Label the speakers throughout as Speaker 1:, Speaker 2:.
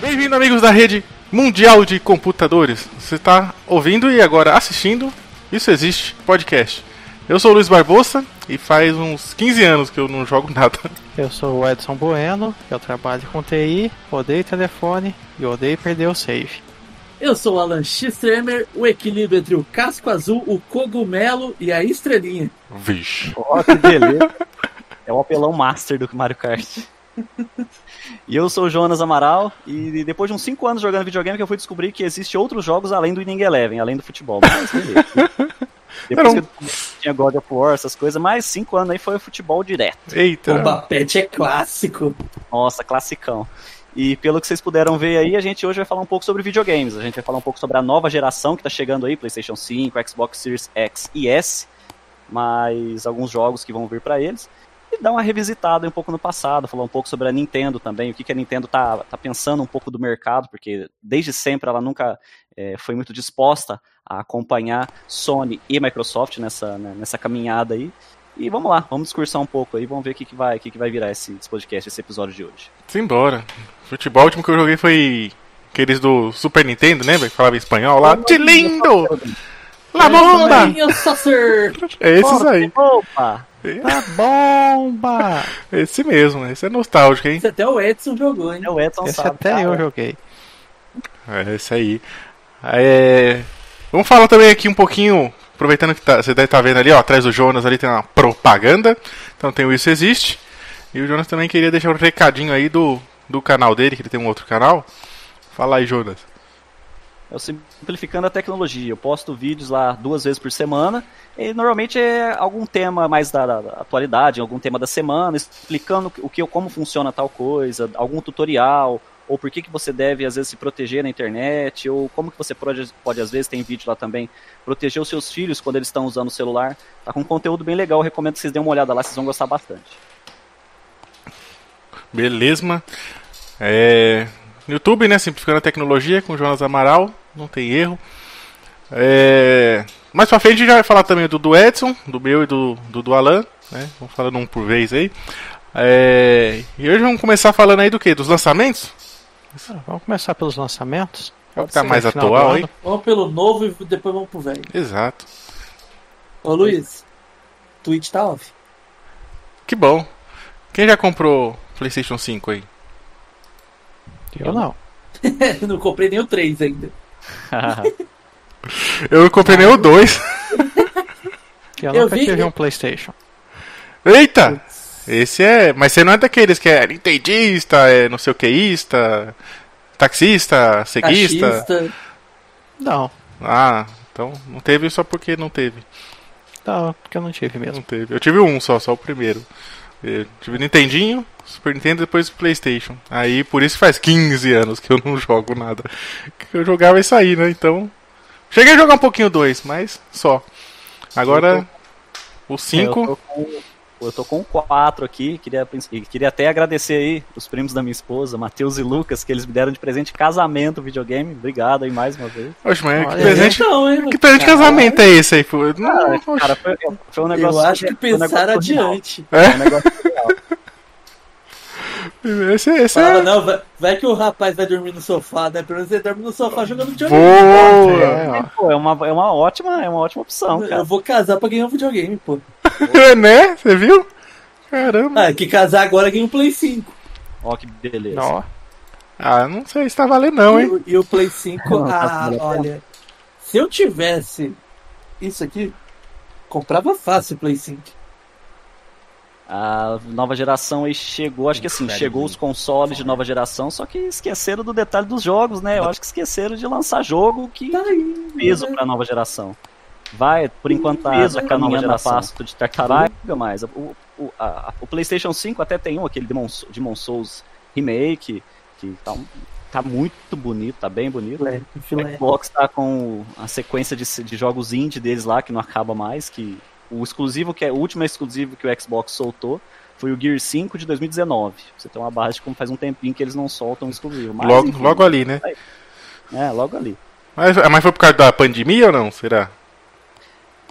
Speaker 1: Bem-vindo, amigos da rede mundial de computadores. Você está ouvindo e agora assistindo Isso Existe Podcast. Eu sou o Luiz Barbosa e faz uns 15 anos que eu não jogo nada.
Speaker 2: Eu sou o Edson Bueno, eu trabalho com TI, odeio telefone e odeio perder o save.
Speaker 3: Eu sou o Alan Xtremer, o equilíbrio entre o casco azul, o cogumelo e a estrelinha.
Speaker 1: Vixe.
Speaker 4: Ó, que beleza. É um apelão master do Mario Kart. E eu sou o Jonas Amaral, e depois de uns 5 anos jogando videogame que eu fui descobrir que existe outros jogos além do Inning Eleven, além do futebol. Mas beleza. Depois que eu tinha God of War, essas coisas, mais 5 anos aí foi futebol direto.
Speaker 1: Eita.
Speaker 3: O Bapete é clássico.
Speaker 4: Nossa, classicão. E pelo que vocês puderam ver aí, a gente hoje vai falar um pouco sobre videogames. A gente vai falar um pouco sobre a nova geração que tá chegando aí, PlayStation 5, Xbox Series X e S, mais alguns jogos que vão vir pra eles. E dar uma revisitada um pouco no passado, falar um pouco sobre a Nintendo também, o que, que a Nintendo tá, tá pensando um pouco do mercado, porque desde sempre ela nunca eh, foi muito disposta a acompanhar Sony e Microsoft nessa, né, nessa caminhada aí. E vamos lá, vamos discursar um pouco aí, vamos ver o que, que, vai, o que, que vai virar esse, esse podcast, esse episódio de hoje.
Speaker 1: Simbora. Futebol, o último que eu joguei foi aqueles do Super Nintendo, né? lembra? Que falava em espanhol lá. Te lindo! La bomba!
Speaker 3: Eu sou ser.
Speaker 1: É esses aí.
Speaker 4: Opa!
Speaker 2: Tá bomba!
Speaker 1: Esse mesmo, esse é nostálgico, hein?
Speaker 3: Isso até o Edson jogou, hein?
Speaker 4: É o Edson
Speaker 2: Esse
Speaker 4: sabe.
Speaker 2: até
Speaker 4: cara.
Speaker 2: eu joguei.
Speaker 1: É esse aí. É... Vamos falar também aqui um pouquinho, aproveitando que tá- você deve estar vendo ali, ó, atrás do Jonas ali tem uma propaganda. Então tem o Isso Existe. E o Jonas também queria deixar um recadinho aí do, do canal dele, que ele tem um outro canal. Fala aí, Jonas.
Speaker 4: É o Simplificando a Tecnologia. Eu posto vídeos lá duas vezes por semana. E normalmente é algum tema mais da, da- da atualidade, algum tema da semana, explicando o que, como funciona tal coisa, algum tutorial, ou por que, que você deve, às vezes, se proteger na internet, ou como que você pode, pode, às vezes, tem vídeo lá também, proteger os seus filhos quando eles estão usando o celular. Tá com um conteúdo bem legal, eu recomendo que vocês deem uma olhada lá, vocês vão gostar bastante.
Speaker 1: Beleza. É... YouTube, né? Simplificando a tecnologia com Jonas Amaral. Não tem erro. É... Mais pra frente a gente já vai falar também do, do Edson, do meu e do, do, do Alan. Né? Vamos falando um por vez aí. É... E hoje vamos começar falando aí do que? Dos lançamentos?
Speaker 2: Ah, Vamos começar pelos lançamentos?
Speaker 1: É o que tá
Speaker 2: Sim,
Speaker 1: mais
Speaker 2: final do
Speaker 1: atual
Speaker 2: ano.
Speaker 1: aí.
Speaker 3: Vamos pelo novo e depois vamos pro velho.
Speaker 1: Exato.
Speaker 3: Ô Luiz, Twitch tá off.
Speaker 1: Que bom. Quem já comprou PlayStation 5 aí?
Speaker 2: Eu não.
Speaker 3: Não comprei nem o 3 ainda.
Speaker 1: Eu não comprei nem o 2.
Speaker 2: Eu,
Speaker 3: Eu
Speaker 2: nunca
Speaker 3: vi-
Speaker 2: tive um Playstation.
Speaker 1: Eita! Esse é. Mas você não é daqueles que é nintendista, é não sei o queísta, taxista, ceguista.
Speaker 3: Cachista.
Speaker 2: Não.
Speaker 1: Ah, então não teve só porque não teve.
Speaker 2: Não, tá, porque eu não tive mesmo.
Speaker 1: Não teve. Eu tive um só, só o primeiro. Eu tive Nintendinho, Super Nintendo e depois Playstation. Aí por isso faz 15 anos que eu não jogo nada. Que eu jogava isso aí, né? Então. Cheguei a jogar um pouquinho dois, mas só. Agora. O
Speaker 4: É,
Speaker 1: 5.
Speaker 4: Eu tô com, eu tô com quatro aqui, queria, prin- e queria até agradecer aí os primos da minha esposa, Matheus e Lucas, que eles me deram de presente de casamento videogame. Obrigado aí mais uma vez.
Speaker 1: Oxe, mas que
Speaker 2: Olha,
Speaker 1: É. presente.
Speaker 3: Então, hein?
Speaker 1: Que presente de casamento é esse aí? pô? Não, oxe.
Speaker 4: né? Cara, foi, foi um negócio.
Speaker 3: Ah, Eu acho que
Speaker 4: foi um negócio
Speaker 3: pensaram
Speaker 4: surreal,
Speaker 3: adiante.
Speaker 4: foi um negócio surreal.
Speaker 1: Esse, esse
Speaker 3: Fala,
Speaker 1: é.
Speaker 3: não, vai, vai que o rapaz vai dormir no sofá, né? Pelo menos ele dorme no sofá jogando videogame.
Speaker 1: Boa!
Speaker 4: Pô, é uma, é uma ótima, é uma ótima opção, cara.
Speaker 3: Eu vou casar pra ganhar um videogame, pô.
Speaker 1: É, né? Você viu? Caramba.
Speaker 3: Ah, que casar agora ganha o Play 5.
Speaker 4: Ó, que beleza.
Speaker 2: Não.
Speaker 1: Ah, não sei se tá valendo, não,
Speaker 3: e,
Speaker 1: hein? é.
Speaker 3: o, e o Play 5,
Speaker 4: Não, tá
Speaker 3: ah,
Speaker 4: valendo.
Speaker 3: olha. Se eu tivesse isso aqui, comprava fácil o Play 5.
Speaker 4: A nova geração aí chegou, acho que assim, chegou os consoles de nova geração, só que esqueceram do detalhe dos jogos, né? Eu acho que esqueceram de lançar jogo que
Speaker 3: Tá aí.
Speaker 4: peso para a nova geração. Vai, por enquanto, tá, tá caminhando a passo de tartaruga, mas o, o, a- o PlayStation 5 até tem um, aquele Demon, Demon Souls Remake, que tá, um- tá muito bonito, tá bem bonito.
Speaker 3: Filé,
Speaker 4: O
Speaker 3: filé.
Speaker 4: Xbox tá com a sequência de, de jogos indie deles lá, que não acaba mais, que o exclusivo, que é o último exclusivo que o Xbox soltou, foi o Gear 5 de 2019. Pra Você tem uma base de como faz um tempinho que eles não soltam exclusivo. Mas,
Speaker 1: Logo,
Speaker 3: um.
Speaker 4: enfim,
Speaker 1: logo ali, né?
Speaker 4: É, logo ali.
Speaker 1: Mas, ah, mas foi por causa da pandemia ou não? Será?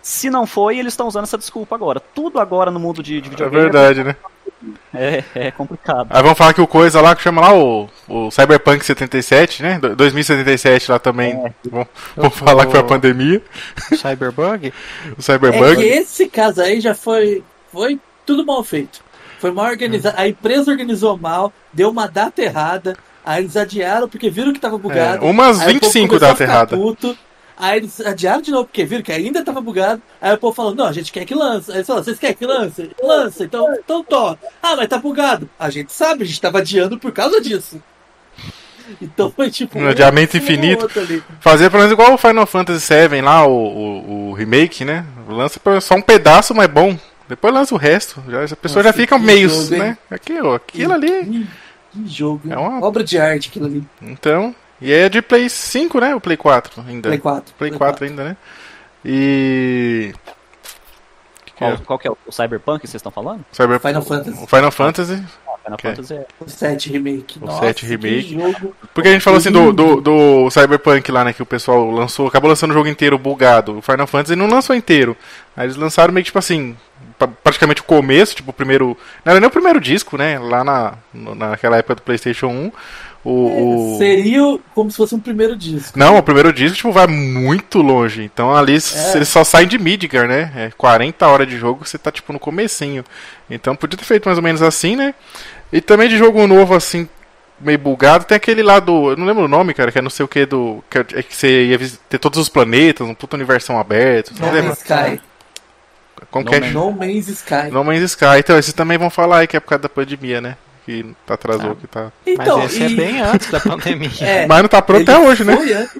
Speaker 4: Se não foi, eles estão usando essa desculpa agora. Tudo agora no mundo de, de
Speaker 1: É
Speaker 4: videogame
Speaker 1: verdade, né?
Speaker 4: É, é complicado.
Speaker 1: Aí vamos falar que o coisa lá que chama lá o, o Cyberpunk 77, né? Do- 2077 lá também.
Speaker 3: É.
Speaker 1: Vamos, vamos
Speaker 2: Eu
Speaker 1: falar que foi a
Speaker 2: vou-
Speaker 1: pandemia,
Speaker 2: Cyberbug?
Speaker 1: o
Speaker 3: É
Speaker 1: Cyberbug.
Speaker 3: que esse caso aí já foi, foi tudo mal feito. Foi mal
Speaker 1: Hum.
Speaker 3: organizado. A empresa organizou mal, deu uma data errada, aí eles adiaram porque viram que tava bugado.
Speaker 1: É, umas
Speaker 3: aí o povo
Speaker 1: 25
Speaker 3: começou a
Speaker 1: data
Speaker 3: ficar
Speaker 1: errada.
Speaker 3: puto, aí eles adiaram de novo porque viram que ainda tava bugado. Aí o povo falou: não, a gente quer que lance. Aí eles falaram: vocês querem que lance? Lança, então, então toma. Ah, mas tá bugado. A gente sabe, a gente tava adiando por causa disso. Então foi tipo.
Speaker 1: Um adiamento
Speaker 3: em cima do
Speaker 1: infinito.
Speaker 3: outro ali.
Speaker 1: Fazer pelo menos igual o Final Fantasy VII lá, o, o, o remake, né? Lança pelo- só um pedaço, mas é bom. Depois lança o resto. Já, a pessoa já
Speaker 3: Nossa,
Speaker 1: fica
Speaker 3: que
Speaker 1: meios,
Speaker 3: jogo, hein?
Speaker 1: né? Aquilo, aquilo ali.
Speaker 3: Que, que jogo. hein?
Speaker 1: É uma-
Speaker 3: Obra de arte aquilo ali.
Speaker 1: Então. E é de Play 5, né? O Play 4 ainda.
Speaker 3: Play 4.
Speaker 1: Play 4 ainda, né? E. Ah,
Speaker 4: Qual, qual que é o, o Cyberpunk que vocês estão falando?
Speaker 1: Cyber...
Speaker 3: Final Fantasy.
Speaker 1: O Final Fantasy.
Speaker 4: Ah, Final
Speaker 1: Ok.
Speaker 4: Fantasy é.
Speaker 3: 7 Remake.
Speaker 1: O
Speaker 3: Nossa,
Speaker 1: 7
Speaker 3: que
Speaker 1: remake.
Speaker 3: jogo.
Speaker 1: Porque a gente falou assim do, do, do Cyberpunk lá, né? Que o pessoal lançou, acabou lançando o jogo inteiro bugado. O Final Fantasy não lançou inteiro. Aí eles lançaram meio que tipo assim, pra- praticamente o começo, tipo o primeiro. Não era nem o primeiro disco, né? Lá na, no- naquela época do PlayStation 1. O, o-
Speaker 3: Seria como se fosse um primeiro disco.
Speaker 1: Não, o primeiro disco tipo, vai muito longe. Então ali s-
Speaker 3: É.
Speaker 1: eles só saem de Midgar, né? É 40 horas de jogo, você tá tipo no comecinho. Então podia ter feito mais ou menos assim, né? E também de jogo novo, assim, meio bugado, tem aquele lá do. Eu não lembro o nome, cara, que é não sei o que do. Que é que você ia vis- ter todos os planetas, um puto universo aberto. Não
Speaker 3: No
Speaker 1: lembro.
Speaker 3: Man's Sky.
Speaker 1: Como
Speaker 4: No
Speaker 1: que é?
Speaker 4: Man's-
Speaker 3: No Man's Sky.
Speaker 1: No Man's Sky. Então, esses também vão falar aí que é por causa da pandemia, né? Que tá atrasou,
Speaker 4: Ah.
Speaker 1: que tá.
Speaker 2: Mas
Speaker 3: Então,
Speaker 2: esse é
Speaker 3: e-
Speaker 2: bem antes da pandemia.
Speaker 3: É,
Speaker 1: Mas não tá pronto
Speaker 3: ele
Speaker 1: até hoje, né?
Speaker 3: foi antes.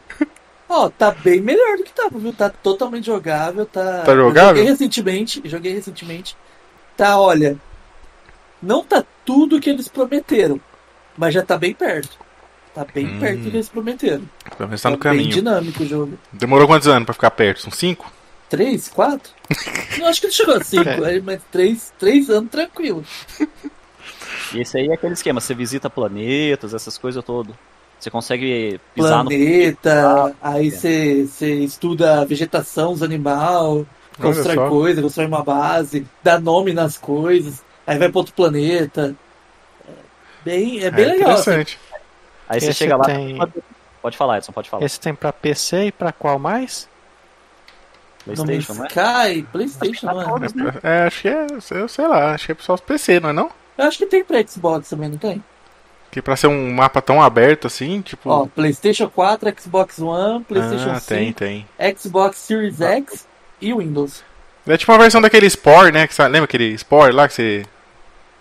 Speaker 3: Ó, tá bem melhor do que tava, viu? Tá totalmente jogável, tá...
Speaker 1: Tá jogável?
Speaker 3: Eu Joguei recentemente, joguei recentemente. Tá, olha, não tá tudo que eles prometeram, mas já tá bem perto. Tá bem
Speaker 1: Hum.
Speaker 3: perto do que eles prometeram.
Speaker 1: Pelo menos tá no
Speaker 3: bem
Speaker 1: caminho.
Speaker 3: dinâmico o jogo.
Speaker 1: Demorou quantos anos pra ficar perto? São cinco?
Speaker 3: 3, 4? Não, acho que ele chegou a 5,
Speaker 1: É.
Speaker 3: mas 3, três anos tranquilo.
Speaker 4: E esse aí é aquele esquema, você visita planetas, essas coisas todo. Você consegue pisar
Speaker 3: Planeta,
Speaker 4: é.
Speaker 3: aí você você estuda a vegetação, os animais,
Speaker 1: Olha
Speaker 3: constrói
Speaker 1: só.
Speaker 3: coisa, constrói uma base, dá nome nas coisas, aí vai pra outro planeta. É Bem, é bem legal. assim.
Speaker 1: Interessante.
Speaker 4: no... Aí você
Speaker 2: Esse
Speaker 4: chega lá...
Speaker 2: tem-
Speaker 4: Pode falar, Edson, pode falar.
Speaker 2: Esse tem pra PC e pra qual mais?
Speaker 3: No Man's
Speaker 4: Playstation, né?
Speaker 3: Sky, Playstation,
Speaker 4: Acho que tá
Speaker 3: não é?
Speaker 4: todos, né?
Speaker 1: É, acho que é, eu sei lá, acho que é pro só os PC, não é não?
Speaker 3: Eu acho que tem pra Xbox também, não tem?
Speaker 1: Que pra ser um mapa tão aberto assim, tipo.
Speaker 3: Ó, Playstation 4, Xbox One, Playstation
Speaker 1: ah,
Speaker 3: 5,
Speaker 1: tem, tem.
Speaker 3: Xbox Series
Speaker 4: Tá.
Speaker 3: X e Windows.
Speaker 1: É tipo uma versão daquele Spore, né? Que sa- lembra aquele Spore lá que você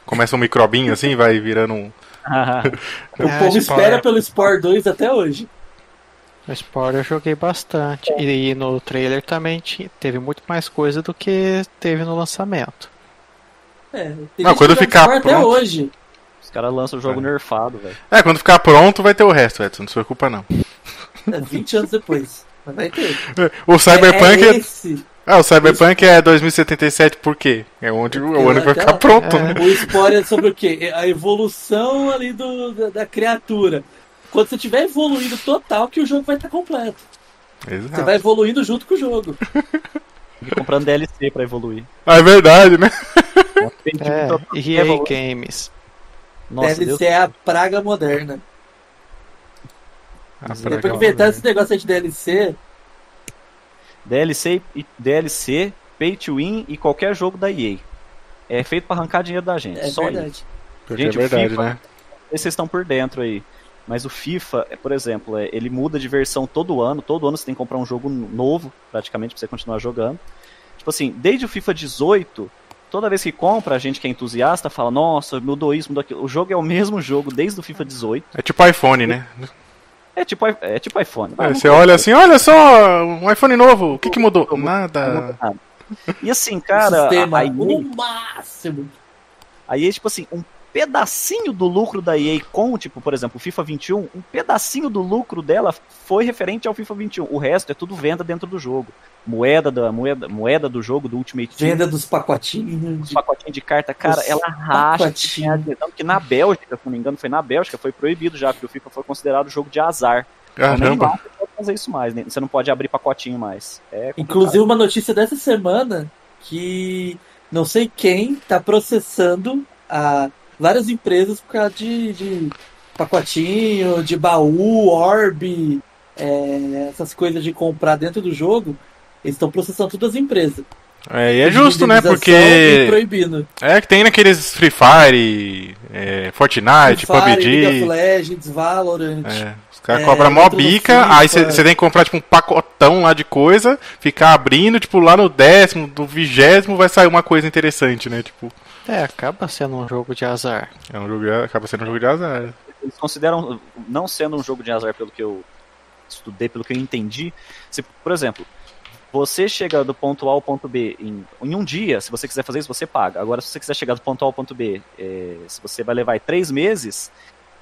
Speaker 1: começa um microbinho assim, vai virando um.
Speaker 3: O
Speaker 2: Ah,
Speaker 3: povo
Speaker 2: Spore.
Speaker 1: é.
Speaker 3: espera pelo Spore 2 até hoje.
Speaker 2: No Spore eu joguei bastante. E no trailer também ti- teve muito mais coisa do que teve no lançamento.
Speaker 3: É, tem
Speaker 1: Não,
Speaker 3: gente
Speaker 1: quando
Speaker 3: que joga
Speaker 1: ficar
Speaker 3: Spore até
Speaker 1: pronto.
Speaker 3: hoje.
Speaker 4: Os caras lançam o jogo
Speaker 1: É.
Speaker 4: nerfado, velho.
Speaker 1: É, quando ficar pronto vai ter o resto, Edson, não se preocupa não.
Speaker 3: É, 20 anos depois. Mas vai ter.
Speaker 1: O Cyberpunk.
Speaker 3: É,
Speaker 1: É,
Speaker 3: é esse.
Speaker 1: Ah, o Cyberpunk é 2077 por quê? É onde o
Speaker 3: Porque tá-
Speaker 1: ano vai
Speaker 3: até
Speaker 1: ficar
Speaker 3: lá-
Speaker 1: pronto,
Speaker 2: É.
Speaker 1: né?
Speaker 3: O Spore é sobre o quê? É A evolução ali do, da, da criatura. Quando você tiver evoluído total, que o jogo vai estar completo. É. Você
Speaker 4: Ah.
Speaker 1: Exato.
Speaker 3: vai evoluindo junto com o jogo.
Speaker 4: E comprando DLC pra evoluir.
Speaker 1: Ah, é verdade, né?
Speaker 2: É, EA
Speaker 4: evoluir.
Speaker 2: Games.
Speaker 4: Nossa,
Speaker 3: Deve
Speaker 4: Deus.
Speaker 3: ser a praga moderna.
Speaker 1: Ah,
Speaker 4: Depois
Speaker 1: pra-
Speaker 3: Depois que inventaram esse negócio aí de DLC,
Speaker 4: DLC, e- DLC, Pay to Win e qualquer jogo da EA. É feito pra arrancar dinheiro da gente.
Speaker 3: é
Speaker 4: só isso.
Speaker 3: verdade.
Speaker 1: Porque é
Speaker 4: Gente, o
Speaker 1: verdade,
Speaker 4: FIFA-
Speaker 1: né?
Speaker 4: Não sei se vocês estão por dentro aí. Mas o FIFA, é, por exemplo, é, ele muda de versão todo ano. Todo ano você tem que comprar um jogo n- novo, praticamente, pra você continuar jogando. Tipo assim, desde o FIFA 18, toda vez que compra, a gente que é entusiasta fala: Nossa, mudou isso, mudou aquilo. O jogo é o mesmo jogo desde o FIFA 18.
Speaker 1: É tipo iPhone, né?
Speaker 4: É tipo, i- é tipo iPhone.
Speaker 1: É,
Speaker 4: Não,
Speaker 1: você olha assim, olha só, um iPhone novo, o que, que mudou?
Speaker 4: não
Speaker 1: Nada.
Speaker 4: muda nada. E assim,
Speaker 3: o
Speaker 4: cara,
Speaker 3: sistema
Speaker 4: a, a
Speaker 3: no
Speaker 4: EA,
Speaker 3: máximo.
Speaker 4: a EA, tipo assim, um pedacinho do lucro da EA com, tipo, por exemplo, o FIFA 21, um pedacinho do lucro dela foi referente ao FIFA 21. O resto é tudo venda dentro do jogo. Moeda da moeda, moeda do jogo, do Ultimate Team,
Speaker 3: Venda dos pacotinhos.
Speaker 4: os pacotinhos de carta, cara,
Speaker 3: Os
Speaker 4: ela racha.
Speaker 3: pacotinhos.
Speaker 4: tinha adesão, Que na Bélgica, se não me engano, foi na Bélgica, foi proibido já, porque o FIFA foi considerado jogo de azar. Então, nem
Speaker 1: Caramba.
Speaker 4: lá você pode fazer isso mais, né? você não pode abrir pacotinho mais. É complicado.
Speaker 3: Inclusive uma notícia dessa semana que não sei quem tá processando a várias empresas por causa de, de pacotinho, de baú, orb, é, essas coisas de comprar dentro do jogo. Eles estão processando todas as empresas.
Speaker 1: É, e é justo, né?
Speaker 3: Indenização e
Speaker 1: Porque.
Speaker 3: Proibindo.
Speaker 1: É que tem naqueles Free Fire, é, Fortnite,
Speaker 3: Free Fire, League of
Speaker 1: PUBG.
Speaker 3: Legends, Valorant.
Speaker 1: É, os caras
Speaker 3: É,
Speaker 1: cobram mó
Speaker 3: outro
Speaker 1: bica,
Speaker 3: FIFA.
Speaker 1: aí você tem que comprar tipo um pacotão lá de coisa, ficar abrindo, tipo, lá no décimo, do vigésimo vai sair uma coisa interessante, né? Tipo,
Speaker 2: É, acaba sendo um jogo de azar.
Speaker 1: é um jogo, acaba sendo um jogo de azar.
Speaker 4: eles consideram, não sendo um jogo de azar pelo que eu estudei, pelo que eu entendi, se, por exemplo, você chega do ponto A ao ponto B em, em um dia, se você quiser fazer isso, você paga. Agora, se você quiser chegar do ponto A ao ponto B, é, se você vai levar três meses,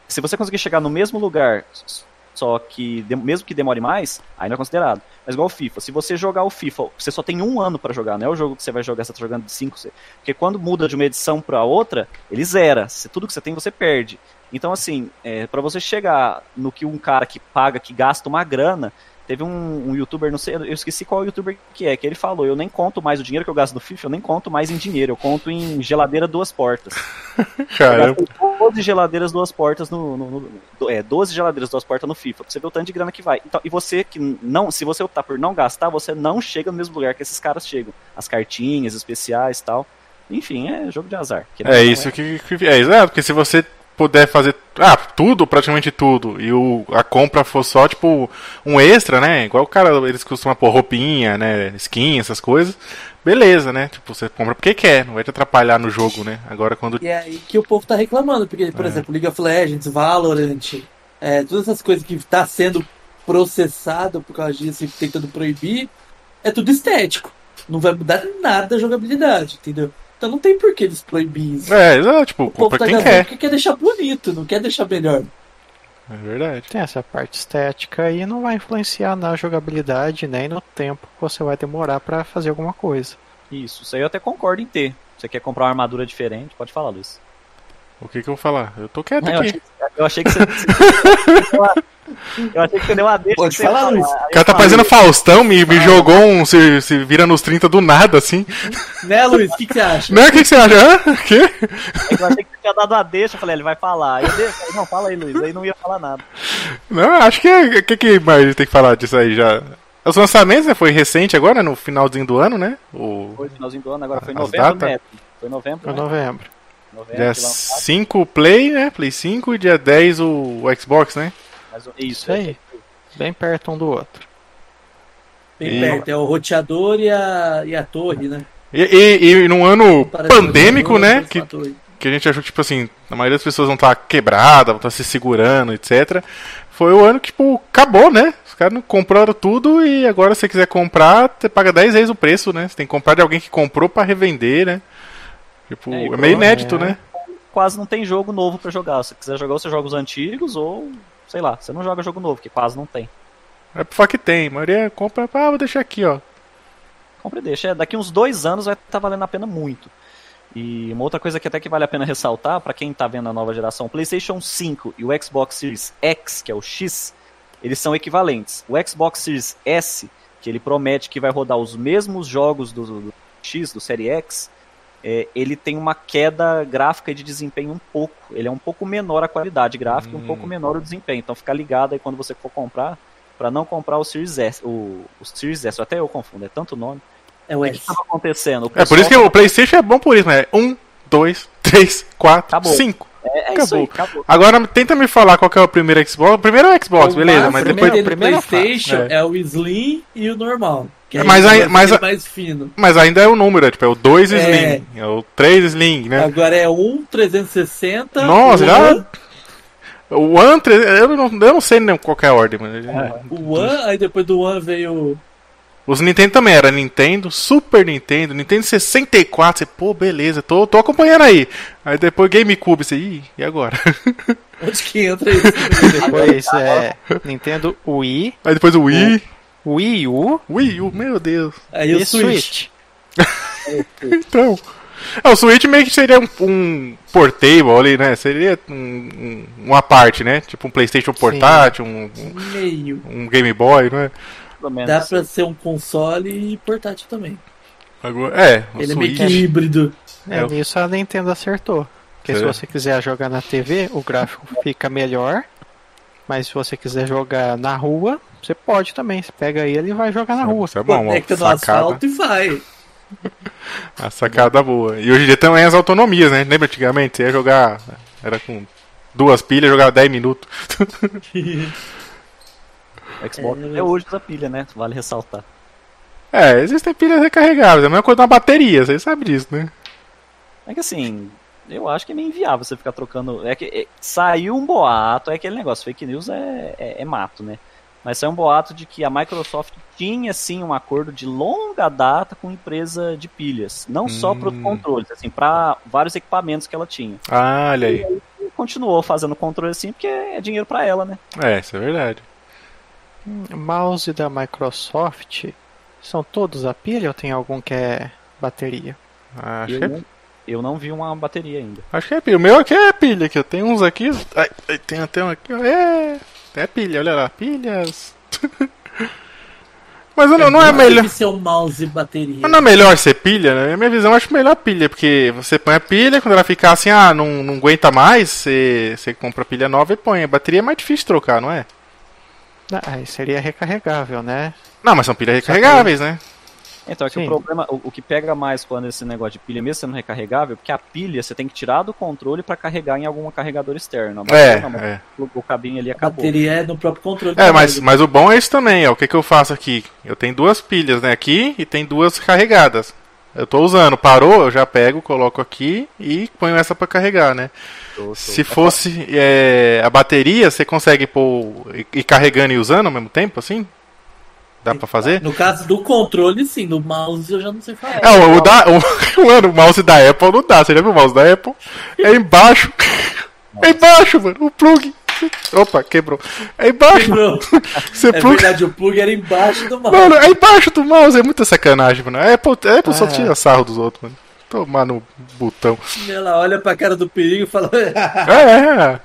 Speaker 4: se você conseguir chegar no mesmo lugar, s- só que de- mesmo que demore mais, ainda é considerado. Mas igual o FIFA, se você jogar o FIFA, você só tem um ano pra jogar, não é o jogo que você vai jogar, você tá jogando de cinco, você- porque quando muda de uma edição pra outra, ele zera. Se- Tudo que você tem, você perde. Então, assim, é, para você chegar no que um cara que paga, que gasta uma grana, teve um, um youtuber, não sei, eu esqueci qual youtuber que é, que ele falou, eu nem conto mais o dinheiro que eu gasto no FIFA, eu nem conto mais em dinheiro, eu conto em geladeira duas portas. Eu
Speaker 1: Caramba.
Speaker 4: gastei 12 geladeiras duas portas no, no- no- do- é, 12 geladeiras duas portas no FIFA, pra você ver o tanto de grana que vai. Então, e você que não, se você optar por não gastar, você não chega no mesmo lugar que esses caras chegam. As cartinhas especiais e tal. Enfim, é jogo de azar. Que não
Speaker 1: É isso que, que é exato, porque se você puder fazer ah, tudo, praticamente tudo, e o, a compra for só tipo um extra, né? Igual o cara, eles costumam pôr roupinha, né, skin, essas coisas. Beleza, né? Tipo, você compra porque quer, não vai te atrapalhar no jogo, né? Agora quando
Speaker 3: E é aí que o povo tá reclamando, porque,
Speaker 1: É.
Speaker 3: por exemplo, League of Legends, Valorant, é, todas essas coisas que tá sendo processado por causa disso e tentando proibir, é tudo estético. Não vai mudar nada a jogabilidade, entendeu? Então não tem por que eles proibirem isso.
Speaker 1: é, exato, tipo,
Speaker 3: o povo
Speaker 1: compra
Speaker 3: tá
Speaker 1: quem
Speaker 3: gastando
Speaker 1: quer.
Speaker 3: porque quer deixar bonito, não quer deixar melhor.
Speaker 1: É verdade.
Speaker 2: Tem essa parte estética aí não vai influenciar na jogabilidade nem no tempo que você vai demorar pra fazer alguma coisa.
Speaker 4: Isso, isso aí eu até concordo em ter. Você quer comprar uma armadura diferente? Pode falar, Luiz.
Speaker 1: O que que eu vou falar? Eu tô quieto
Speaker 4: eu,
Speaker 1: aqui.
Speaker 4: achei, eu achei que você. eu achei que você deu uma deixa.
Speaker 3: Pode
Speaker 4: que você ia
Speaker 3: falar,
Speaker 4: falar.
Speaker 3: Luiz.
Speaker 4: Aí eu
Speaker 1: O cara tá
Speaker 4: falei,
Speaker 1: parecendo Faustão, me, me jogou um se, se vira nos 30 do nada, assim.
Speaker 3: Né, Luiz? O que, que você acha?
Speaker 1: Né? O que, que você acha? Hã? O quê?
Speaker 4: Eu achei que você tinha dado uma deixa. Eu falei, ele vai falar. Aí eu dei, eu falei, não, fala aí, Luiz. Aí não ia falar nada.
Speaker 1: Não, acho que é. O que, que mais tem que falar disso aí já? Os lançamentos né, foi recente agora, no finalzinho do ano, né? O
Speaker 4: Foi finalzinho do ano, agora foi em
Speaker 1: As
Speaker 4: novembro,
Speaker 1: datas?
Speaker 4: né? Foi em novembro,
Speaker 2: Pra
Speaker 4: né?
Speaker 2: novembro.
Speaker 4: Novembro,
Speaker 1: dia
Speaker 4: é, que lançaram,
Speaker 1: 5 o Play, né? Play 5 e dia 10 o, o Xbox, né?
Speaker 4: mas- é isso
Speaker 2: Isso
Speaker 4: aí.
Speaker 2: aí. Bem perto um do outro.
Speaker 3: Bem
Speaker 1: E-
Speaker 3: perto, é o roteador e a, e a torre, né?
Speaker 1: E, e, e num ano
Speaker 3: Parece que é o
Speaker 1: pandêmico,
Speaker 3: roteador
Speaker 1: né?
Speaker 3: parece
Speaker 1: Que,
Speaker 3: uma torre.
Speaker 1: que a gente achou que, tipo assim, a maioria das pessoas vão estar quebrada, vão estar se segurando, etc. Foi o ano que, tipo, acabou, né? Os caras não compraram tudo e agora se você quiser comprar, você paga 10 vezes o preço, né? Você tem que comprar de alguém que comprou pra revender, né? Tipo,
Speaker 4: É,
Speaker 1: é,
Speaker 4: e
Speaker 1: meio inédito,
Speaker 2: provavelmente-
Speaker 1: né?
Speaker 4: Quase não tem jogo novo pra jogar. Se você quiser jogar, você joga os antigos ou. Sei lá, você não joga jogo novo, que quase não tem.
Speaker 1: É pra falar que tem. A maioria compra, ah, vou deixar aqui, ó.
Speaker 4: Compre e deixa. É, daqui uns dois anos vai estar valendo a pena muito. E uma outra coisa que até que vale a pena ressaltar, para quem tá vendo a nova geração, o PlayStation 5 e o Xbox Series X, que é o X, eles são equivalentes. O Xbox Series S, que ele promete que vai rodar os mesmos jogos do, do X, do Série X, é, ele tem uma queda gráfica e de desempenho um pouco. Ele é um pouco menor a qualidade gráfica, e
Speaker 1: Hum.
Speaker 4: um pouco menor o desempenho. Então fica ligado aí quando você for comprar, para não comprar o Series S, o, o Series S, até eu confundo, é tanto nome.
Speaker 3: É o
Speaker 4: O que
Speaker 3: S.
Speaker 4: estava acontecendo? O
Speaker 1: É por
Speaker 4: pessoal-
Speaker 1: isso que o PlayStation é bom por isso, né? Um, dois, três, quatro,
Speaker 4: Acabou.
Speaker 1: cinco.
Speaker 4: É, é
Speaker 1: acabou.
Speaker 4: isso aí, acabou.
Speaker 1: Agora tenta me falar qual que é o primeiro Xbox. O primeiro é o Xbox,
Speaker 3: O
Speaker 1: beleza,
Speaker 3: mais-
Speaker 1: mas
Speaker 3: o
Speaker 1: depois.
Speaker 3: primeiro do
Speaker 2: primeira
Speaker 3: PlayStation
Speaker 1: fase,
Speaker 3: é. o Slim e o normal. Que aí
Speaker 1: Mas
Speaker 3: é
Speaker 1: aí-
Speaker 3: o
Speaker 1: mas a-
Speaker 3: mais fino.
Speaker 1: Mas ainda é o número, é tipo, é o 2
Speaker 3: É.
Speaker 1: Slim, é o 3 Slim, né?
Speaker 3: Agora é um 360.
Speaker 1: Nossa,
Speaker 3: o
Speaker 1: já-
Speaker 3: One,
Speaker 1: O One, tre- eu não, eu não sei nem qual que é a ordem, mas.
Speaker 3: o One, aí depois do One veio.
Speaker 1: Os Nintendo também era Nintendo, Super Nintendo, Nintendo 64, você, pô, beleza, tô, tô acompanhando aí. Aí depois GameCube, você, ih, e agora?
Speaker 3: Onde que entra isso?
Speaker 2: Depois é
Speaker 3: tá
Speaker 2: Nintendo Wii,
Speaker 1: Aí depois o
Speaker 3: É.
Speaker 1: Wii,
Speaker 2: Wii U
Speaker 1: Wii U, meu Deus.
Speaker 3: Aí
Speaker 2: e,
Speaker 3: o Switch.
Speaker 2: Switch.
Speaker 1: Então. É, o Switch meio que seria um, um portable ali, né? Seria um, um- uma parte, né? Tipo um PlayStation portátil, um,
Speaker 3: Meio.
Speaker 1: um Game Boy, não é?
Speaker 4: Pelo menos. Assim,
Speaker 3: Dá pra ser um console e portátil também.
Speaker 1: Agora- é, o
Speaker 3: Ele é meio
Speaker 1: Switch.
Speaker 3: que híbrido.
Speaker 2: É,
Speaker 1: É, o-
Speaker 2: nisso a Nintendo acertou. Porque
Speaker 3: É.
Speaker 2: se você quiser jogar na TV, o gráfico fica melhor. Mas se você quiser jogar na rua, você pode também. Você pega ele e vai jogar na rua.
Speaker 1: Isso é bom, uma
Speaker 3: Conecta no
Speaker 1: sacada,
Speaker 3: asfalto e vai.
Speaker 1: a sacada boa. E hoje em dia também as autonomias, né? Lembra antigamente? Você ia jogar. Era com duas pilhas, jogava 10 minutos.
Speaker 4: Xbox
Speaker 3: É,
Speaker 4: até hoje usa pilha, né? Vale ressaltar.
Speaker 1: É, existem pilhas recarregáveis, é a mesma coisa de uma bateria, você sabe disso, né?
Speaker 4: É que assim, eu acho que é meio inviável você ficar trocando. É que é- saiu um boato, é aquele negócio, fake news é, é, é mato, né? Mas saiu um boato de que a Microsoft tinha sim um acordo de longa data com empresa de pilhas, não só para
Speaker 1: Hum.
Speaker 4: os controles, assim, para vários equipamentos que ela tinha.
Speaker 1: Ah, olha aí.
Speaker 4: E continuou fazendo controle assim porque é dinheiro para ela, né?
Speaker 1: É, isso é verdade.
Speaker 2: Mouse da Microsoft são todos a pilha ou tem algum que é bateria?
Speaker 1: Ah, acho,
Speaker 4: Eu
Speaker 1: que é,
Speaker 4: não, eu não vi uma bateria ainda.
Speaker 1: acho que é pilha. O meu aqui é pilha, que eu tenho uns aqui. Ai, ai, tem até um aqui, ó. É, é pilha, olha lá, pilhas. Mas eu não, não é melhor.
Speaker 3: Deve ser o mouse e bateria.
Speaker 1: Mas não é melhor ser pilha, né? A minha visão eu acho melhor pilha, porque você põe a pilha, quando ela ficar assim, ah, não, não aguenta mais, você, você compra a pilha nova e põe. A bateria é mais difícil trocar, não é?
Speaker 2: Ah, aí seria recarregável, né?
Speaker 1: Não, mas são pilhas recarregáveis, né?
Speaker 4: Então, é que
Speaker 2: Sim.
Speaker 4: o problema, o, o que pega mais quando esse negócio de pilha, mesmo sendo recarregável, porque a pilha você tem que tirar do controle pra carregar em algum carregador externo. A bateria não,
Speaker 1: É, é.
Speaker 4: plugou o cabinho ali e
Speaker 3: A
Speaker 4: acabou.
Speaker 3: bateria é no próprio controle.
Speaker 1: É,
Speaker 3: do
Speaker 1: mas,
Speaker 3: jogo.
Speaker 1: mas o bom é isso também, ó. O que, que eu faço aqui? Eu tenho duas pilhas, né, aqui e tem duas carregadas. Eu tô usando, parou, eu já pego, coloco aqui e ponho essa pra carregar, né?
Speaker 4: Tô- tô-
Speaker 1: Se fosse é, a bateria, você consegue pôr e, e carregando e usando ao mesmo tempo, assim? Dá pra fazer?
Speaker 3: No caso do controle, sim. Do mouse eu já não sei falar.
Speaker 1: É, o, o da. O, mano, o mouse da Apple não dá. Você já viu o mouse da Apple? É embaixo. É embaixo, mano. O plug. Opa, quebrou. É embaixo.
Speaker 3: Quebrou.
Speaker 1: Você
Speaker 3: É
Speaker 1: pluga.
Speaker 3: verdade, o plug era embaixo do mouse.
Speaker 1: Mano, é embaixo do mouse. É muita sacanagem, mano. É, A Apple, a Apple
Speaker 4: É.
Speaker 1: só
Speaker 2: Ah.
Speaker 1: tira sarro dos outros, mano. Tomar no botão.
Speaker 3: né? Ela olha pra cara do perigo e fala.
Speaker 1: É, é.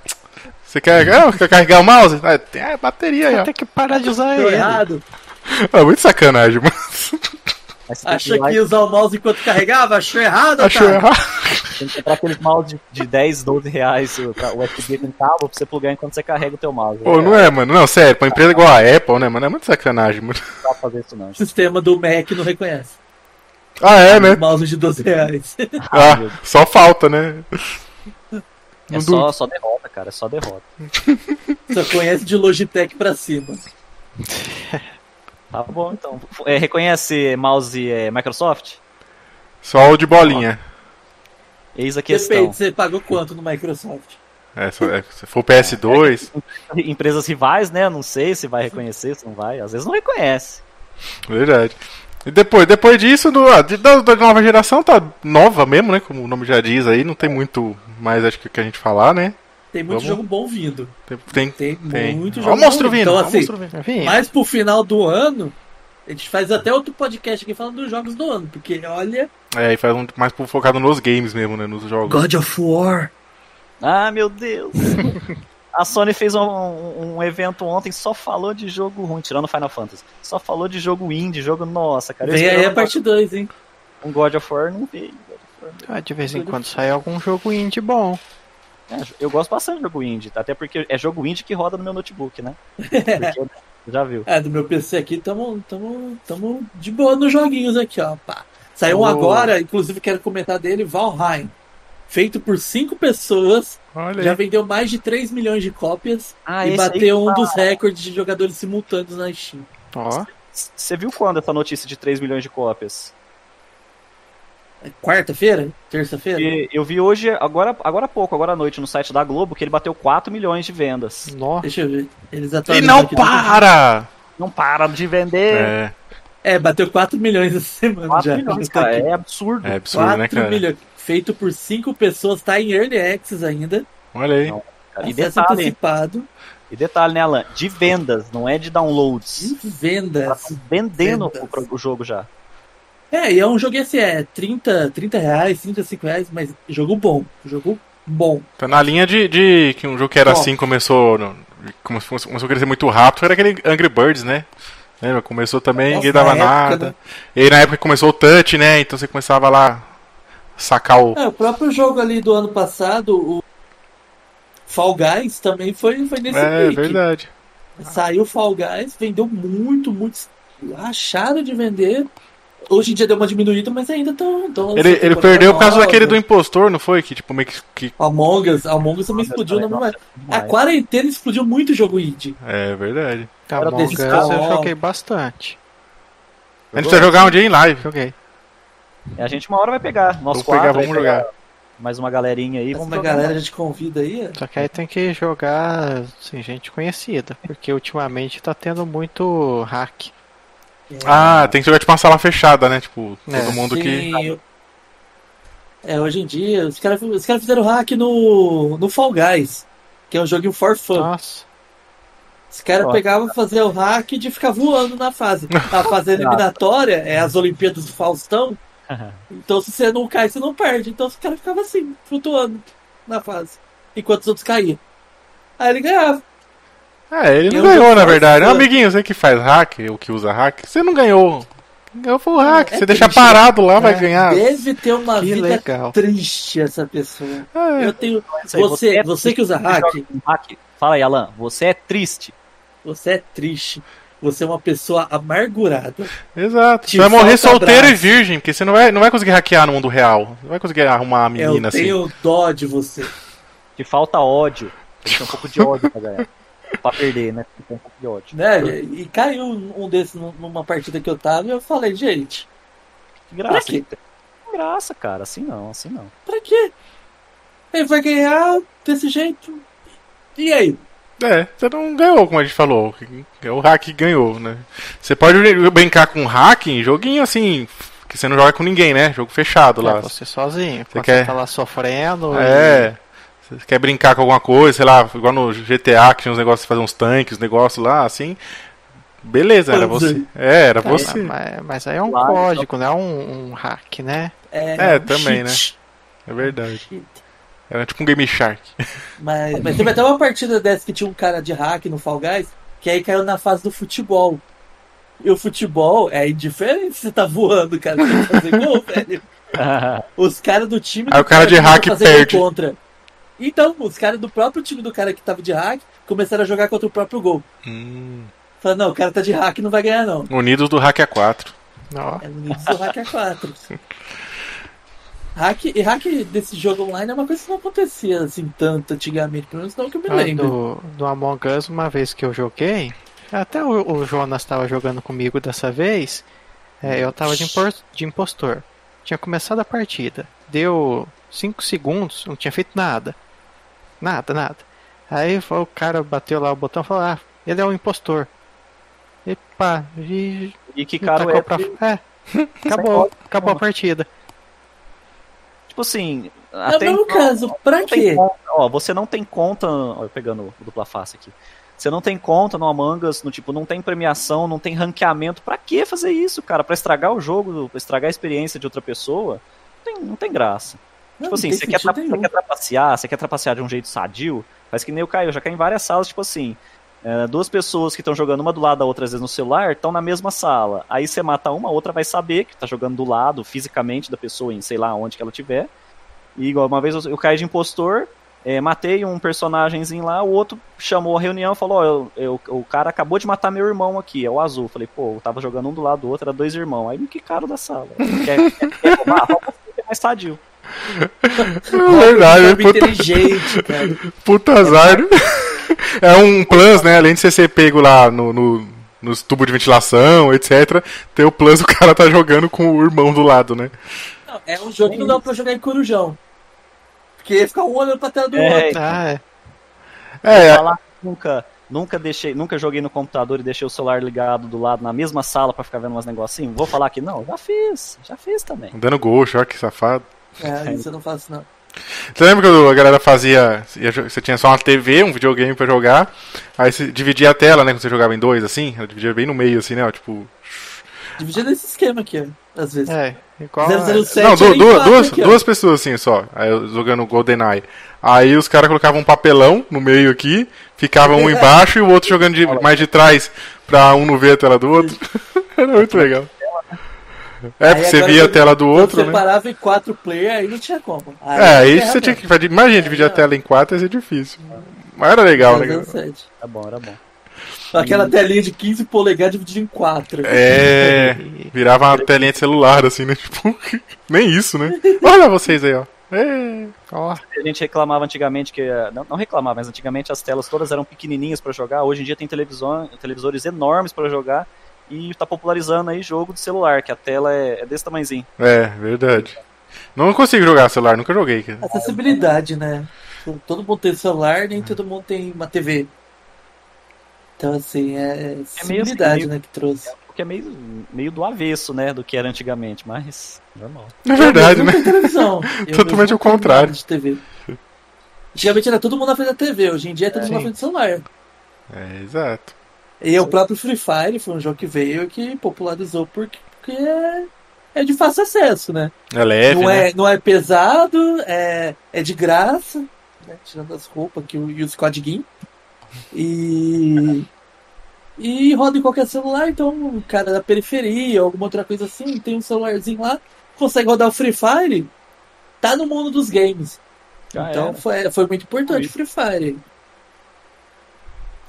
Speaker 1: Você quer, ah, quer carregar o mouse? Ah, tem a bateria aí,
Speaker 2: Vai
Speaker 1: ó.
Speaker 2: ter que parar de usar
Speaker 3: Tô
Speaker 2: ele.
Speaker 3: errado.
Speaker 1: Ah, muito sacanagem, mano.
Speaker 4: Aí você tem que, ir
Speaker 3: Achou
Speaker 4: lá
Speaker 3: que
Speaker 4: e
Speaker 3: ia usar o mouse enquanto carregava? Achou errado,
Speaker 4: tá.
Speaker 1: Achou
Speaker 3: cara?
Speaker 1: errado.
Speaker 4: tem que comprar aquele mouse de, de 10, 12 reais o- pra USB com cabo pra você plugar enquanto você carrega o teu mouse.
Speaker 1: Pô, não é, mano. Não, sério, pra uma empresa igual a Apple, né, mano? É muito sacanagem, mano.
Speaker 4: Não dá pra fazer isso não.
Speaker 3: O
Speaker 4: gente.
Speaker 3: sistema do Mac não reconhece.
Speaker 1: Ah, é,
Speaker 3: O
Speaker 1: né?
Speaker 3: mouse de 12 reais.
Speaker 1: Ah,
Speaker 4: meu Deus.
Speaker 1: só falta, né?
Speaker 4: É só, só derrota, cara. É só derrota.
Speaker 3: Só conhece de Logitech pra cima.
Speaker 4: Tá bom, então. F- é, reconhece mouse é, Microsoft?
Speaker 1: Só o de bolinha.
Speaker 4: Eis a questão.
Speaker 3: Depende, você pagou quanto no Microsoft?
Speaker 1: É, só- é, se for PS2.
Speaker 4: Empresas rivais, né? Não sei se vai reconhecer, se não vai. Às vezes não reconhece.
Speaker 1: Verdade. E depois, depois disso, do, ah, de- da, da nova geração tá nova mesmo, né? Como o nome já diz aí, não tem muito mais acho que o que a gente falar, né?
Speaker 3: Tem muito
Speaker 1: Vamos.
Speaker 3: jogo bom vindo.
Speaker 1: Tem, tem,
Speaker 3: Tem,
Speaker 1: tem.
Speaker 3: muito
Speaker 1: Ó
Speaker 3: jogo
Speaker 1: o monstro
Speaker 3: bom
Speaker 1: vindo,
Speaker 3: Então,
Speaker 1: ó o
Speaker 3: assim,
Speaker 1: monstro vindo.
Speaker 2: Enfim,
Speaker 3: Mas pro final do ano, a gente faz até outro podcast aqui falando dos jogos do ano, porque olha.
Speaker 1: É, e faz um mais focado nos games mesmo, né? Nos jogos.
Speaker 3: God of War.
Speaker 4: Ah, meu Deus! A Sony fez um, um- um evento ontem, só falou de jogo ruim, tirando Final Fantasy. Só falou de jogo indie, jogo nossa, cara. eu
Speaker 3: Vem aí
Speaker 1: é
Speaker 4: esperava
Speaker 3: a parte 2, hein?
Speaker 4: Um God of War, não vi. God of War.
Speaker 2: ah, de vez em quando sai algum jogo indie bom.
Speaker 4: É, eu gosto bastante de jogo indie, tá? até porque é jogo indie que roda no meu notebook, né? Porque eu- já viu.
Speaker 3: É, do meu PC aqui, tamo, tamo, tamo de boa nos joguinhos aqui, ó. pá. Saiu um
Speaker 2: Oh.
Speaker 3: agora, inclusive quero comentar dele, Valheim. Feito por cinco pessoas,
Speaker 1: Olha
Speaker 3: já
Speaker 1: aí.
Speaker 3: vendeu mais de 3 milhões de cópias
Speaker 4: Ah,
Speaker 3: e
Speaker 4: esse aí
Speaker 3: bateu um
Speaker 4: tá.
Speaker 3: dos recordes de jogadores simultâneos na Steam.
Speaker 2: Ó,
Speaker 4: C- Você viu quando essa notícia de 3 milhões de cópias?
Speaker 3: É Quarta-feira? Terça-feira?
Speaker 4: Porque eu vi hoje, agora, agora há pouco, agora à noite, no site da Globo, que ele bateu 4 milhões de vendas.
Speaker 2: nossa.
Speaker 3: Deixa eu ver. Eles
Speaker 1: E
Speaker 3: atualizam
Speaker 1: não
Speaker 3: aqui todo dia.
Speaker 1: para!
Speaker 4: Não para de vender!
Speaker 1: É,
Speaker 3: É, bateu 4 milhões essa semana
Speaker 4: 4
Speaker 3: já.
Speaker 4: milhões,
Speaker 3: Tá
Speaker 4: cara,
Speaker 3: aqui.
Speaker 4: é absurdo.
Speaker 1: é absurdo,
Speaker 3: 4
Speaker 1: né, cara?
Speaker 3: milhões. Feito por 5 pessoas, tá em Early Access ainda.
Speaker 4: Tá
Speaker 1: Olha aí.
Speaker 4: Não. cara. E
Speaker 3: acesso
Speaker 4: detalhe,
Speaker 3: antecipado.
Speaker 4: E detalhe, né, Alan? De vendas, não é de downloads.
Speaker 3: De vendas.
Speaker 4: Elas tão vendendo
Speaker 3: vendas.
Speaker 4: o, pro- o jogo já.
Speaker 3: É, e é um jogo assim, é 30, 30 reais, 35 reais, mas jogo bom. Jogo bom.
Speaker 1: Tá na linha de, de que um jogo que era
Speaker 3: Bom.
Speaker 1: assim começou. no- como se fosse- começou a crescer muito rápido, era aquele Angry Birds, né? Lembra? Começou também,
Speaker 3: Nossa,
Speaker 1: ninguém dava
Speaker 3: na época,
Speaker 1: né? nada. E aí na época começou o touch, né? Então você começava lá. sacar o.
Speaker 3: É, o próprio jogo ali do ano passado, o Fall Guys, também foi, foi nesse
Speaker 1: É,
Speaker 3: pique.
Speaker 1: verdade.
Speaker 3: Saiu Fall Guys, vendeu muito, muito. Acharam de vender. Hoje em dia deu uma diminuída, mas ainda estão.
Speaker 1: Ele, ele perdeu por causa daquele do impostor, não foi? Que tipo meio que. que-
Speaker 3: Among Us, Among Us também explodiu na mesma.
Speaker 4: é
Speaker 3: A quarentena explodiu muito o jogo indie.
Speaker 1: É verdade.
Speaker 4: Era
Speaker 2: Among Us
Speaker 4: desse
Speaker 2: Tá eu
Speaker 3: cara.
Speaker 2: joguei bastante.
Speaker 1: A gente precisa jogar um dia em live.
Speaker 2: Joguei.
Speaker 4: A gente uma hora vai pegar.
Speaker 1: Vamos
Speaker 4: Nós
Speaker 1: pegar,
Speaker 4: quatro,
Speaker 1: vamos
Speaker 4: vai
Speaker 1: jogar.
Speaker 4: Mais uma galerinha aí.
Speaker 3: Uma
Speaker 4: jogar.
Speaker 3: galera te convida aí. é.
Speaker 2: Só que aí tem que jogar sem gente conhecida. Porque ultimamente tá tendo muito hack.
Speaker 1: Ah, tem que jogar tipo uma sala fechada, né? Tipo,
Speaker 2: É.
Speaker 1: todo mundo que.
Speaker 3: Sim, eu- É, hoje em dia, os caras os cara fizeram hack no, no Fall Guys, que é um joguinho for fun.
Speaker 2: Nossa.
Speaker 3: Os caras
Speaker 4: Ó.
Speaker 3: pegavam e faziam o hack de ficar voando na fase. A fase eliminatória é as Olimpíadas do Faustão. Então se você não cai, você não perde. Então os caras ficavam assim, flutuando na fase. Enquanto os outros caíam. Aí ele ganhava.
Speaker 1: É, ele não
Speaker 3: Eu
Speaker 1: ganhou,
Speaker 3: não
Speaker 1: na verdade.
Speaker 3: faço-
Speaker 1: amiguinho, você que faz hack, ou que usa hack, você não ganhou. Quem Ganhou foi o hack.
Speaker 3: É
Speaker 1: você deixar
Speaker 3: triste.
Speaker 1: parado lá, vai
Speaker 2: É.
Speaker 1: ganhar.
Speaker 3: Deve ter uma
Speaker 2: Que
Speaker 3: vida é
Speaker 2: legal.
Speaker 3: triste essa pessoa.
Speaker 1: É.
Speaker 3: Eu tenho.
Speaker 4: Isso aí,
Speaker 3: Você,
Speaker 4: é
Speaker 3: você que
Speaker 4: triste
Speaker 3: usa hack,
Speaker 4: joga com hack. Fala aí, Alan. Você é triste.
Speaker 3: Você é triste. Você é uma pessoa amargurada.
Speaker 1: Exato.
Speaker 3: Te
Speaker 1: Você vai morrer
Speaker 3: falta
Speaker 1: solteiro e
Speaker 3: braço.
Speaker 1: virgem, porque você não vai, não vai conseguir hackear no mundo real. Não vai conseguir arrumar uma menina
Speaker 3: É, eu
Speaker 1: assim.
Speaker 3: tenho dó de você.
Speaker 4: Te falta ódio. Tem que ter um pouco de ódio pra ganhar. pra perder, né? Tem que ter um pouco de ódio.
Speaker 3: Né? E caiu um desses num- numa partida que eu tava e eu falei, gente,
Speaker 4: Que
Speaker 3: pra
Speaker 4: graça.
Speaker 3: quê?
Speaker 4: Que graça, cara. Assim não, assim não.
Speaker 3: Pra quê? Ele vai ganhar desse jeito. E aí?
Speaker 1: É, você não ganhou, como a gente falou. É o hack que ganhou, né? Você pode brincar com hack em joguinho assim, que você não joga com ninguém, né? Jogo fechado
Speaker 2: É
Speaker 1: lá.
Speaker 2: você sozinho. Quando
Speaker 1: quer-
Speaker 2: você tá lá sofrendo. e-
Speaker 1: É. Você quer brincar com alguma coisa, sei lá, igual no GTA que tinha uns negócios de fazer uns tanques, uns negócios lá, assim. Beleza, era você.
Speaker 3: Panzer.
Speaker 1: É, era
Speaker 2: Tá,
Speaker 1: você.
Speaker 2: Mas, mas aí é um
Speaker 4: Claro.
Speaker 2: código, não é um, um hack, né?
Speaker 1: É, também, É verdade.
Speaker 3: Cheat.
Speaker 1: Era tipo um Game Shark.
Speaker 3: Mas, mas teve até uma partida dessa que tinha um cara de hack no Fall Guys, que aí caiu na fase do futebol. E o futebol é indiferente se você tá voando, cara, você tem que fazer gol, velho. Os caras do time.
Speaker 1: Aí o
Speaker 3: do
Speaker 1: cara de
Speaker 3: que tava
Speaker 1: hack
Speaker 3: fazendo
Speaker 1: perde.
Speaker 3: gol Contra. Então, os caras do próprio time do cara que tava de hack começaram a jogar contra o próprio gol.
Speaker 1: Hum.
Speaker 3: Falaram, não, o cara tá de hack, não vai ganhar, não.
Speaker 1: Unidos do Hack A4.
Speaker 2: Ó,
Speaker 3: É Unidos do hack A4. hack, e hack desse jogo online é uma coisa que não acontecia assim tanto antigamente, pelo menos não que eu me
Speaker 4: Ah,
Speaker 2: lá
Speaker 4: então,
Speaker 3: lembro.
Speaker 2: do, do Among Us, uma vez que eu joguei, até o, o Jonas estava jogando comigo dessa vez, é, eu tava de, impor- de impostor. Tinha começado a partida, deu 5 segundos, não tinha feito nada. Nada, nada. Aí foi- o cara bateu lá o botão e falou: Ah, ele é um impostor. Epa, e
Speaker 4: E que
Speaker 2: e
Speaker 3: Tá
Speaker 4: cara
Speaker 2: tacou
Speaker 4: é.
Speaker 2: pra. É, acabou, acabou a partida.
Speaker 4: Tipo assim.
Speaker 3: É o
Speaker 4: Até
Speaker 3: mesmo
Speaker 4: então,
Speaker 3: caso, pra
Speaker 4: não tem
Speaker 3: quê?
Speaker 4: conta, ó, você não tem conta. Ó, eu pegando o dupla face aqui. Você não tem conta no Among Us, no tipo, não tem premiação, não tem ranqueamento. Pra que fazer isso, cara? Pra estragar o jogo, pra estragar a experiência de outra pessoa? Não tem, não tem graça.
Speaker 3: Não,
Speaker 4: Tipo
Speaker 3: não
Speaker 4: assim,
Speaker 3: tem
Speaker 4: você quer,
Speaker 3: sentido
Speaker 4: tra- você
Speaker 3: nenhum.
Speaker 4: quer trapacear, você quer trapacear de um jeito sadio, faz que nem eu caio, eu já caí em várias salas, tipo assim. é, duas pessoas que estão jogando uma do lado da outra, às vezes no celular, estão na mesma sala. Aí você mata uma, a outra vai saber que tá jogando do lado, fisicamente, da pessoa, em sei lá onde que ela tiver. E igual uma vez eu, eu caí de impostor, é, matei um personagemzinho lá, o outro chamou a reunião e falou: Ó, eu- eu- o cara acabou de matar meu irmão aqui, é o azul. Falei, pô, eu tava jogando um do lado do outro, era dois irmãos. Aí me quicaram da sala. Quer, quer, quer roubar? Rouba assim que é mais sadio.
Speaker 1: É verdade,
Speaker 3: Jogo
Speaker 1: puta,
Speaker 3: inteligente, cara.
Speaker 1: puta azar. É um plus, né? Além de você ser pego lá no, no, nos tubos de ventilação, etc. Tem o plus do cara tá jogando com o irmão do lado, né?
Speaker 3: Não, é um jogo que não dá pra jogar em corujão. Porque ia ficar um olhando pra tela do outro.
Speaker 4: É,
Speaker 2: Ah, é.
Speaker 1: É,
Speaker 4: falar que nunca, nunca deixei, nunca joguei no computador e deixei o celular ligado do lado na mesma sala pra ficar vendo umas negocinhos? Vou falar que não, já fiz, já fiz também.
Speaker 1: dando gol, choque, safado.
Speaker 3: É, isso eu não faço, não.
Speaker 1: Você lembra quando a galera fazia. ia jo- Você tinha só uma TV, um videogame pra jogar. Aí você dividia a tela, né? Quando você jogava em dois, assim. Ela dividia bem no meio, assim, né? ó, Tipo.
Speaker 3: Dividindo esse esquema aqui, ó, às vezes.
Speaker 2: É, igual. a-
Speaker 3: 007
Speaker 1: Não, du-
Speaker 3: era em
Speaker 1: duas,
Speaker 3: quatro
Speaker 1: duas,
Speaker 3: aqui, ó.
Speaker 1: duas pessoas assim só, aí eu jogando GoldenEye. Aí os caras colocavam um papelão no meio aqui, ficava um embaixo e o outro jogando de- mais de trás pra um não ver a tela do outro. Era muito legal. É, porque você
Speaker 3: agora
Speaker 1: via a
Speaker 3: quando
Speaker 1: tela do outro,
Speaker 3: Quando
Speaker 1: né?
Speaker 3: separava em quatro player, aí não tinha como.
Speaker 1: É, aí
Speaker 3: ferra
Speaker 1: você tinha
Speaker 3: mesmo.
Speaker 1: que. Imagina, dividir a tela em quatro ia ser difícil. Mas era legal, né?
Speaker 3: Era
Speaker 1: legal.
Speaker 3: 17.
Speaker 4: Era Tá bom, era bom.
Speaker 3: Aquela telinha de 15 polegadas dividida em quatro.
Speaker 1: Hum. É. Virava uma telinha de celular, assim, né? Tipo, nem isso, né? Olha vocês aí, ó. É.
Speaker 2: Ó,
Speaker 4: A gente reclamava antigamente que. eh, Não, não reclamava, mas antigamente as telas todas eram pequenininhas pra jogar. Hoje em dia tem televisão, televisores enormes pra jogar. E tá popularizando aí jogo de celular, que a tela é, é desse tamanhozinho.
Speaker 1: É, verdade. Não consigo jogar celular, nunca joguei, cara.
Speaker 3: Acessibilidade, né? Todo mundo tem celular, nem todo mundo tem uma TV. Então, assim, é acessibilidade,
Speaker 1: assim,
Speaker 4: meio-
Speaker 3: né, que trouxe.
Speaker 4: O que é meio, meio do avesso, né? Do que era antigamente, mas. Normal.
Speaker 1: É verdade,
Speaker 3: eu
Speaker 1: né?
Speaker 3: mesmo não tenho televisão. Eu
Speaker 1: Totalmente
Speaker 3: mesmo não
Speaker 1: ao
Speaker 3: tenho
Speaker 1: contrário.
Speaker 3: nada De TV. Antigamente era todo mundo na frente da TV, hoje em dia é todo mundo na
Speaker 2: Sim.
Speaker 3: frente do celular.
Speaker 1: É, exato.
Speaker 3: E o próprio Free Fire foi um jogo que veio e que popularizou porque, porque é, é de fácil acesso, né?
Speaker 1: É leve,
Speaker 3: não,
Speaker 1: né?
Speaker 3: é, não é pesado, é, é de graça, né? tirando as roupas que o, e os codiguinhos. E. E roda em qualquer celular, então o cara da periferia, alguma outra coisa assim, tem um celularzinho lá, consegue rodar o Free Fire, tá no mundo dos games.
Speaker 4: Já
Speaker 3: então
Speaker 4: era.
Speaker 3: foi, foi muito importante
Speaker 4: Ui.
Speaker 3: o Free Fire.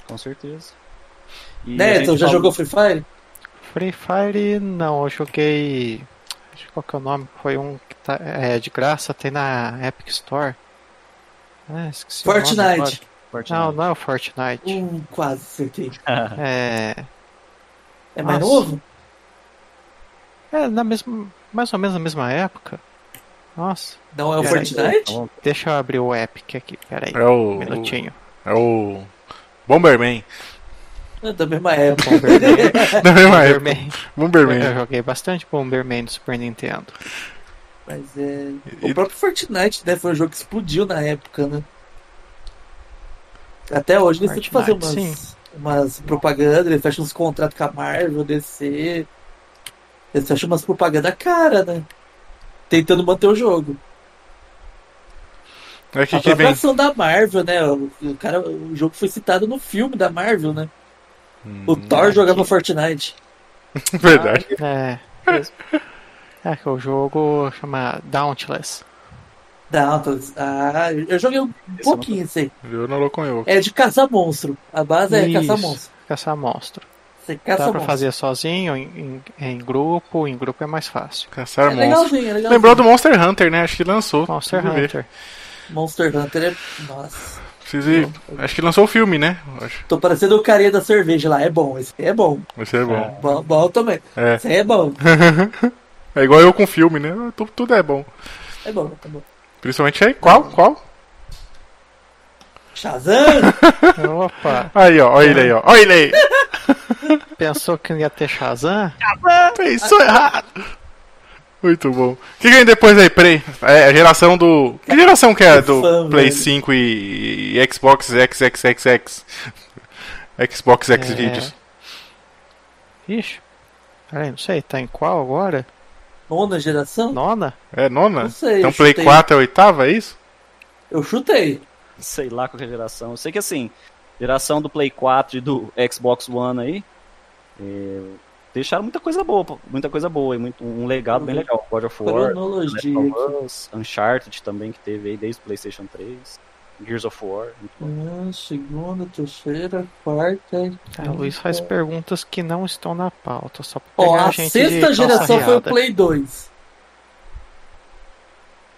Speaker 4: Com certeza. E a
Speaker 3: né,
Speaker 4: gente
Speaker 3: então já
Speaker 4: falou-
Speaker 3: jogou Free Fire?
Speaker 2: Free Fire não, eu joguei. acho que Qual que é o nome? Foi um que tá, é de graça, tem na Epic Store. Ah, esqueci o nome
Speaker 3: Fortnite.
Speaker 2: agora.
Speaker 4: Fortnite.
Speaker 2: Não, não é o Fortnite.
Speaker 3: Hum, quase acertei.
Speaker 2: É.
Speaker 3: É mais
Speaker 2: Nossa.
Speaker 3: novo?
Speaker 2: É, na mesma, mais ou menos na mesma época. Nossa,
Speaker 3: Não é o
Speaker 2: Peraí.
Speaker 3: Fortnite?
Speaker 4: Então,
Speaker 2: deixa eu abrir o Epic aqui, peraí.
Speaker 1: É o.
Speaker 2: Um minutinho.
Speaker 1: É o. Bomberman.
Speaker 3: É Da mesma época.
Speaker 2: Bomberman.
Speaker 3: É.
Speaker 1: Da mesma época.
Speaker 2: Bomberman. Eu
Speaker 1: é Bomberman.
Speaker 2: joguei bastante Bomberman do Super Nintendo.
Speaker 3: Mas é.
Speaker 1: E-
Speaker 3: O próprio Fortnite, né? Foi um jogo que explodiu na época, né? Até hoje eles têm que fazer
Speaker 2: Fortnite,
Speaker 3: umas, umas propagandas, eles fecham uns contratos com a Marvel, DC. Eles fecham umas propagandas cara, né? Tentando manter o jogo.
Speaker 1: É que,
Speaker 3: a
Speaker 1: que
Speaker 3: própria
Speaker 1: vem.
Speaker 3: ação da Marvel, né? O, o cara, o jogo foi citado no filme da Marvel, né? O Thor jogava Fortnite.
Speaker 1: Hum, Verdade.
Speaker 2: É. É que o jogo chama Dauntless.
Speaker 3: Não, tô- ah, eu joguei um
Speaker 1: é
Speaker 4: não
Speaker 3: pouquinho, sei.
Speaker 1: Eu não louco eu.
Speaker 3: É de caçar monstro. A base é caçar monstro.
Speaker 2: Caçar monstro.
Speaker 3: Você caça
Speaker 2: Dá pra
Speaker 3: monstro.
Speaker 2: fazer sozinho, em, em, em grupo, em grupo é mais fácil.
Speaker 1: Caçar
Speaker 3: É
Speaker 1: monstros.
Speaker 3: legalzinho, é legalzinho.
Speaker 1: Lembrou do Monster Hunter, né? Acho que lançou.
Speaker 2: Monster
Speaker 1: Preciso ver.
Speaker 2: Hunter.
Speaker 3: Monster Hunter é. Nossa.
Speaker 1: Preciso ir- Acho que lançou o filme, né? Acho.
Speaker 3: Tô parecendo o carinha da cerveja lá. É bom, esse é bom.
Speaker 1: Vai ser bom.
Speaker 3: Bom, bom também.
Speaker 1: É.
Speaker 3: Esse é bom.
Speaker 1: É igual eu com filme, né? Tu- Tudo é bom.
Speaker 3: É bom, tá bom.
Speaker 1: Principalmente aí. Qual? Qual?
Speaker 3: Shazam!
Speaker 2: Opa,
Speaker 1: Aí, ó. Olha ele aí, ó. Olha ele aí.
Speaker 2: pensou que não ia ter Shazam?
Speaker 1: Pensou errado. Muito bom. O que que vem depois aí? Peraí. É, a geração do. Que geração que é do
Speaker 3: Fã,
Speaker 1: Play
Speaker 3: velho.
Speaker 1: 5 e, e Xbox XXXX? Xbox X
Speaker 2: É.
Speaker 1: vídeos.
Speaker 2: Ixi. Peraí, não sei, tá em qual agora?
Speaker 3: Nona geração? Não,
Speaker 2: Nona?
Speaker 1: É nona?
Speaker 3: sei.
Speaker 2: um
Speaker 1: Então
Speaker 3: eu
Speaker 1: Play
Speaker 3: chutei.
Speaker 1: 4 é a oitava, é isso?
Speaker 3: Eu chutei.
Speaker 4: sei lá qual que é a geração. Eu sei que assim, geração do Play 4 e do Xbox One aí, eh, deixaram muita coisa boa, pô, muita coisa boa e muito, um legado bem legal. God of War, Last
Speaker 3: Cronologia.
Speaker 4: of
Speaker 3: aqui.
Speaker 4: Us, Uncharted também que teve aí desde o PlayStation 3, Gears of War, muito bom.
Speaker 3: Ah, segunda, terceira, quarta.
Speaker 2: A É, Ah, Luiz faz perguntas que não estão na pauta, só pra pegar
Speaker 3: Ó, a,
Speaker 2: a gente de
Speaker 3: sexta
Speaker 2: calça
Speaker 3: geração foi o
Speaker 2: riada.
Speaker 3: Play 2.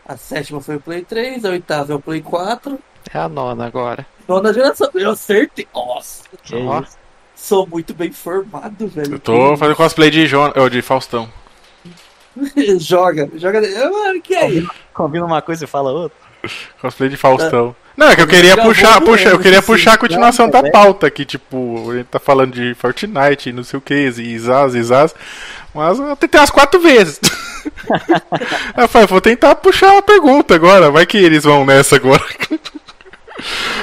Speaker 3: A sétima foi o Play 3, a oitava é o Play 4.
Speaker 2: É a nona agora.
Speaker 3: Nona geração. Eu acertei. Nossa,
Speaker 4: Que é
Speaker 2: Ó.
Speaker 4: isso.
Speaker 3: sou muito bem formado, velho.
Speaker 1: Eu tô fazendo cosplay de, Jon... oh, de Faustão.
Speaker 3: joga, joga. Ah, Mano, que aí?
Speaker 4: Combina uma coisa e fala outra.
Speaker 1: Cosplay de Faustão.
Speaker 3: Ah,
Speaker 1: Não, é que eu queria
Speaker 3: Gravou
Speaker 1: puxar,
Speaker 3: do
Speaker 1: puxa, eu
Speaker 3: Elvis,
Speaker 1: queria
Speaker 3: assim.
Speaker 1: puxar a continuação
Speaker 4: Não,
Speaker 1: da
Speaker 4: né?
Speaker 1: pauta aqui, tipo, ele tá falando de Fortnite, não sei o que, Zaz, Zaz, mas eu tentei umas quatro vezes. eu falei, vou tentar puxar uma pergunta agora, vai que eles vão nessa agora.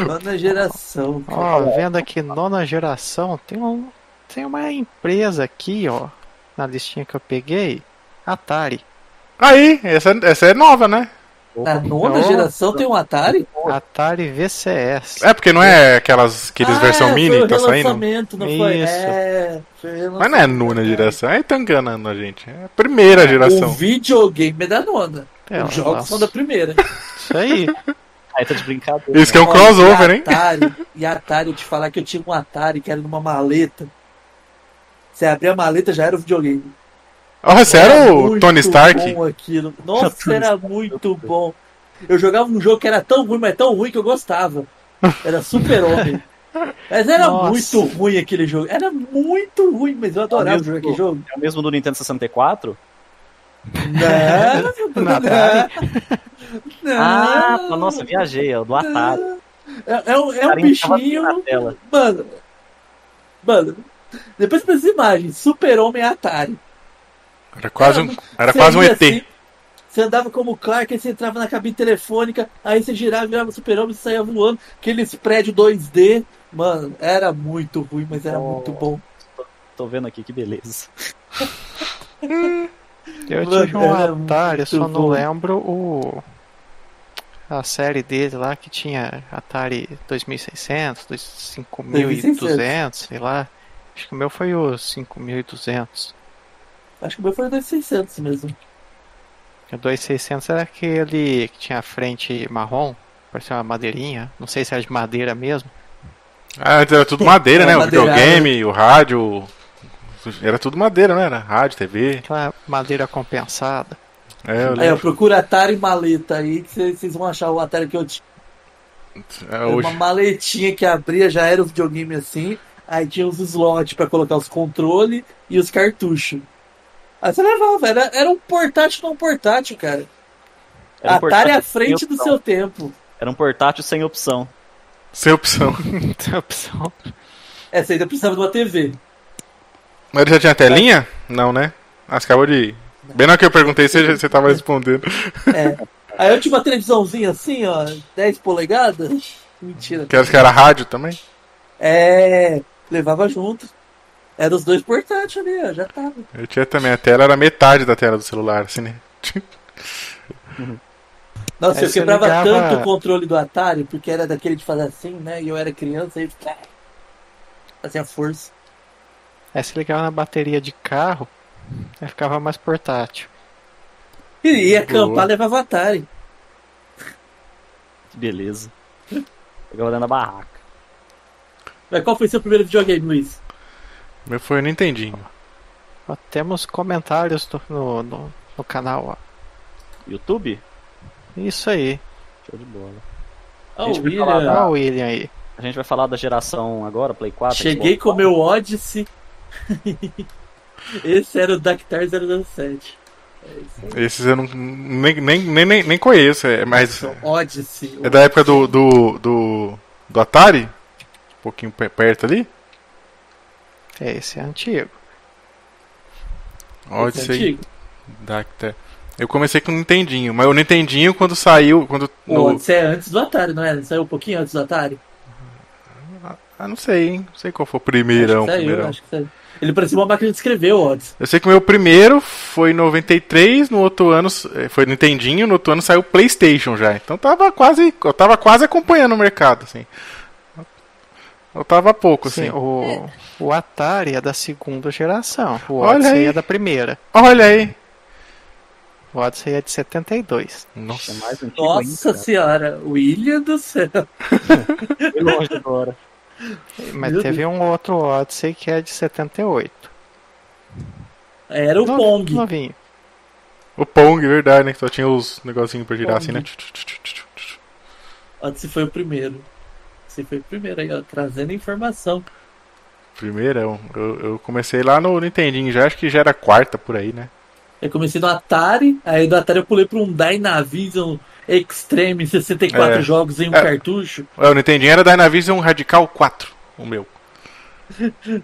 Speaker 3: Nona geração. cara.
Speaker 2: Ó, vendo aqui nona geração, tem um tem uma empresa aqui, ó, na listinha que eu peguei, Atari.
Speaker 1: Aí, essa, essa é nova, né?
Speaker 3: Na nona geração tem um Atari?
Speaker 2: Atari VCS.
Speaker 1: É, porque não é aquelas, aqueles
Speaker 3: Ah,
Speaker 1: versão
Speaker 3: foi
Speaker 1: mini
Speaker 3: o
Speaker 1: que tá saindo?
Speaker 3: relançamento, Não foi?
Speaker 2: Isso.
Speaker 3: É, foi o
Speaker 1: Mas não é
Speaker 3: relançamento.
Speaker 1: nona geração, aí tá enganando a gente. É a primeira
Speaker 3: O
Speaker 1: geração.
Speaker 3: videogame é da nona.
Speaker 2: É,
Speaker 3: Os jogos
Speaker 2: nossa.
Speaker 3: são da primeira.
Speaker 2: Isso aí.
Speaker 4: Aí tá de brincadeira.
Speaker 1: Isso que é um
Speaker 3: Olha, tá.
Speaker 1: crossover, hein?
Speaker 3: E Atari, e Atari, eu te falar que eu tinha um Atari que era numa maleta. Você abria a maleta já era o videogame.
Speaker 1: Ó, você era o
Speaker 3: muito
Speaker 1: Tony Stark?
Speaker 3: bom aquilo. Nossa, era muito bom. Eu jogava um jogo que era tão ruim, mas tão ruim que eu gostava. Era super-homem. Mas era
Speaker 2: Nossa.
Speaker 3: muito ruim aquele jogo. Era muito ruim, mas eu adorava
Speaker 4: mesmo
Speaker 3: jogar aquele jogo.
Speaker 4: É o mesmo do Nintendo 64?
Speaker 3: Não,
Speaker 2: Na Atari?
Speaker 3: não.
Speaker 4: Ah, nossa, viajei, é o do Atari.
Speaker 3: É, é um, é um
Speaker 4: Carinha tava assim, né? na
Speaker 3: bichinho.
Speaker 4: tela.
Speaker 3: Mano. Mano. Depois para as imagens, Super-Homem Atari.
Speaker 1: Era quase um, era
Speaker 3: Você
Speaker 1: quase um
Speaker 3: ia
Speaker 1: ET.
Speaker 3: assim, você andava como Clark, aí você entrava na cabine telefônica, aí você girava, virava super-homem, você saía voando, aqueles prédios 2D. Mano, era muito ruim, mas era
Speaker 4: Nossa.
Speaker 3: muito bom.
Speaker 4: Tô vendo aqui, que beleza.
Speaker 2: Eu
Speaker 3: Mano,
Speaker 2: tive um
Speaker 3: era
Speaker 2: Atari, eu só
Speaker 3: muito
Speaker 2: não
Speaker 3: bom.
Speaker 2: lembro o. A série dele lá que tinha Atari 2600, 5200, sei lá. Acho que o meu foi o 5200.
Speaker 3: Acho que o meu foi o 2600 mesmo.
Speaker 2: O 2600 era aquele que tinha a frente marrom, parecia uma madeirinha. Não sei se era de madeira mesmo.
Speaker 1: Ah, antes era tudo madeira, né?
Speaker 3: Era
Speaker 1: O
Speaker 3: madeirada.
Speaker 1: videogame, o rádio. Era tudo madeira, não era? Rádio, TV.
Speaker 2: Aquela madeira compensada.
Speaker 1: É, eu
Speaker 3: Aí, ó,
Speaker 1: lembro.
Speaker 3: procura Atari maleta aí, que vocês vocês vão achar o Atari que eu tinha.
Speaker 1: É,
Speaker 3: Era
Speaker 1: hoje.
Speaker 3: Uma maletinha que abria, já era o videogame assim. Aí tinha os slots pra colocar os controles e os cartuchos. Aí você levava, era, era um portátil não portátil, cara.
Speaker 4: Era um
Speaker 3: Atari à
Speaker 4: portátil sem
Speaker 3: frente do
Speaker 4: opção.
Speaker 3: seu tempo.
Speaker 4: Era um portátil sem opção.
Speaker 1: Sem opção.
Speaker 2: Tem opção.
Speaker 3: É, você ainda precisava de uma TV.
Speaker 1: Mas ele já tinha telinha? Não, né? Ah, você acabou de. Bem na hora que eu perguntei, você, já- você tava respondendo.
Speaker 3: Aí eu tinha uma televisãozinha assim, ó, 10 polegadas. Mentira.
Speaker 1: Que acho que era rádio também.
Speaker 3: É, levava junto. Era os dois portáteis ali, ó, já tava.
Speaker 1: Eu tinha também. A tela era metade da tela do celular, assim, né?
Speaker 3: Nossa,
Speaker 2: Aí
Speaker 3: eu
Speaker 2: você
Speaker 3: quebrava
Speaker 2: ligava-
Speaker 3: tanto o controle do Atari, porque era daquele de fazer assim, né? E eu era criança, aí eu fazia força.
Speaker 2: Aí se ligava na bateria de carro, aí ficava mais portátil.
Speaker 3: E ia acampar,
Speaker 1: Boa.
Speaker 3: levava Atari.
Speaker 4: Que beleza. Jogava dentro da barraca.
Speaker 3: Mas qual foi seu primeiro videogame, Luiz?
Speaker 1: O Meu foi o Nintendinho.
Speaker 2: Ó, temos comentários no, no, no- no canal, ó.
Speaker 4: YouTube?
Speaker 2: Isso aí.
Speaker 4: Show de bola.
Speaker 3: Ah,
Speaker 4: A gente
Speaker 3: o
Speaker 4: vai
Speaker 3: William.
Speaker 4: falar
Speaker 2: Olha
Speaker 4: da-
Speaker 2: o William aí.
Speaker 4: A gente vai falar da geração agora, Play 4.
Speaker 3: Cheguei
Speaker 4: Xbox
Speaker 3: com o meu Odyssey. Esse era o Dactar 007. É isso aí.
Speaker 1: Esses eu não, nem, nem, nem, nem- nem conheço, é, mas
Speaker 3: Então, Odyssey.
Speaker 1: é da época do, do, do, do Atari, um pouquinho pe- perto ali.
Speaker 2: É, esse é antigo.
Speaker 1: Odyssey,
Speaker 3: antigo.
Speaker 1: Dacta. Eu comecei com o Nintendinho, mas o Nintendinho quando saiu, quando
Speaker 3: O
Speaker 1: no-
Speaker 3: Odyssey é antes do Atari, não é? Saiu um pouquinho antes do Atari?
Speaker 1: ah, não sei, hein? Não sei qual foi o primeirão,
Speaker 3: acho que saiu,
Speaker 1: primeirão.
Speaker 3: acho que saiu. Ele parecia uma máquina de escrever, o Odyssey.
Speaker 1: Eu sei que o meu primeiro foi em 93, no outro ano eh, foi Nintendinho, no outro ano saiu o PlayStation já. Então tava quase, eu tava quase acompanhando o mercado, assim. Eu tava pouco,
Speaker 2: Sim,
Speaker 1: assim.
Speaker 2: o, o Atari é da segunda geração. O
Speaker 1: Olha
Speaker 2: Odyssey
Speaker 1: aí.
Speaker 2: é da primeira.
Speaker 1: Olha aí.
Speaker 2: O Odyssey é de 72.
Speaker 1: Nossa.
Speaker 4: É mais antigo
Speaker 3: Nossa
Speaker 4: ainda,
Speaker 3: senhora, William do céu.
Speaker 4: cara. Foi longe agora.
Speaker 2: Mas
Speaker 3: Meu
Speaker 2: teve um outro Odyssey que é de 78.
Speaker 3: Era É o
Speaker 2: No-
Speaker 3: Pong.
Speaker 2: Novinho.
Speaker 1: O Pong, verdade, né? Que só tinha os negocinhos pra girar
Speaker 3: Pong.
Speaker 1: assim, né? Tch, tch, tch, tch, tch, tch.
Speaker 3: Odyssey foi o primeiro. Você foi o primeiro aí, ó, trazendo informação.
Speaker 1: Primeirão. Eu, eu comecei lá no Nintendinho já, acho que já era quarta por aí, né?
Speaker 3: Eu comecei no Atari, aí do Atari eu pulei pra um Dynavision Extreme 64
Speaker 1: É.
Speaker 3: jogos em um
Speaker 1: É.
Speaker 3: cartucho.
Speaker 1: É, O Nintendinho era Dynavision um Radical 4, o meu.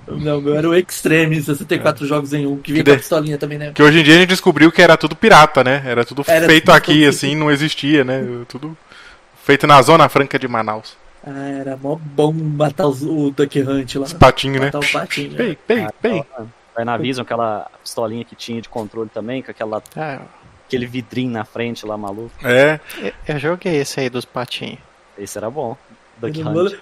Speaker 3: Não, meu era o Extreme 64 jogos em um, que vinha
Speaker 1: É. Que
Speaker 3: com a
Speaker 1: de-
Speaker 3: pistolinha também, né?
Speaker 1: Que hoje em dia a gente descobriu que era tudo pirata, né? Era tudo
Speaker 3: Era
Speaker 1: feito
Speaker 3: tudo-
Speaker 1: aqui, assim, não existia, né? Tudo feito na Zona Franca de Manaus.
Speaker 3: Ah, era mó bom matar os- o Duck Hunt lá.
Speaker 1: Os patinhos, né?
Speaker 3: Matar o Ah, patinho,
Speaker 1: Pei,
Speaker 4: Ah,
Speaker 1: pei, pei.
Speaker 4: então, Vai na Vision, aquela pistolinha que tinha de controle também, com aquela
Speaker 2: Ah,
Speaker 4: aquele vidrinho na frente lá, maluco.
Speaker 1: É,
Speaker 2: Eu- Eu joguei esse aí dos patinhos.
Speaker 4: Esse era bom. Duck
Speaker 3: Não-
Speaker 4: Hunt.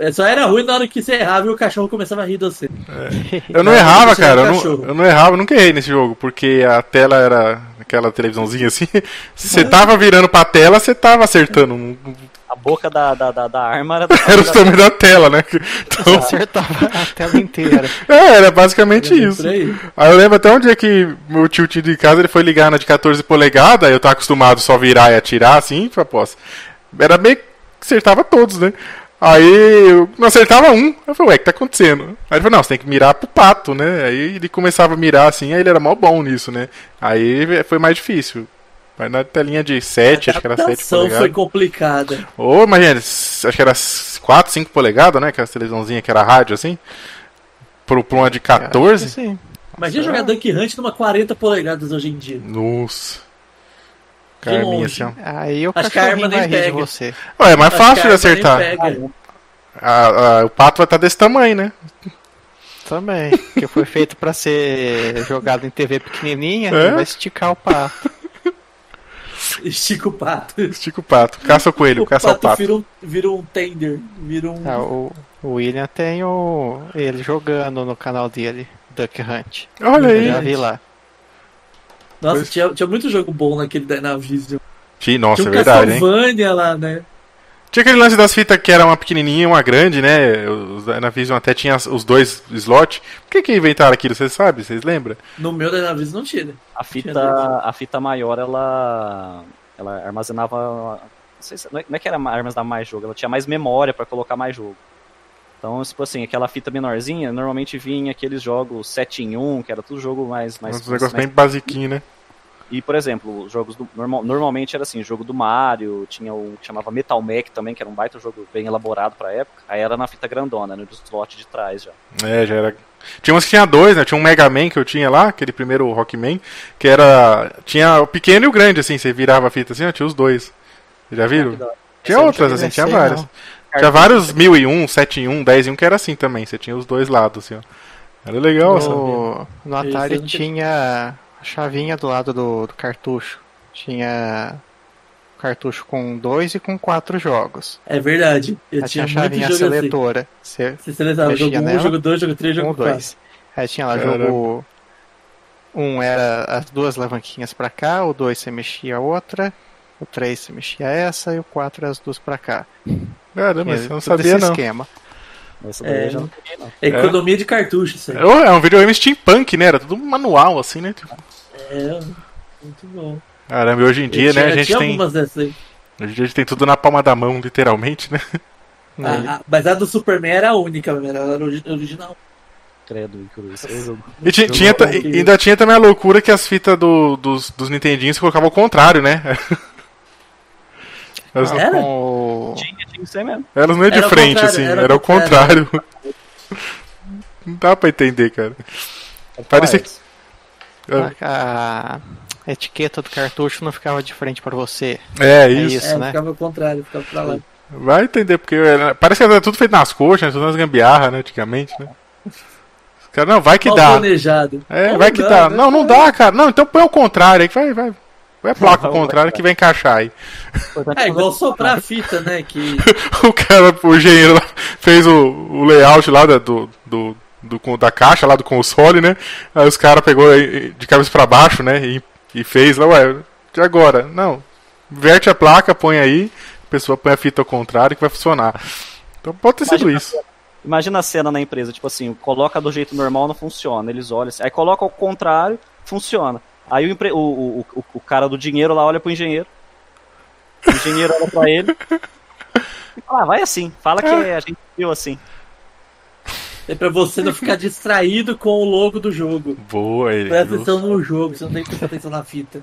Speaker 3: É, Só era ruim na hora que você errava e o cachorro começava a rir de você.
Speaker 1: eu não
Speaker 3: Não,
Speaker 1: errava,
Speaker 3: você era
Speaker 1: cara. Eu não,
Speaker 3: cachorro.
Speaker 1: eu não errava, eu nunca errei nesse jogo, porque a tela era aquela televisãozinha assim. Se você tava virando pra tela, você tava acertando. não- não-
Speaker 4: A boca da, da, da, da arma era.
Speaker 1: Era o tamanho da tela, né?
Speaker 2: Eu
Speaker 1: Então,
Speaker 2: acertava a tela inteira.
Speaker 1: é, era basicamente isso.
Speaker 3: Por aí.
Speaker 1: Aí eu lembro até um dia que meu tio tinha de casa, ele foi ligar na de 14 polegadas, eu tava acostumado só virar e atirar assim, pra posse. Era meio que acertava todos, né? Aí eu não acertava um. Eu falei, ué, o que tá acontecendo? Aí ele falou, não, você tem que mirar pro pato, né? Aí ele começava a mirar assim, aí ele era mó bom nisso, né? Aí foi mais difícil. Mas na telinha de 7, acho que era
Speaker 3: A
Speaker 1: 7
Speaker 3: adaptação foi
Speaker 1: polegadas.
Speaker 3: complicada.
Speaker 1: Ô, imagina, s- acho que era s- 4, 5 polegadas, né? Aquela televisãozinha que era rádio assim. Pro, pro uma de 14.
Speaker 2: Sim.
Speaker 3: Imagina
Speaker 1: Nossa,
Speaker 3: jogar Dunk Hunt numa 40 polegadas hoje em dia.
Speaker 1: Nossa.
Speaker 3: De
Speaker 1: Carminha, assim,
Speaker 3: longe.
Speaker 1: ó.
Speaker 2: Aí o
Speaker 3: Acho que a
Speaker 2: cachorrinho
Speaker 3: arma
Speaker 2: vai
Speaker 3: nem
Speaker 2: rir de
Speaker 3: pega.
Speaker 2: você.
Speaker 1: Ué, é mais fácil de
Speaker 3: Acho que a arma
Speaker 1: acertar.
Speaker 3: nem pega.
Speaker 1: A- a- o pato vai estar desse tamanho, né?
Speaker 2: Também. Que foi feito pra ser jogado em TV pequenininha.
Speaker 1: É?
Speaker 2: e Vai esticar o pato.
Speaker 3: Estica o pato.
Speaker 1: Estica o pato, caça Ah, o coelho,
Speaker 3: o
Speaker 1: caça
Speaker 3: pato,
Speaker 1: o pato.
Speaker 3: Vira, um, vira um tender. Vira um.
Speaker 2: Ah, o, o William tem o, ele jogando no canal dele, Duck Hunt.
Speaker 1: Olha
Speaker 2: Eu já
Speaker 1: aí.
Speaker 2: vi lá.
Speaker 3: Nossa,
Speaker 1: Pois-
Speaker 3: tinha, tinha muito jogo bom naquele da- na Vision.
Speaker 1: Sim, nossa,
Speaker 3: tinha
Speaker 1: é
Speaker 3: um
Speaker 1: verdade, hein?
Speaker 3: Castlevania lá, né?
Speaker 1: Tinha aquele lance das fitas que era uma pequenininha e uma grande, né? Os da Dynavision até tinha as- os dois slot. Por que que inventaram aquilo, vocês sabem? Vocês lembram?
Speaker 3: No meu da Navision não tinha. né?
Speaker 4: A fita, a fita maior, ela. Ela armazenava. Não, sei se, não é- não é que era ma- armazenar mais jogo, ela tinha mais memória pra colocar mais jogo. Então, tipo assim, aquela fita menorzinha, normalmente vinha aqueles jogos 7 em 1, que era tudo jogo mais. mais,
Speaker 1: Uns negócios
Speaker 4: mais-
Speaker 1: bem basiquinho, né?
Speaker 4: E, por exemplo, os jogos do, normal- normalmente era assim, jogo do Mario, tinha um que chamava Metal Mech também, que era um baita jogo bem elaborado pra época. Aí era na fita grandona, no slot de trás já.
Speaker 1: É, já era. Tinha uns que tinha dois, né? Tinha um Mega Man que eu tinha lá, aquele primeiro Rockman, que era. Tinha o pequeno e o grande, assim, você virava a fita assim, ó, tinha os dois. Já viram? Tinha
Speaker 4: Esse
Speaker 1: outras,
Speaker 2: eu
Speaker 1: assim,
Speaker 2: não
Speaker 1: tinha
Speaker 2: sei,
Speaker 1: várias.
Speaker 2: não.
Speaker 1: Tinha vários mil e um, sete em um, dez em um que era assim também. Você tinha os dois lados, assim, ó. Era legal, assim. essa.
Speaker 2: No, no
Speaker 3: Esse eu
Speaker 2: Atari
Speaker 3: não tinha-
Speaker 2: tinha a chavinha do lado do, do cartucho. Tinha cartucho com dois e com quatro jogos.
Speaker 3: É verdade. Eu
Speaker 2: Aí
Speaker 3: tinha
Speaker 2: tinha a
Speaker 3: muito
Speaker 2: chavinha
Speaker 3: jogo assim.
Speaker 2: seletora. Você
Speaker 3: Você selecionava
Speaker 2: Mexia
Speaker 3: jogo 1,
Speaker 2: nela.
Speaker 3: jogo 2, jogo 3,
Speaker 2: um,
Speaker 3: jogo 4.
Speaker 2: dois. Aí tinha lá
Speaker 1: Caramba.
Speaker 2: jogo. Um era as duas alavanquinhas pra cá, o dois você mexia a outra, o três você mexia essa e o quatro era as duas pra cá.
Speaker 1: Caramba,
Speaker 2: Tinha
Speaker 1: você não
Speaker 2: todo
Speaker 1: sabia,
Speaker 2: esse
Speaker 1: não.
Speaker 2: esquema.
Speaker 4: Essa daí
Speaker 3: É,
Speaker 4: eu
Speaker 3: não-
Speaker 4: já não peguei, não.
Speaker 3: É economia de cartucho, isso aí.
Speaker 1: É um- é um videogame steampunk, né? Era tudo manual, assim, né? Tipo,
Speaker 3: É, muito bom.
Speaker 1: Caramba, e hoje em dia,
Speaker 3: Eu tinha,
Speaker 1: né, a gente
Speaker 3: tinha
Speaker 1: tem.
Speaker 3: algumas dessas aí.
Speaker 1: Hoje em dia a gente tem tudo na palma da mão, literalmente, né?
Speaker 2: Aí-
Speaker 3: A- a- Ah, mas a do Superman era a única, mesmo, ela era ori- original.
Speaker 4: Credo, Icarus. Esse jogo-
Speaker 1: E ti- tinha, ta- e- ainda tinha também a loucura que as fitas do, dos, dos Nintendinhos colocavam ao contrário, né? Elas,
Speaker 2: Ah,
Speaker 3: Era?
Speaker 2: com o-
Speaker 4: Tinha, tinha isso aí mesmo.
Speaker 1: elas não iam de
Speaker 3: Era ao
Speaker 1: frente,
Speaker 3: contrário,
Speaker 1: assim,
Speaker 3: era
Speaker 1: era,
Speaker 3: ao
Speaker 1: o contrário. não dá pra entender, cara. Parecia que.
Speaker 2: a, a etiqueta do cartucho não ficava de frente pra você.
Speaker 1: É,
Speaker 2: isso.
Speaker 1: isso.
Speaker 3: É,
Speaker 2: né?
Speaker 3: ficava ao contrário, ficava pra lá.
Speaker 1: Vai entender, porque era- parece que era tudo feito nas coxas, né? tudo nas gambiarras, né? Antigamente, né? Os caras, não, vai que
Speaker 3: Mal
Speaker 1: dá.
Speaker 3: planejado.
Speaker 1: É,
Speaker 3: Não
Speaker 1: vai que dá.
Speaker 3: né?
Speaker 1: Não, não dá, cara. Não, então põe o contrário aí que vai, vai. Vai a placa
Speaker 4: Vai,
Speaker 1: o
Speaker 4: vai,
Speaker 1: contrário
Speaker 4: vai.
Speaker 1: que vai encaixar aí.
Speaker 3: É igual soprar a fita, né? Que
Speaker 1: O cara, o engenheiro lá, fez o, o layout lá da, do, do, do con- da caixa lá do console, né? Aí os caras pegou aí, de cabeça pra baixo, né? E, e fez lá, ué, e agora? Não. Inverte a placa, põe aí, a pessoa põe a fita ao contrário que vai funcionar. Então pode ter sido
Speaker 4: Imagina-
Speaker 1: isso.
Speaker 4: Imagina a cena na empresa, tipo assim, coloca do jeito normal, não funciona. Eles olham assim, aí coloca ao contrário, funciona. Aí o, empre- o, o, o, o cara do dinheiro lá olha pro engenheiro. O engenheiro olha pra ele. E fala, ah, vai assim, fala que a gente viu assim.
Speaker 3: é pra você não ficar distraído com o logo do jogo.
Speaker 1: Boa, ele.
Speaker 3: Presta atenção no jogo, você não tem que prestar atenção na fita.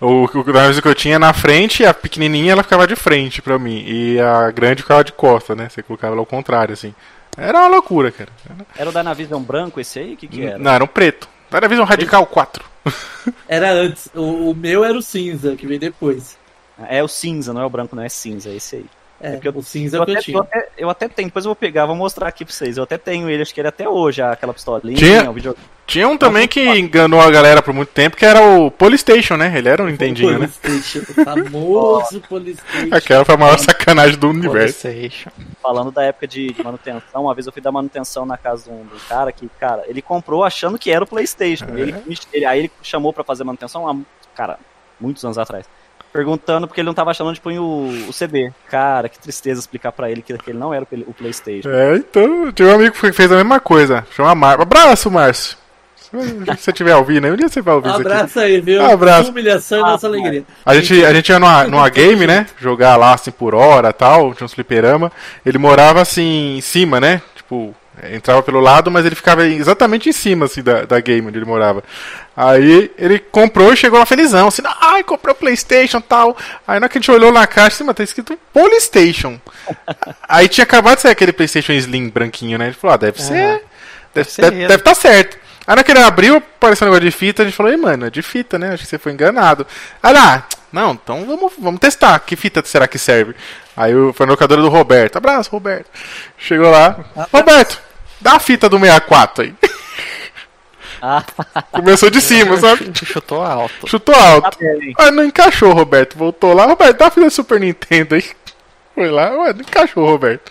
Speaker 1: O, o da mesa que eu tinha na frente, a pequenininha ela ficava de frente pra mim. E a grande ficava de costa, né? Você colocava ela ao contrário, assim. Era uma loucura, cara.
Speaker 4: Era o Dynavision branco esse aí? O que que era?
Speaker 1: Não, era um preto. Era a visão radical 4.
Speaker 3: Era antes, o, o meu era o cinza, que veio depois.
Speaker 4: É o cinza, não é o branco, não é cinza, é esse aí.
Speaker 3: É,
Speaker 4: porque eu-
Speaker 3: o cinza é
Speaker 4: Eu
Speaker 3: o que eu
Speaker 4: até, eu,
Speaker 3: tinha.
Speaker 4: até, eu até tenho, depois eu vou pegar, vou mostrar aqui pra vocês. Eu até tenho ele, acho que ele até hoje, aquela pistolinha,
Speaker 1: Tinha-
Speaker 4: o videogame.
Speaker 1: Tinha um também que enganou a galera por muito tempo, que era o Polystation, né? Ele era um Nintendinho, né?
Speaker 3: Polystation, o famoso Polystation.
Speaker 1: Aquela foi a maior sacanagem do universo.
Speaker 2: PlayStation.
Speaker 4: Falando da época de, de manutenção, uma vez eu fui dar manutenção na casa de um, de um cara que, cara, ele comprou achando que era o PlayStation. Ele,
Speaker 1: É.
Speaker 4: ele- aí ele chamou pra fazer manutenção, há, cara, muitos anos atrás. Perguntando porque ele não tava achando onde punha o, o CD. Cara, que tristeza explicar pra ele que aquele não era o, play- o PlayStation.
Speaker 1: É, então, tive um amigo que fez a mesma coisa. Chama Márcio. Abraço, Márcio. Se você estiver ouvindo, aí, um dia você vai ouvir
Speaker 3: Um
Speaker 1: isso aqui.
Speaker 3: abraço aí, viu?
Speaker 1: Um abraço.
Speaker 3: Humilhação e nossa alegria.
Speaker 1: A gente, a gente ia numa, numa game, né? Jogar lá assim por hora tal, tinha uns fliperama. Ele morava assim em cima, né? Tipo, é, entrava pelo lado, mas ele ficava exatamente em cima assim da, da game onde ele morava. Aí ele comprou e chegou lá felizão, assim, ai, comprei o Playstation tal. Aí na hora que a gente olhou na caixa, assim, mas tá escrito Polystation. Aí tinha acabado de sair aquele Playstation Slim branquinho, né? Ele falou, ah, deve ser. Deve
Speaker 2: ser
Speaker 1: estar deve,
Speaker 2: ele.
Speaker 1: deve tá certo. Aí na hora que ele abriu, apareceu um negócio de fita, a gente falou, ei, mano, é de fita, né? Acho que você foi enganado. Aí lá, não, então vamos, vamos testar. Que fita será que serve? Aí o- foi na locadora do Roberto. Abraço, Roberto. Chegou lá. Roberto, dá a fita do 64 aí.
Speaker 4: Ah,
Speaker 1: Começou de cima, sabe?
Speaker 2: Ch- Chutou alto.
Speaker 1: Chutou alto.
Speaker 4: tá bem.
Speaker 1: Ah, não encaixou, Roberto. Voltou lá. Roberto, dá a fita do Super Nintendo aí. Foi lá. Ué, não encaixou, Roberto.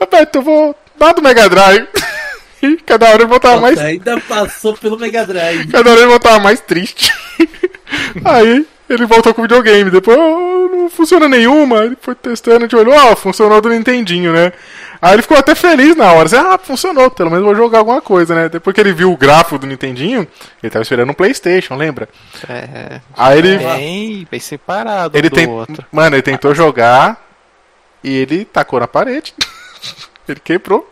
Speaker 1: Roberto, eu vou dar do Mega Drive. E cada hora eu voltava mais...
Speaker 3: Nossa, Ainda passou pelo Mega Drive.
Speaker 1: Cada hora ele voltava mais triste. Aí ele voltou com o videogame. Depois, "Ah, não funciona nenhuma. Ele foi testando, a gente olhou, ó, funcionou do Nintendinho, né? Aí ele ficou até feliz na hora. Assim, ah, funcionou, pelo menos vou jogar alguma coisa, né? Depois que ele viu o gráfico do Nintendinho, ele tava esperando um Playstation, lembra?
Speaker 2: É,
Speaker 1: Aí ele,
Speaker 2: bem, bem separado
Speaker 1: ele
Speaker 2: do
Speaker 1: tem,
Speaker 2: outro.
Speaker 1: Mano, ele tentou jogar e ele tacou na parede. ele quebrou.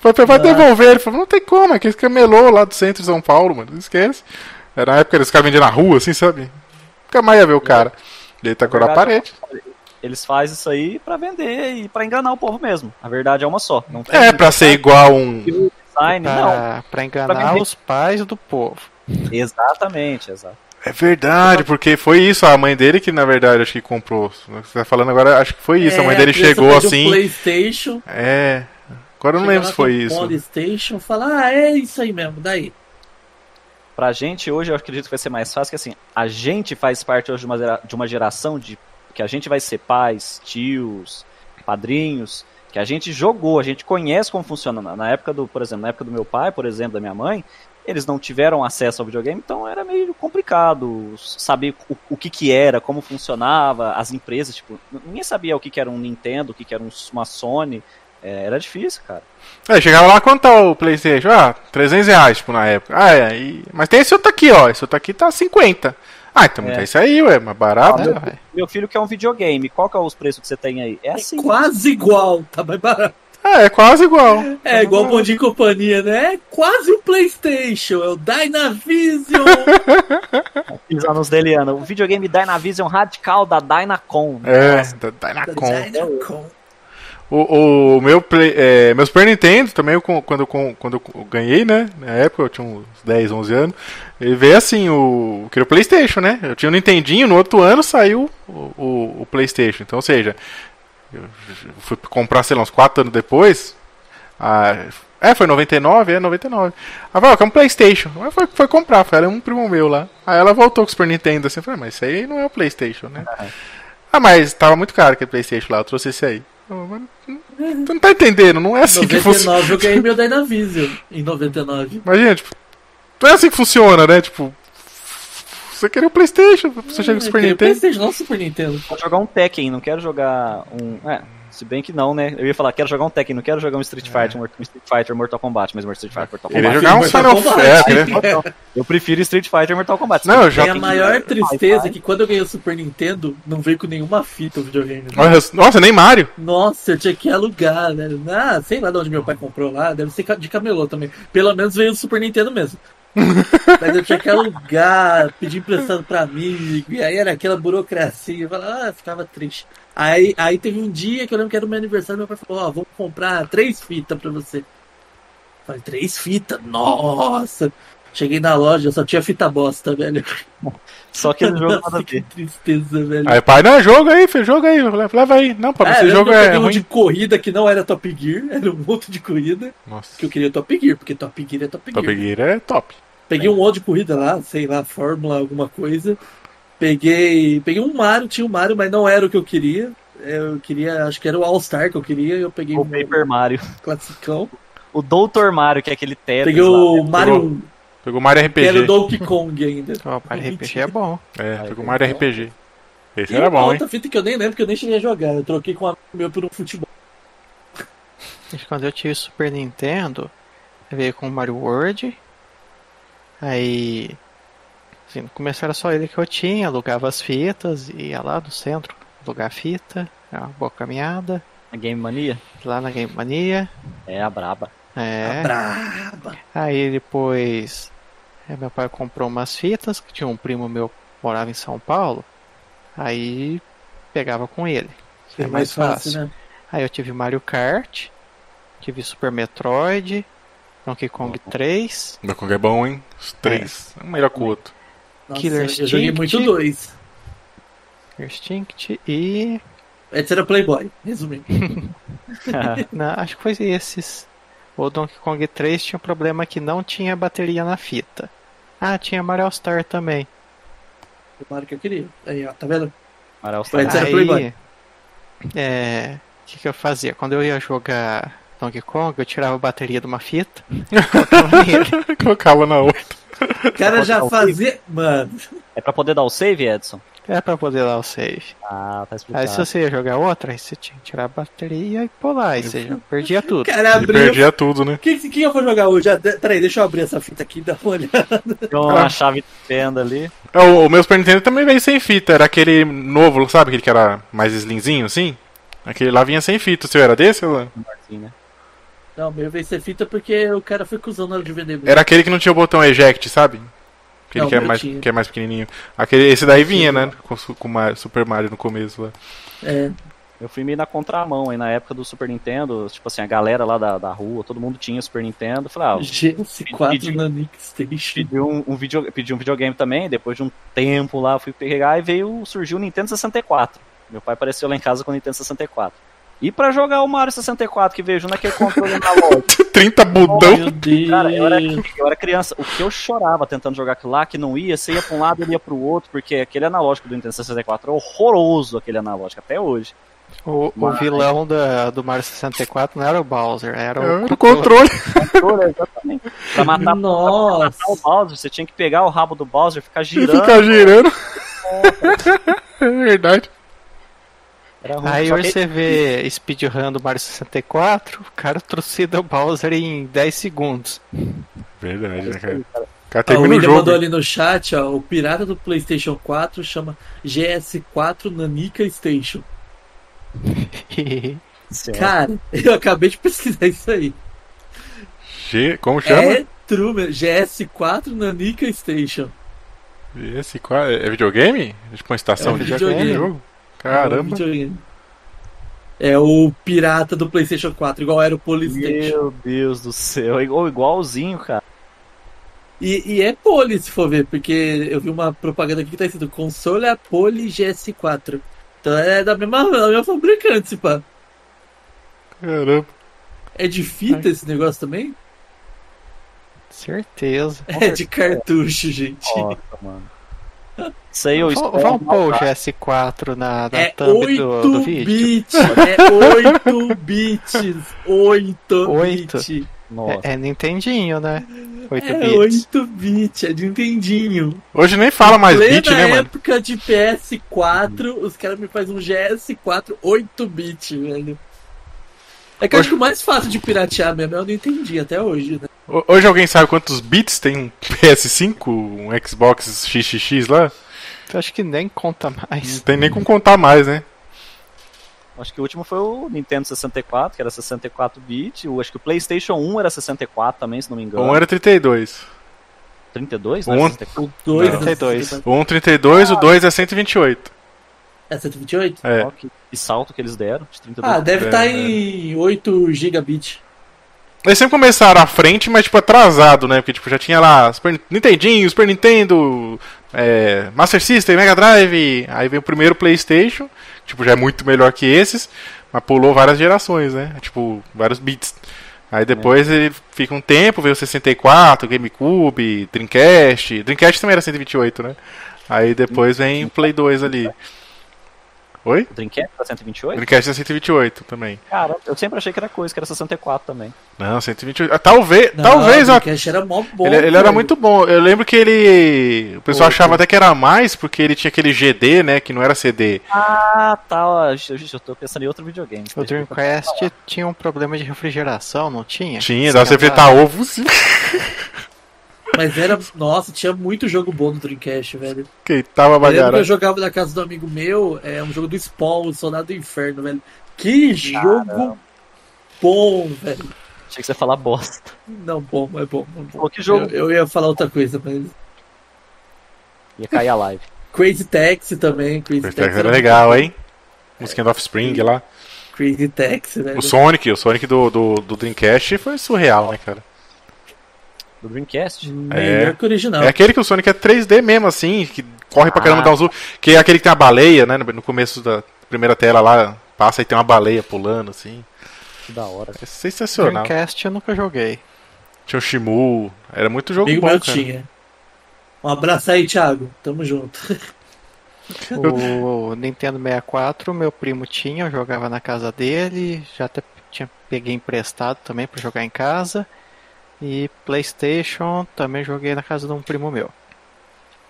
Speaker 1: Foi pra vai devolver, ele falou, não tem como, é que esse camelô lá do centro de São Paulo, mano, não esquece. Era na época que eles ficavam vendendo na rua, assim, sabe? Nunca mais ia ver o cara. E ele tacou na
Speaker 4: verdade,
Speaker 1: parede.
Speaker 4: Eles fazem isso aí pra vender e pra enganar o povo mesmo. A verdade é uma só. Não tem
Speaker 1: É, Ah. pra ser igual um...
Speaker 4: design, não.
Speaker 2: Pra, pra enganar
Speaker 4: vender.
Speaker 2: os pais do povo.
Speaker 4: Exatamente, exato.
Speaker 1: É verdade, porque foi isso, a mãe dele que, na verdade, acho que comprou. Você tá falando agora, acho que foi isso, a mãe
Speaker 3: É,
Speaker 1: dele
Speaker 3: criança
Speaker 1: chegou
Speaker 3: pega o
Speaker 1: assim...
Speaker 3: PlayStation,
Speaker 1: É... Agora eu não
Speaker 3: chega
Speaker 1: lembro
Speaker 3: lá
Speaker 1: se
Speaker 3: com
Speaker 1: foi
Speaker 3: o
Speaker 1: isso.
Speaker 3: PlayStation, fala, ah, é isso aí mesmo, daí.
Speaker 4: Pra gente hoje, eu acredito que vai ser mais fácil, que assim, a gente faz parte hoje de uma, gera- de uma geração de que a gente vai ser pais, tios, padrinhos, que a gente jogou, a gente conhece como funciona. Na, na época do, por exemplo, na época do meu pai, por exemplo, da minha mãe, eles não tiveram acesso ao videogame, então era meio complicado saber o, o que que era, como funcionava, as empresas, tipo, n- ninguém sabia o que que era um Nintendo, o que que era um- uma Sony, é, era difícil, cara.
Speaker 1: É, chegava lá, quanto tá o Playstation? Ah, 300 reais, tipo, na época. Ah, é, e- mas tem esse outro aqui, ó, esse outro aqui tá 50. Ah, então
Speaker 4: É. Ah,
Speaker 1: é isso aí, ué, mais barato.
Speaker 2: Né, ué?
Speaker 4: Meu filho quer um videogame, qual que é os preços que você tem aí? É assim,
Speaker 3: Quase igual, tá mais barato.
Speaker 1: É, é quase igual.
Speaker 3: É igual o Bom Dia e Companhia, né? É quase o PlayStation, é o Dynavision.
Speaker 4: Os anos dele, Ana. O videogame Dynavision radical da Dynacon.
Speaker 1: É, da
Speaker 4: Tá
Speaker 1: Dynacon.
Speaker 3: Dynacon.
Speaker 1: O, o meu, play, é, meu Super Nintendo também, eu com- quando, eu com- quando eu ganhei, né? Na época eu tinha uns 10, 11 anos. Ele veio assim, o, que era o PlayStation, né? Eu tinha o Nintendinho, no outro ano saiu o, o- o PlayStation. Então, ou seja, eu fui comprar, sei lá, uns 4 anos depois. Ah, é, foi 99, é 99. Aí falou, que é um PlayStation. Aí foi, foi comprar, foi, era um primo meu lá. Aí ela voltou com o Super Nintendo assim, eu falei, mas isso aí não é o PlayStation, né? Ah, mas tava muito caro aquele PlayStation lá, eu trouxe esse aí. Eu, mas não- Tu não tá entendendo, não é assim que funciona.
Speaker 3: 99 eu ganhei meu Dynavision em 99.
Speaker 1: Imagina, tipo, não é assim que funciona, né? Tipo, você queria o PlayStation, você chega com o Super
Speaker 3: Eu um
Speaker 1: Nintendo.
Speaker 3: PlayStation, não Super Nintendo.
Speaker 4: Vou jogar um Tekken, não quero jogar um. É, se bem que não, né? Eu ia falar, quero jogar um Tekken, não quero jogar um Street Fighter, um Mortal- um Street Fighter Mortal Kombat, mas Mortal Fighter Mortal
Speaker 1: Queria
Speaker 4: Kombat.
Speaker 1: jogar um
Speaker 3: Mortal
Speaker 1: Final
Speaker 3: Kombat.
Speaker 1: Fantasy. É, queria-
Speaker 4: Eu prefiro Street Fighter Mortal Kombat.
Speaker 1: Não, eu já-
Speaker 3: Tem a maior tristeza é que quando eu ganhei o Super Nintendo, não veio com nenhuma fita o videogame.
Speaker 1: Olha, Nossa, nem Mario.
Speaker 3: Nossa, eu tinha que alugar, né? Ah, sei lá de onde meu pai comprou lá, deve ser ca- de camelô também. Pelo menos veio do Super Nintendo mesmo. Mas eu tinha que alugar, pedir emprestado pra amigo, e aí era aquela burocracia, eu falava, ah, ficava triste. Aí, aí teve um dia que eu lembro que era o meu aniversário, meu pai falou, ó, vou comprar três fitas pra você. Eu Falei, três fitas? Nossa! Cheguei na loja, só tinha fita bosta, velho.
Speaker 4: Só que no jogo nada a
Speaker 3: Nossa, que
Speaker 4: ver.
Speaker 3: tristeza, velho.
Speaker 1: Aí, pai, não, joga aí, filho, joga aí, leva aí. Não, pai,
Speaker 3: É,
Speaker 1: esse
Speaker 3: lembra
Speaker 1: jogo
Speaker 3: que eu
Speaker 1: é
Speaker 3: peguei um
Speaker 1: ruim.
Speaker 3: de corrida que não era Top Gear, era um outro de corrida,
Speaker 1: Nossa,
Speaker 3: que eu queria Top Gear, porque Top Gear é Top Gear.
Speaker 1: Top Gear é top.
Speaker 3: Peguei um outro de corrida lá, sei lá, Fórmula, alguma coisa. Peguei. Peguei um Mario, tinha um Mario, mas não era o que eu queria. É, Eu queria, acho que era o All-Star que eu queria, eu peguei
Speaker 4: O
Speaker 3: um
Speaker 4: Paper Mario.
Speaker 3: classicão.
Speaker 4: O Doutor Mario, que é aquele Tetris
Speaker 3: Peguei
Speaker 4: lá. né?
Speaker 3: o Mario,
Speaker 1: Pegou Mario
Speaker 3: que era o
Speaker 1: RPG.
Speaker 3: Donkey Kong ainda.
Speaker 2: Ó, para RPG é bom.
Speaker 1: É, pegou
Speaker 4: Aí,
Speaker 1: Mario
Speaker 4: bom.
Speaker 1: RPG. Esse
Speaker 3: E
Speaker 1: era
Speaker 3: uma
Speaker 1: bom, hein?
Speaker 3: outra fita que eu nem lembro, que eu nem cheguei a jogar. Eu troquei com um amigo meu por um futebol.
Speaker 2: Acho que Quando eu tive o Super Nintendo, veio com o Mario World. Aí. Assim, no começo era só ele que eu tinha, alugava as fitas, ia lá do centro, alugar a fita, é uma boa caminhada,
Speaker 4: A Game Mania?
Speaker 2: lá na Game Mania.
Speaker 4: É, a braba.
Speaker 2: É.
Speaker 3: Ah, Braba!
Speaker 2: Aí depois é, meu pai comprou umas fitas, que tinha um primo meu que morava em São Paulo, aí pegava com ele.
Speaker 3: É mais fácil, né?
Speaker 2: Aí eu tive Mario Kart, tive Super Metroid, Donkey Kong 3,
Speaker 1: Donkey Kong é bom, hein? Os três.
Speaker 3: É.
Speaker 1: Um melhor que o outro.
Speaker 3: Nossa,
Speaker 2: Killer
Speaker 3: eu joguei
Speaker 2: Instinct.
Speaker 3: muito dois.
Speaker 2: Instinct e.
Speaker 3: Esse era Playboy, resumindo.
Speaker 2: Não, acho que foi esses. O Donkey Kong 3 tinha um problema que não tinha bateria na fita. Ah, tinha Mario All Star também.
Speaker 3: O Mario que eu queria. Aí, ó, tá vendo?
Speaker 4: Mario All Star.
Speaker 3: Mas- Antes era Playboy.
Speaker 2: Aí, é, o que, que eu fazia? Quando eu ia jogar Donkey Kong, eu tirava a bateria de uma fita, colocava nele.
Speaker 1: Colocava na outra.
Speaker 3: O cara já
Speaker 1: um
Speaker 4: Botar o
Speaker 3: fazia. Mano,
Speaker 4: É pra poder dar o save, Edson?
Speaker 2: É pra poder dar o save.
Speaker 4: Ah, tá
Speaker 2: Aí
Speaker 4: explicado.
Speaker 2: se você ia jogar outra, aí você tinha que tirar a bateria e pular, aí você já perdia
Speaker 3: o
Speaker 2: tudo.
Speaker 3: cara
Speaker 1: E
Speaker 3: abriu.
Speaker 1: perdia tudo, né?
Speaker 3: O que, que eu vou jogar hoje? Ah, de- Peraí, deixa eu abrir essa fita aqui e dar uma olhada.
Speaker 4: Tem uma chave de fenda ali.
Speaker 1: É, O, o meu Super Nintendo também veio sem fita. Era aquele novo, sabe? Aquele que era mais slimzinho, assim? Aquele lá vinha sem fita. O seu era desse, Alan?
Speaker 4: Assim, né?
Speaker 3: Não, meu veio ser fita porque o cara foi cuzão na hora de vender. mesmo.
Speaker 1: Era aquele que não tinha o botão eject, sabe? Aquele
Speaker 3: Não,
Speaker 1: que, é
Speaker 3: eu
Speaker 1: mais,
Speaker 3: tinha.
Speaker 1: que é mais pequenininho. Aquele, esse daí vinha, né? Com, su- com o Mario- Super Mario no começo lá.
Speaker 3: É.
Speaker 4: Eu fui meio na contramão aí na época do Super Nintendo. Tipo assim, a galera lá da, da rua, todo mundo tinha Super Nintendo. Eu Falei, ah, eu
Speaker 3: GS4
Speaker 4: Entendi.
Speaker 3: na Nixtation.
Speaker 4: pedi um, um video, pedi um videogame também. Depois de um tempo lá, eu fui pegar e veio, surgiu o Nintendo 64. Meu pai apareceu lá em casa com o Nintendo 64. E pra jogar o Mario 64 que veio junto naquele controle analógico.
Speaker 1: 30 botão.
Speaker 3: Meu Deus.
Speaker 4: Cara, eu era, eu era criança. O que eu chorava tentando jogar aquilo lá, que não ia, você ia pra um lado, ele ia pro outro, porque aquele analógico do Nintendo 64 é horroroso, aquele analógico, até hoje.
Speaker 2: O, o
Speaker 4: Mas-
Speaker 2: vilão da, do Mario 64 não era o Bowser, era o
Speaker 1: O controle.
Speaker 4: Controle, exatamente. Pra matar, pra
Speaker 3: Nossa.
Speaker 4: matar o Bowser, você tinha que pegar o rabo do Bowser, ficar girando.
Speaker 1: Ficar girando. é verdade.
Speaker 4: Era ruim.
Speaker 2: Aí
Speaker 4: Só
Speaker 2: hoje
Speaker 4: que-
Speaker 2: você vê speedrun do Mario 64, o cara trucida o Bowser em 10 segundos.
Speaker 1: Verdade, né, cara? O cara
Speaker 3: Ó, Ah, o
Speaker 1: termina o
Speaker 3: William
Speaker 1: jogo.
Speaker 3: mandou ali no chat, ó, o pirata do PlayStation 4 chama GS4 Nanica Station.
Speaker 4: Céu.
Speaker 1: É.
Speaker 3: Cara, eu acabei de pesquisar isso aí.
Speaker 1: G- Como chama?
Speaker 3: É true, meu. GS4 Nanica Station.
Speaker 1: Esse qual é é videogame? Tipo uma estação
Speaker 3: É um
Speaker 1: de
Speaker 3: videogame. um
Speaker 1: jogo? Caramba.
Speaker 3: É o pirata do PlayStation 4, igual era o Polystation.
Speaker 4: Meu Deus do céu, é igual, igualzinho, cara.
Speaker 3: E, e é poli, se for ver, porque eu vi uma propaganda aqui que tá escrito console é Poli GS4. Então é da mesma, da mesma fabricante, se pá.
Speaker 1: Caramba.
Speaker 3: É de fita esse negócio também?
Speaker 2: Certeza.
Speaker 3: É de cartucho, gente.
Speaker 4: Nossa, mano. Isso aí eu
Speaker 2: Vamos
Speaker 4: espero.
Speaker 2: vamos pôr o
Speaker 1: tá?
Speaker 2: GS4 na, na
Speaker 3: É
Speaker 2: thumb
Speaker 3: 8
Speaker 2: do, do vídeo.
Speaker 3: bits. É 8 bits. 8
Speaker 2: Oito.
Speaker 3: bits.
Speaker 4: Nossa.
Speaker 2: É, é Nintendinho, né? 8
Speaker 3: É
Speaker 2: bits.
Speaker 3: 8 bits. É de Nintendinho.
Speaker 1: Hoje nem fala mais
Speaker 3: Plena
Speaker 1: bit, né, mano?
Speaker 3: época de PS4, os caras me fazem um GS4 8-bit, velho. É que eu acho que o mais fácil de piratear mesmo, eu não entendi até hoje, né?
Speaker 1: Ho- Hoje alguém sabe quantos bits tem um PS5, um Xbox XXX lá?
Speaker 2: Eu acho que nem conta
Speaker 1: Não
Speaker 2: mais.
Speaker 1: tem nem como contar mais, né?
Speaker 4: Acho que o último foi o Nintendo 64, que era 64 bit. O- Acho que o PlayStation 1 era 64 também, se não me engano.
Speaker 1: Um era 32.
Speaker 4: 32,
Speaker 1: Um-
Speaker 4: né? 64.
Speaker 3: O 2
Speaker 1: Não.
Speaker 2: 32.
Speaker 1: Um 32, o 2 é 128.
Speaker 3: É 128?
Speaker 1: É.
Speaker 4: Ó, que, que salto que eles deram de 32.
Speaker 3: Ah, deve
Speaker 1: É.
Speaker 3: estar em 8 tá gigabit.
Speaker 1: Eles sempre começaram à frente, mas tipo atrasado, né? Porque tipo, já tinha lá Super Nintendinho, Super Nintendo, é, Master System, Mega Drive. Aí veio o primeiro PlayStation, tipo, já é muito melhor que esses, mas pulou várias gerações, né? Tipo, vários bits. Aí
Speaker 3: É.
Speaker 1: depois ele fica um tempo, veio o 64, GameCube, Dreamcast. Dreamcast também era 128, né? Aí depois vem o Play 2 ali. Oi?
Speaker 4: O Dreamcast era 128?
Speaker 1: Dreamcast é 128 também.
Speaker 4: Cara, eu sempre achei que era coisa, que era 64 também.
Speaker 1: Não, 128. Ah, Talvez,
Speaker 3: Não,
Speaker 1: talvez
Speaker 3: o
Speaker 1: a
Speaker 3: Dreamcast era mó bom.
Speaker 1: ele, ele era
Speaker 3: velho.
Speaker 1: muito bom. Eu lembro que ele. O pessoal achava até que era mais, porque ele tinha aquele GD, né? Que não era CD.
Speaker 4: Ah, tá. ó, Eu, eu, eu tô pensando em outro videogame.
Speaker 2: O Dreamcast tinha um problema de refrigeração, não tinha?
Speaker 1: Tinha, dava pra você
Speaker 2: Esquentava.
Speaker 1: fritar ovo. sim.
Speaker 3: Mas era. Nossa, tinha muito jogo bom no Dreamcast, velho.
Speaker 1: Que tava
Speaker 3: Eu lembro que eu
Speaker 1: bagarado.
Speaker 3: jogava na casa do amigo meu, é um jogo do Spawn, Soldado do Inferno, velho. Que jogo bom, velho.
Speaker 4: Achei que você ia falar bosta.
Speaker 3: Não, bom, é bom. É bom.
Speaker 4: Pô, que jogo.
Speaker 3: Eu, eu ia falar outra coisa, mas.
Speaker 4: Ia cair a live.
Speaker 3: Crazy Taxi também. Crazy,
Speaker 1: Perfect
Speaker 3: Taxi é
Speaker 1: era
Speaker 3: muito
Speaker 1: legal,
Speaker 3: bom.
Speaker 1: hein? Musiquinha do Offspring lá.
Speaker 3: Crazy Taxi, né? velho.
Speaker 1: O Sonic, o Sonic do, do, do Dreamcast foi surreal, né, cara?
Speaker 4: Do Dreamcast?
Speaker 3: Melhor que o original.
Speaker 1: É aquele que o Sonic é 3D mesmo, assim, que corre pra caramba,
Speaker 4: Ah.
Speaker 1: dá uns. Que é aquele que tem a baleia, né? No começo da primeira tela lá, passa e tem uma baleia pulando, assim.
Speaker 4: Que da hora.
Speaker 1: É sensacional.
Speaker 2: Dreamcast eu nunca joguei.
Speaker 1: Tinha o Shimu, era muito jogo
Speaker 3: Amigo
Speaker 1: bom,
Speaker 3: meu
Speaker 1: cara.
Speaker 3: tinha. Um abraço aí, Thiago. Tamo junto.
Speaker 2: O Nintendo 64, meu primo tinha, eu jogava na casa dele, já até tinha, peguei emprestado também pra jogar em casa. E PlayStation também joguei na casa de um primo meu.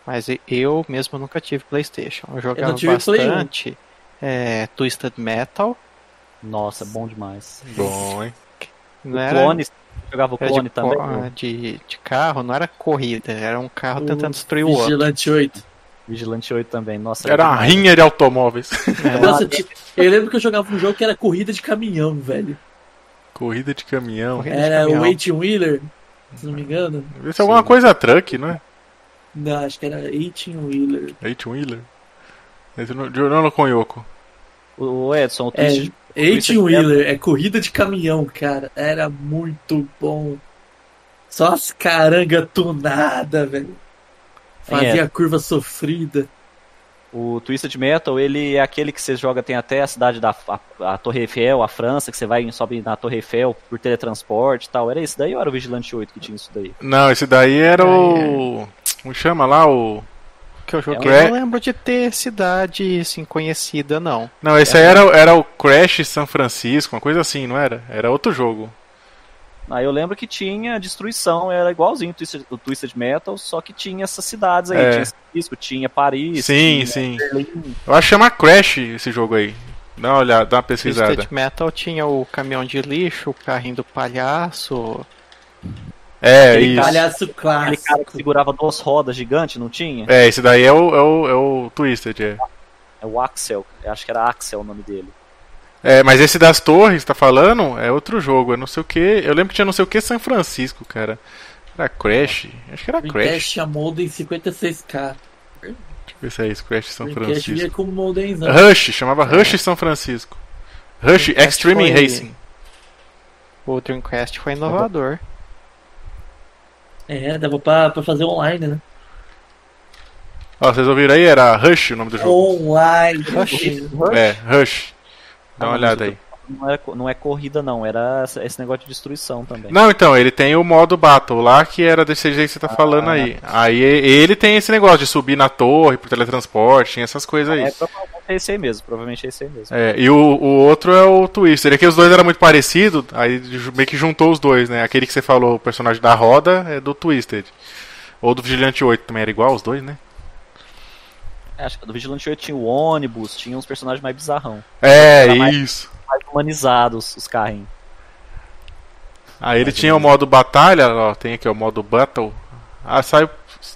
Speaker 2: Mas e- eu mesmo nunca tive PlayStation. Eu jogava
Speaker 3: tive Play um.
Speaker 2: bastante é, Twisted Metal.
Speaker 4: Nossa, bom demais.
Speaker 1: Bom, hein?
Speaker 2: Não
Speaker 4: O
Speaker 2: era, é.
Speaker 4: Clone, jogava o
Speaker 2: era de
Speaker 4: Clone
Speaker 2: co- ah,
Speaker 4: também?
Speaker 2: de, de carro, não era corrida, era um carro
Speaker 3: O
Speaker 2: tentando destruir o outro.
Speaker 3: Vigilante 8.
Speaker 4: Vigilante 8 também. Nossa,
Speaker 1: Era uma
Speaker 4: demais.
Speaker 1: rinha de automóveis.
Speaker 3: Nossa, eu ti- eu lembro que eu jogava um jogo que era corrida de caminhão, velho.
Speaker 1: Corrida de caminhão.
Speaker 2: Corrida de
Speaker 3: Era
Speaker 2: caminhão.
Speaker 3: o 8 Wheeler, se não me engano.
Speaker 1: Deve ser é alguma coisa truck, não é?
Speaker 3: Não, acho que era 18 Wheeler.
Speaker 1: Eight Wheeler. Esse no- De Orlando com Yoko.
Speaker 4: O Edson, o
Speaker 3: É,
Speaker 4: Twitch.
Speaker 3: 18 Wheeler, é corrida de caminhão, cara. Era muito bom. Só as caranga tunada, velho. Fazia
Speaker 1: É.
Speaker 3: a curva sofrida.
Speaker 4: O Twisted Metal, ele é aquele que você joga, tem até a cidade da a, a Torre Eiffel, a França, que você vai e sobe na Torre Eiffel por teletransporte e tal. Era isso daí ou era o Vigilante 8 que tinha isso daí?
Speaker 1: Não, esse daí era o. Como chama lá? O.
Speaker 2: Que eu joguei,
Speaker 1: Cra-
Speaker 2: eu não lembro de ter cidade assim conhecida, não.
Speaker 1: Não, esse aí era, era o Crash San Francisco, uma coisa assim, não era? Era outro jogo.
Speaker 4: Aí eu lembro que tinha destruição, era igualzinho o Twisted, o Twisted Metal, só que tinha essas cidades aí.
Speaker 1: É.
Speaker 4: Tinha Francisco, tinha Paris.
Speaker 1: sim, né?
Speaker 4: tinha
Speaker 1: sim.
Speaker 4: Berlim.
Speaker 1: Eu acho que chama Crash esse jogo aí. Dá uma olhada, dá uma pesquisada.
Speaker 2: Twisted Metal tinha o caminhão de lixo, o carrinho do palhaço.
Speaker 1: É,
Speaker 4: Aquele
Speaker 1: isso.
Speaker 3: Palhaço
Speaker 4: Aquele
Speaker 3: clássico.
Speaker 4: cara que segurava duas rodas gigante, não tinha?
Speaker 1: É, esse daí é o, é o, é o Twisted, é.
Speaker 4: É o Axel, eu acho que era Axel o nome dele.
Speaker 1: É, mas esse das torres, tá falando, é outro jogo, é não sei o que. Eu lembro que tinha não sei o que São Francisco, cara. Era Crash? Acho que era Crash.
Speaker 3: Dreamcast tinha Molden 56k.
Speaker 1: Deixa eu ver se é isso, Crash São
Speaker 3: Dreamcast
Speaker 1: Francisco.
Speaker 3: vinha com Moldenzinho.
Speaker 1: Rush, chamava Rush São Francisco. Rush
Speaker 2: Dreamcast
Speaker 1: Extreme
Speaker 2: foi-
Speaker 1: Racing. Tá
Speaker 2: O Dreamcast foi inovador.
Speaker 3: É, dava pra, pra fazer online, né?
Speaker 1: Ó, vocês ouviram aí? Era Rush o nome do jogo.
Speaker 3: Online.
Speaker 1: É, Rush. Dá uma
Speaker 4: Ah, mas
Speaker 1: olhada
Speaker 4: eu
Speaker 1: aí.
Speaker 4: tô- Não, era, co- não é corrida, não, era essa- esse negócio de destruição também.
Speaker 1: Não, então, ele tem o modo Battle lá, que era desse jeito que você tá falando aí. Aí ele tem esse negócio de subir na torre pro teletransporte, tinha essas coisas aí.
Speaker 4: É, provavelmente é esse aí mesmo, provavelmente é esse aí mesmo.
Speaker 1: É, e o, o outro é o Twister. É que os dois eram muito parecidos, aí ju- meio que juntou os dois, né? Aquele que você falou, o personagem da roda, é do Twisted. Ou do Vigilante 8 também era igual, os dois, né?
Speaker 4: É, Acho que do Vigilante 8 tinha o ônibus, tinha uns personagens mais bizarrão,
Speaker 1: É,
Speaker 4: Era mais-
Speaker 1: isso.
Speaker 4: mais humanizados os carrinhos.
Speaker 1: Aí ele tinha o modo batalha, ó, tem aqui ó, o modo battle. Ah, sai,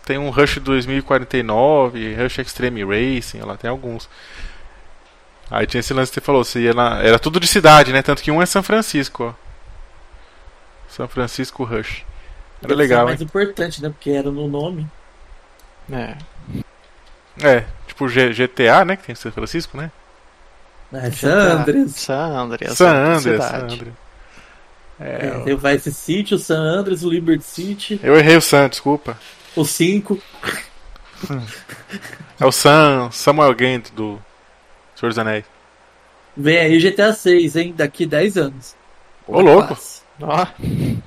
Speaker 1: tem um Rush 2049, Rush Extreme Racing, ó lá tem alguns. Aí tinha esse lance que você falou, você ia na- era tudo de cidade, né? Tanto que um é São Francisco, ó. São Francisco Rush. Era legal, hein?
Speaker 3: mais importante, né? Porque era no nome.
Speaker 2: É.
Speaker 1: É, tipo G- GTA, né? Que tem em São Francisco, né?
Speaker 3: Né? Sandres.
Speaker 2: San Andreas.
Speaker 1: É
Speaker 2: é
Speaker 1: San
Speaker 2: outra
Speaker 1: Andreas. San
Speaker 2: cidade.
Speaker 1: Andreas.
Speaker 3: É, tem o Vice City, o San Andreas, o Liberty City,
Speaker 1: Eu errei o Sam, desculpa.
Speaker 3: o 5.
Speaker 1: É o Sam, Samuel Gant do Senhor dos Anéis.
Speaker 3: Vem aí o GTA 6, hein? Daqui 10 anos.
Speaker 1: Ô, louco.
Speaker 3: Fácil.
Speaker 2: Ó,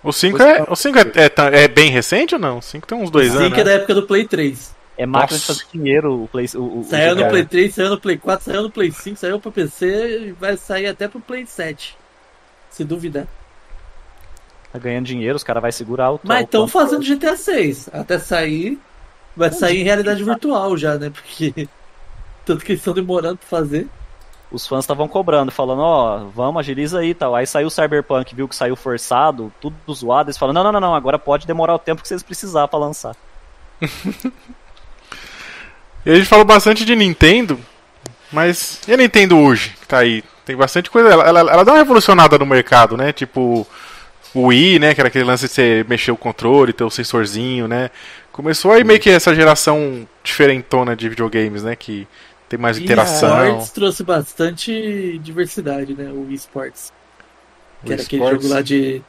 Speaker 1: O 5 é, o cinco é, é ta- é bem recente ou não? O 5 tem uns dois anos.
Speaker 3: 5 é
Speaker 1: né?
Speaker 3: da época do Play 3.
Speaker 4: É máquina
Speaker 1: Nossa.
Speaker 4: de fazer dinheiro o Play. O, o,
Speaker 3: Saiu
Speaker 4: o
Speaker 3: no
Speaker 1: cara.
Speaker 3: Play 3, saiu no Play 4, saiu no Play 5, saiu pro PC e vai sair até pro Play 7. Se duvidar.
Speaker 4: Tá ganhando dinheiro, os caras vão segurar o.
Speaker 3: Mas então
Speaker 4: o-
Speaker 3: estão fazendo GTA 6. Até sair. Vai sair em
Speaker 1: tá
Speaker 3: realidade virtual já, né? Porque. Tanto que eles estão demorando pra fazer.
Speaker 4: Os fãs estavam cobrando, falando, ó, vamos, agiliza aí e tal. Aí saiu o Cyberpunk, viu que saiu forçado, tudo zoado. Eles falaram, não, não, não, não, agora pode demorar o tempo que vocês precisar pra lançar.
Speaker 1: E a gente falou bastante de Nintendo, mas e a Nintendo hoje? Que tá aí. Tem bastante coisa. Ela, ela, ela dá uma revolucionada no mercado, né? Tipo o Wii, né? Que era aquele lance de você mexer o controle, ter o sensorzinho, né? Começou aí meio que essa geração diferentona de videogames, né? Que tem mais
Speaker 3: E
Speaker 1: interação.
Speaker 3: esportes trouxe bastante diversidade, né? O esports. Que
Speaker 1: O
Speaker 3: era aquele
Speaker 1: esportes.
Speaker 3: jogo lá de.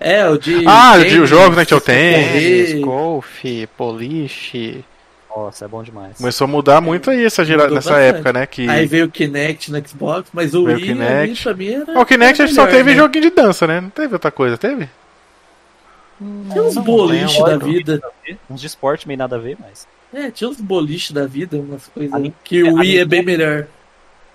Speaker 3: É, o de.
Speaker 1: Ah, o de-
Speaker 3: tênis,
Speaker 1: os jogos, né, que eu tenho.
Speaker 3: correr.
Speaker 2: tênis, golfe, boliche.
Speaker 4: Nossa, é bom demais.
Speaker 1: Começou a mudar muito aí essa gera...
Speaker 3: Mudou
Speaker 1: nessa
Speaker 3: bastante.
Speaker 1: época, né? Que...
Speaker 3: Aí veio o Kinect no Xbox, mas o
Speaker 1: Veio o
Speaker 3: Wii ali,
Speaker 1: Kinect.
Speaker 3: pra mim era.
Speaker 1: Ah, o Kinect a
Speaker 3: era
Speaker 1: gente só
Speaker 3: melhor,
Speaker 1: teve
Speaker 3: né?
Speaker 1: joguinho de dança, né? Não teve outra coisa, teve?
Speaker 3: Tinha uns
Speaker 2: Não
Speaker 1: né,
Speaker 3: boliche da
Speaker 2: lembro.
Speaker 3: vida.
Speaker 4: Uns de esporte meio nada a ver, mas.
Speaker 3: É, tinha uns boliche da vida, umas coisas.
Speaker 4: Ali-
Speaker 3: que o
Speaker 4: é,
Speaker 3: Wii
Speaker 4: ali-
Speaker 3: é bem melhor.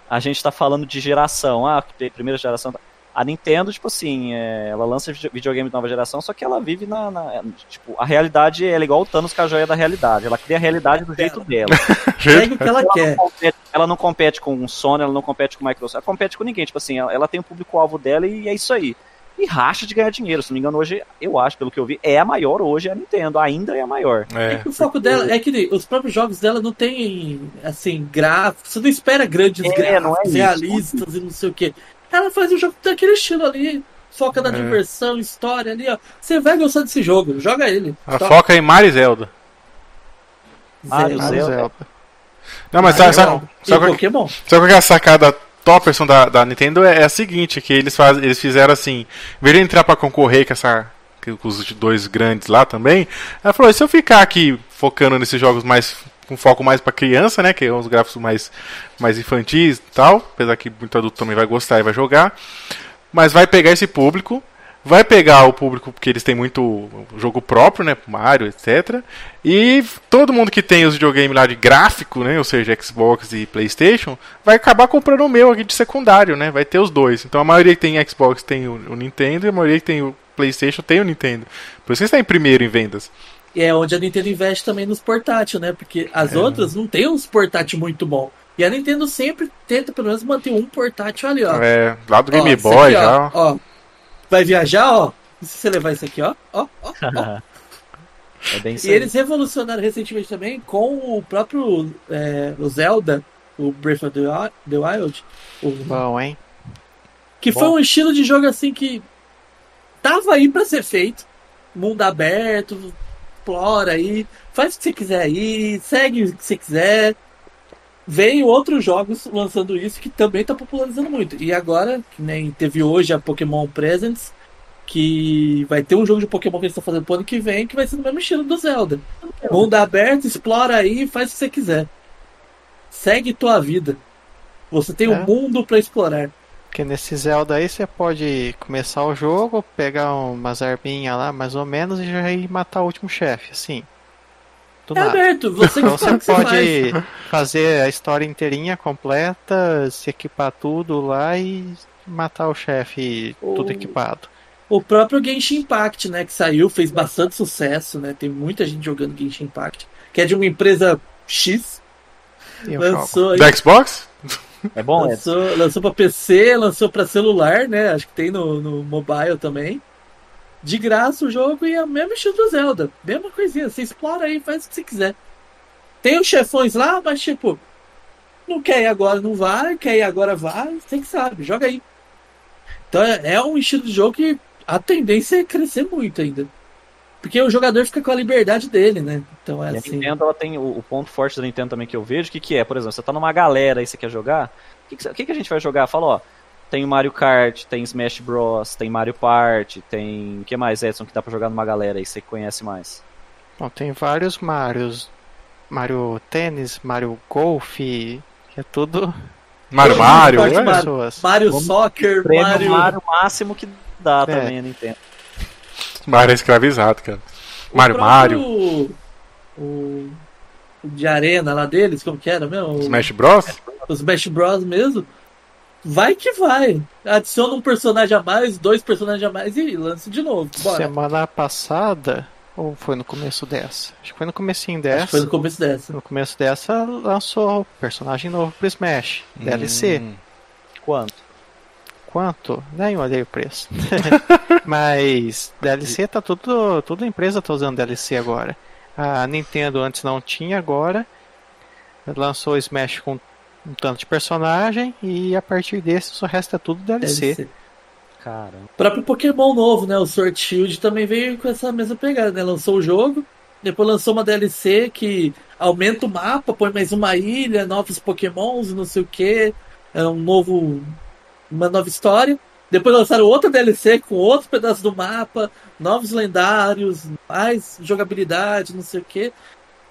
Speaker 4: a gente tá falando de geração, ah, de primeira geração. A Nintendo, tipo assim, é, ela lança vide- videogame de nova geração, só que ela vive na. na- tipo, a realidade, ela é igual o Thanos com a joia da realidade. Ela cria a realidade do jeito dela.
Speaker 1: Gente,
Speaker 3: Pega o que é- ela
Speaker 4: Ela
Speaker 3: quer.
Speaker 4: não compete, ela não compete com o Sony, ela não compete com o Microsoft, ela compete com ninguém. Tipo assim, ela, ela tem o público-alvo dela e é isso aí. E racha de ganhar dinheiro, se não me engano, hoje, eu acho, pelo que eu vi, é a maior hoje, é a Nintendo, ainda é a maior.
Speaker 1: É.
Speaker 3: O foco dela é que nem, os próprios jogos dela não tem, assim, gráficos. Você não espera grandes
Speaker 4: É, não é
Speaker 3: gráficos,
Speaker 4: isso.
Speaker 3: realistas e não sei o quê. Ela faz o jogo daquele estilo ali. Foca na
Speaker 1: É.
Speaker 3: diversão, história ali, ó. Você vai gostar desse jogo, joga ele.
Speaker 1: A
Speaker 3: Só-
Speaker 1: foca é em Mario e Zelda.
Speaker 4: Mario,
Speaker 3: Zero.
Speaker 4: Zelda.
Speaker 1: Não, mas
Speaker 3: Mario
Speaker 1: sabe, sabe,
Speaker 3: e
Speaker 1: sabe, qual,
Speaker 3: Pokémon.
Speaker 1: sabe qual que é a sacada topperson da, da Nintendo? É, é a seguinte, que eles, faz, eles fizeram assim, em vez de entrar pra concorrer com, essa, com os dois grandes lá também, ela falou, "E se eu ficar aqui focando nesses jogos mais com foco mais pra criança, né, que é uns gráficos mais, mais infantis e tal, apesar que muito adulto também vai gostar e vai jogar, mas vai pegar esse público, vai pegar o público porque eles têm muito jogo próprio, né, Mario, etc. E todo mundo que tem os videogames lá de gráfico, né, ou seja, Xbox e PlayStation, vai acabar comprando o meu aqui de secundário, né? Vai ter os dois. Então a maioria que tem Xbox tem o, o Nintendo e a maioria que tem o PlayStation tem o Nintendo. Por isso que está em primeiro em vendas.
Speaker 3: E é onde a Nintendo investe também nos portátil, né? Porque as
Speaker 1: É.
Speaker 3: outras não tem uns portátil muito bom. E a Nintendo sempre tenta, pelo menos, manter um portátil ali, ó.
Speaker 1: É, lá do
Speaker 3: Ó,
Speaker 1: Game
Speaker 3: esse
Speaker 1: Boy
Speaker 3: aqui, ó,
Speaker 1: já.
Speaker 3: Ó, Vai viajar, ó. E se você levar isso aqui, ó? Ó, ó.
Speaker 4: é bem isso
Speaker 3: E
Speaker 4: aí.
Speaker 3: eles revolucionaram recentemente também com o próprio é, o Zelda, o Breath of the Wi- the Wild. o-
Speaker 2: Bom, hein?
Speaker 3: que foi um estilo de jogo assim que tava aí pra ser feito. Mundo aberto, explora aí, faz o que você quiser aí, segue o que você quiser. Veio outros jogos lançando isso que também tá popularizando muito. E agora, que nem teve hoje a Pokémon Presents, que vai ter um jogo de Pokémon que eles estão fazendo pro ano que vem, que vai ser no mesmo estilo do Zelda. Mundo aberto, explora aí, faz o que você quiser. Segue tua vida. Você tem
Speaker 2: É.
Speaker 3: um mundo pra explorar.
Speaker 2: Porque nesse Zelda aí você pode começar o jogo, pegar umas arminhas lá, mais ou menos, e já ir matar o último chefe, assim. Do
Speaker 3: É
Speaker 2: nada.
Speaker 3: aberto, você que
Speaker 2: Então
Speaker 3: sabe
Speaker 2: você
Speaker 3: o é que você faz.
Speaker 2: pode fazer a história inteirinha, completa, se equipar tudo lá e matar o chefe
Speaker 3: O-
Speaker 2: tudo equipado.
Speaker 3: O próprio Genshin Impact, né, que saiu, fez bastante sucesso, né? Tem muita gente jogando Genshin Impact, que é de uma empresa X,
Speaker 2: E eu jogo.
Speaker 3: lançou, aí-
Speaker 1: Da Xbox?
Speaker 4: É bom, é.
Speaker 3: lançou, lançou para PC, lançou para celular, né? Acho que tem no, no mobile também. De graça o jogo e é o mesmo estilo do Zelda, mesma coisinha, você explora aí, faz o que você quiser. Tem os chefões lá, mas tipo, não quer ir agora, não vai, quer ir agora, vai, você que sabe, joga aí. Então é é um estilo de jogo que a tendência é crescer muito ainda. Porque o jogador fica com a liberdade dele, né? Então é
Speaker 4: E a
Speaker 3: assim.
Speaker 4: Nintendo, ela tem o, o ponto forte da Nintendo também que eu vejo, o que, que é? Por exemplo, você tá numa galera e você quer jogar, o que, que, você- o que que a gente vai jogar? Fala, ó, Tem o Mario Kart, tem Smash Bros, tem Mario Party, tem. O que mais, Edson, que dá pra jogar numa galera aí? Você que conhece mais?
Speaker 2: Bom, tem vários Marios. Mario Tênis, Mario Golf, que é tudo
Speaker 1: Mario
Speaker 3: Hoje,
Speaker 1: Mario,
Speaker 3: Mario
Speaker 1: é?
Speaker 3: Kart.
Speaker 2: pessoas.
Speaker 3: Mario
Speaker 4: Vamos-
Speaker 3: Soccer,
Speaker 4: Prêmio
Speaker 3: Mario...
Speaker 4: Mario máximo que dá
Speaker 2: É.
Speaker 4: também, a Nintendo.
Speaker 1: Mario é escravizado, cara. Mario
Speaker 3: o
Speaker 1: Mario,
Speaker 3: próprio- O... o de arena lá deles, como que era mesmo? O-
Speaker 1: Smash Bros?
Speaker 3: Os Smash Bros mesmo. Vai que vai. Adiciona um personagem a mais, dois personagens a mais e lança de novo. Bora.
Speaker 2: Semana passada, ou foi no começo dessa? Acho que foi no comecinho
Speaker 3: Acho que foi
Speaker 2: dessa.
Speaker 3: no começo dessa.
Speaker 2: No começo dessa lançou personagem novo pro Smash, DLC.
Speaker 1: Hum.
Speaker 4: Quanto?
Speaker 2: Quanto? Nem olhei o preço. Mas DLC tá tudo. Toda empresa tá usando DLC agora. A Nintendo antes não tinha, agora lançou o Smash com um tanto de personagem e a partir desse só resta tudo DLC.
Speaker 3: DLC.
Speaker 4: Caramba.
Speaker 3: O próprio Pokémon novo, né? O Sword Shield também veio com essa mesma pegada, né? Lançou o jogo, depois lançou uma DLC que aumenta o mapa, põe mais uma ilha, novos Pokémons, não sei o que, é um novo. uma nova história. Depois lançaram outra DLC com outro pedaço do mapa, novos lendários, mais jogabilidade, não sei o que.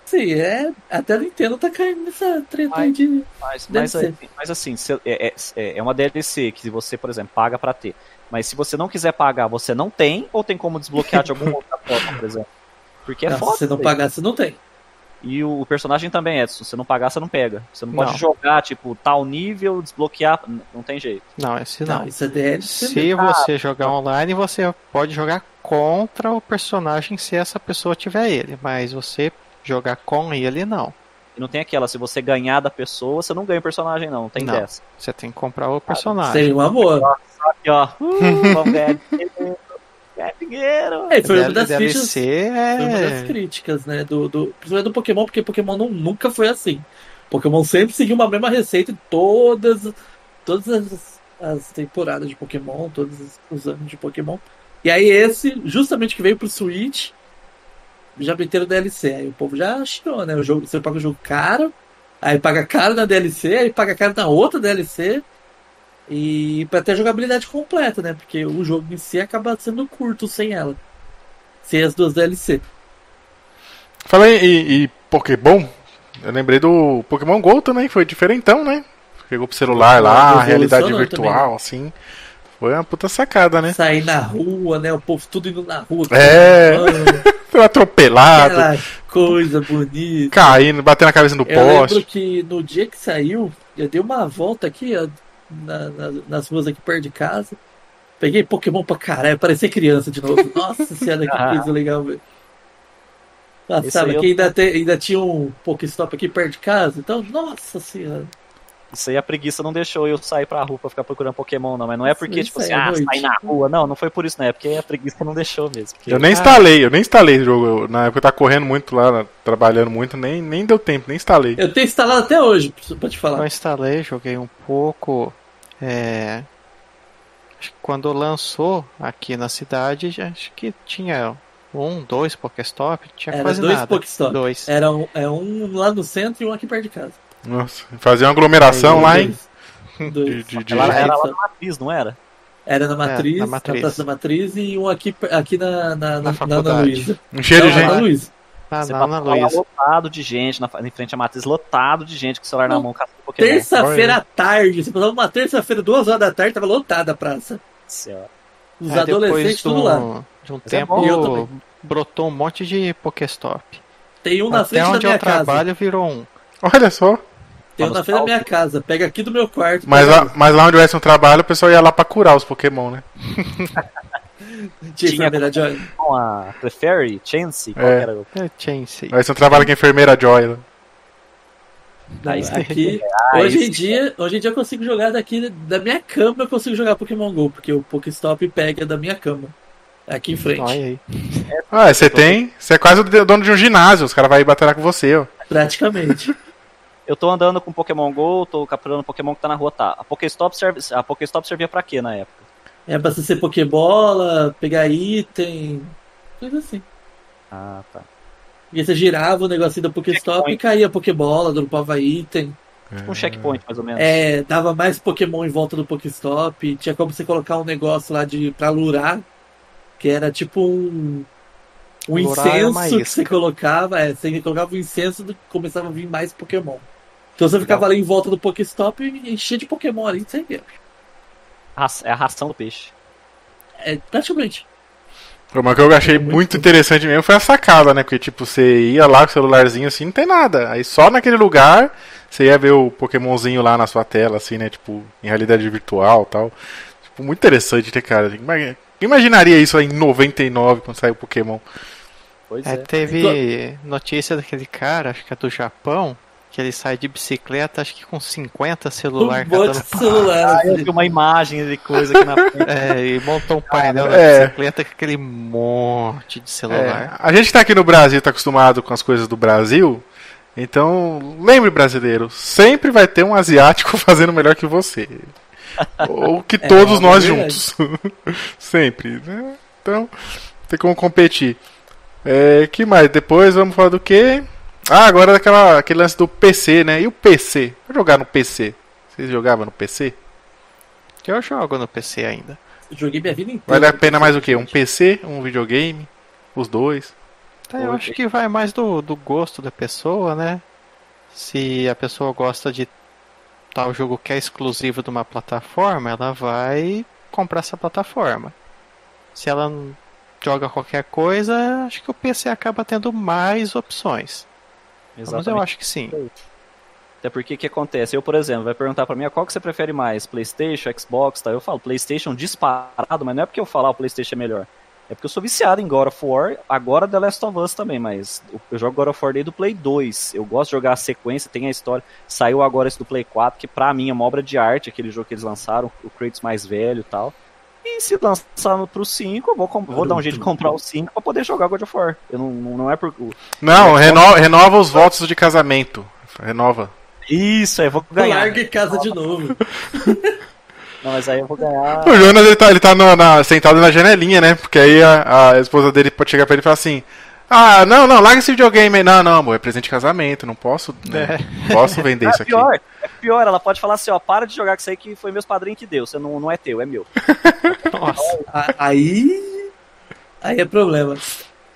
Speaker 3: Sim, é. Até a Nintendo tá caindo nessa treta aí de.
Speaker 4: Mas,
Speaker 3: Deve
Speaker 4: mas,
Speaker 3: ser.
Speaker 4: assim- mas assim, se- é, é- é, é uma DLC que você, por exemplo, paga pra ter. Mas se você não quiser pagar, você não tem, ou tem como desbloquear de alguma outra forma, por exemplo? Porque é
Speaker 3: Não,
Speaker 4: foda.
Speaker 3: se não
Speaker 4: velho.
Speaker 3: pagar, você não tem.
Speaker 4: E o, o personagem também, Edson. Se não pagar, você não pega. Você não pode
Speaker 2: Não.
Speaker 4: jogar, tipo, tal nível, desbloquear. n- Não tem jeito.
Speaker 2: Não, esse
Speaker 3: Não,
Speaker 2: não.
Speaker 3: isso é DLC. mesmo.
Speaker 2: Se você jogar online, você pode jogar contra o personagem se essa pessoa tiver ele, mas você jogar com ele não.
Speaker 4: E não tem aquela, se você ganhar da pessoa, você não ganha o personagem, não. Não tem
Speaker 2: Não.
Speaker 4: dessa.
Speaker 2: Você tem que comprar o personagem.
Speaker 3: Seria um amor.
Speaker 4: Aqui, ó. Uh, vamos ganhar dinheiro. Ganhar dinheiro.
Speaker 3: É, foi uma das fichas.
Speaker 2: DLC
Speaker 3: Foi uma das
Speaker 2: é
Speaker 3: críticas, né? Do, do, principalmente do Pokémon, porque Pokémon não- nunca foi assim. Pokémon sempre seguiu uma mesma receita em todas, todas as, as temporadas de Pokémon, todos os- os anos de Pokémon. E aí esse, justamente que veio pro Switch, já meteram DLC. Aí o povo já achou, né? O jogo, você paga o jogo caro, aí paga caro na DLC, aí paga caro na outra DLC. E pra ter a jogabilidade completa, né? Porque o jogo em si acaba sendo curto sem ela. Sem as duas DLC.
Speaker 1: Fala em, e, e Pokémon, eu lembrei do Pokémon GO também, foi diferentão, né? Chegou pro celular lá,
Speaker 3: Evolucionou
Speaker 1: realidade
Speaker 3: também,
Speaker 1: virtual, assim. Foi uma puta sacada, né?
Speaker 3: Sair na rua, né? O povo tudo indo na rua.
Speaker 1: É.
Speaker 3: Mano,
Speaker 1: Foi atropelado,
Speaker 3: aquela coisa bonita.
Speaker 1: caindo, batendo a cabeça no
Speaker 3: Eu lembro
Speaker 1: poste.
Speaker 3: que no dia que saiu, eu dei uma volta aqui ó, na- na- nas ruas aqui perto de casa. Peguei Pokémon pra caralho, parecia criança de novo. Nossa senhora, que
Speaker 4: Ah.
Speaker 3: coisa legal, velho. Passava
Speaker 4: aí eu-
Speaker 3: aqui, ainda, te- ainda tinha um Pokéstop aqui perto de casa, então, nossa senhora.
Speaker 4: Isso aí a preguiça não deixou eu sair pra rua pra ficar procurando Pokémon, não. Mas não é porque,
Speaker 3: Isso
Speaker 4: tipo
Speaker 3: aí
Speaker 4: assim,
Speaker 3: é
Speaker 4: ah,
Speaker 3: noite.
Speaker 4: sair na rua. Não, não foi por isso, né? É porque a preguiça não deixou mesmo. Porque- ah,
Speaker 1: Eu nem instalei, eu nem instalei o jogo. Eu- na época eu tava correndo muito lá, trabalhando muito, nem, nem deu tempo, nem instalei.
Speaker 3: Eu tenho instalado até hoje, pra te falar.
Speaker 2: Eu instalei, joguei um pouco. é, acho que Quando lançou aqui na cidade, já- acho que tinha um, dois Pokéstop, tinha
Speaker 3: Era
Speaker 2: quase
Speaker 3: dois
Speaker 2: nada.
Speaker 3: Pokéstop.
Speaker 2: Dois.
Speaker 3: Era um, é um lá no centro e um aqui perto de casa.
Speaker 1: Nossa, fazer uma aglomeração lá, hein?
Speaker 3: Dois.
Speaker 1: De,
Speaker 3: Dois.
Speaker 1: de, de-
Speaker 4: Ela era
Speaker 3: Isso.
Speaker 4: lá na matriz, não era?
Speaker 3: Era na
Speaker 2: É,
Speaker 3: Matriz,
Speaker 2: na
Speaker 3: na,
Speaker 2: Matriz.
Speaker 3: Praça da Matriz e um aqui, aqui na, na, na, na,
Speaker 2: faculdade.
Speaker 3: Ana Luísa.
Speaker 1: encher de
Speaker 3: Não, na
Speaker 1: gente.
Speaker 3: Ana Luísa.
Speaker 2: Ah,
Speaker 4: Você
Speaker 2: não,
Speaker 4: passava
Speaker 2: Ana
Speaker 4: lá
Speaker 2: Luísa.
Speaker 4: lotado de gente, na, em frente à matriz, lotado de gente com o celular na
Speaker 3: Não,
Speaker 4: mão, caçando Pokémon.
Speaker 3: Terça-feira à tarde. Você passava uma terça-feira, duas horas da tarde, tava lotada a praça.
Speaker 4: Senhora.
Speaker 3: Os
Speaker 2: Aí É,
Speaker 3: adolescentes
Speaker 2: depois
Speaker 3: tudo lá.
Speaker 2: do- de um
Speaker 4: Mas é
Speaker 2: tempo
Speaker 4: bom,
Speaker 3: eu também.
Speaker 2: brotou um monte de Pokéstop.
Speaker 3: Tem um na
Speaker 2: Até
Speaker 3: frente da
Speaker 2: onde eu
Speaker 3: minha casa.
Speaker 2: trabalho virou um.
Speaker 1: Olha só.
Speaker 3: Tem um na frente da minha casa. Pega aqui do meu quarto.
Speaker 1: Mas
Speaker 3: pega-
Speaker 1: lá, mas lá onde o Edson trabalha, o pessoal ia lá pra curar os Pokémon, né?
Speaker 3: Tinha
Speaker 4: tinha-
Speaker 3: enfermeira de olho.
Speaker 4: Com a Clefairy, Chance, qual
Speaker 1: É.
Speaker 4: que era? o-
Speaker 2: É Chansey.
Speaker 1: O Edson trabalha com a enfermeira Joy lá.
Speaker 3: Não,
Speaker 4: isso
Speaker 3: aqui,
Speaker 4: Ah,
Speaker 3: hoje,
Speaker 4: isso.
Speaker 3: em dia, hoje em dia eu consigo jogar daqui da minha cama, eu consigo jogar Pokémon GO, porque o Pokéstop pega da minha cama. Aqui em frente.
Speaker 2: Olha aí.
Speaker 1: Ah, você tem. Você é quase o de- dono de um ginásio, os caras vão ir bater com você, ó.
Speaker 3: Praticamente.
Speaker 4: Eu tô andando com Pokémon GO, tô capturando Pokémon que tá na rua, tá. A Pokéstop, serve, a Pokéstop servia pra quê na época?
Speaker 3: É abastecer Pokébola, pegar item, coisa assim.
Speaker 4: Ah, tá.
Speaker 3: E aí você girava o negocinho da Pokéstop e caía Pokébola, dropava item.
Speaker 4: Tipo um checkpoint, mais ou menos.
Speaker 3: É, dava mais Pokémon em volta do Pokéstop. Tinha como você colocar um negócio lá de pra lurar, que era tipo um. Um
Speaker 2: Lurar é uma
Speaker 3: incenso que você
Speaker 2: isca.
Speaker 3: colocava, é, você colocava o incenso e começava a vir mais Pokémon. Então você ficava ali em volta do Pokéstop e enchia de Pokémon ali, não sei o quê.
Speaker 4: Ra- É a ração do peixe.
Speaker 3: É, praticamente.
Speaker 1: Pô, Mas o que eu achei muito interessante mesmo foi a sacada, né? Porque, tipo, você ia lá com o celularzinho assim, não tem nada. Aí só naquele lugar você ia ver o Pokémonzinho lá na sua tela, assim, né? Tipo, em realidade virtual e tal. Tipo, muito interessante, né, cara? Imagina- Quem imaginaria isso aí em 99 quando saiu o Pokémon?
Speaker 4: Pois
Speaker 2: É,
Speaker 4: é.
Speaker 2: teve notícia daquele cara, acho que é do Japão, que ele sai de bicicleta, acho que com 50 celular
Speaker 3: Um monte
Speaker 2: cada
Speaker 3: de celular.
Speaker 4: Eu vi uma imagem de coisa aqui na frente.
Speaker 2: É, e montou um painel na
Speaker 1: É.
Speaker 2: bicicleta com aquele monte de
Speaker 1: É,
Speaker 2: celular.
Speaker 1: a gente tá aqui no Brasil, tá acostumado com as coisas do Brasil. Então, lembre brasileiro, sempre vai ter um asiático fazendo melhor que você. Ou que todos
Speaker 3: é
Speaker 1: nós
Speaker 3: verdade.
Speaker 1: juntos. sempre, né? Então, tem como competir. É, que mais? Depois vamos falar do quê? Ah, agora daquela, aquele lance do PC, né? E o PC? Pra jogar no PC. Vocês jogavam no PC?
Speaker 2: Eu jogo no PC ainda.
Speaker 3: Joguei minha vida inteira.
Speaker 1: Vale a pena mais o quê? Um PC? Um videogame? Os dois?
Speaker 2: Então, eu
Speaker 4: Oi.
Speaker 2: acho que vai mais do, do gosto da pessoa, né? Se a pessoa gosta de tal jogo que é exclusivo de uma plataforma, ela vai comprar essa plataforma. Se ela n- joga qualquer coisa, acho que o PC acaba tendo mais opções. Mas eu
Speaker 4: Exatamente.
Speaker 2: acho que sim.
Speaker 4: Até porque o que acontece? Eu, por exemplo, vai perguntar pra mim ah, qual que você prefere mais, Playstation, Xbox, tá? Eu falo Playstation disparado, mas não é porque eu falar o Playstation é melhor. É porque eu sou viciado em God of War, agora The Last of Us também, mas eu- eu jogo God of War desde o Play 2. Eu gosto de jogar a sequência, tem a história. Saiu agora esse do Play 4, que pra mim é uma obra de arte, aquele jogo que eles lançaram, o Kratos mais velho e tal. E se lançar no- pro 5, eu vou, com- vou dar um jeito de comprar o 5 pra poder jogar God of War. Eu não, não é por.
Speaker 1: Não, reno- renova os votos de casamento. Renova.
Speaker 4: Isso, aí eu vou ganhar.
Speaker 3: Larga em casa de novo.
Speaker 4: Não, mas aí eu vou ganhar.
Speaker 1: O Jonas ele tá, ele tá na- na- sentado na janelinha, né? Porque aí a, a esposa dele pode chegar pra ele e falar assim: Ah, não, não, larga esse videogame aí. Não, não, amor, é presente de casamento, não posso, né? Não posso vender isso
Speaker 4: é
Speaker 1: aqui.
Speaker 4: pior, é pior, ela pode falar assim, ó, para de jogar com isso aí que foi meus padrinhos que deu, você não, não é teu, é meu.
Speaker 2: Nossa,
Speaker 3: A- aí. Aí é problema.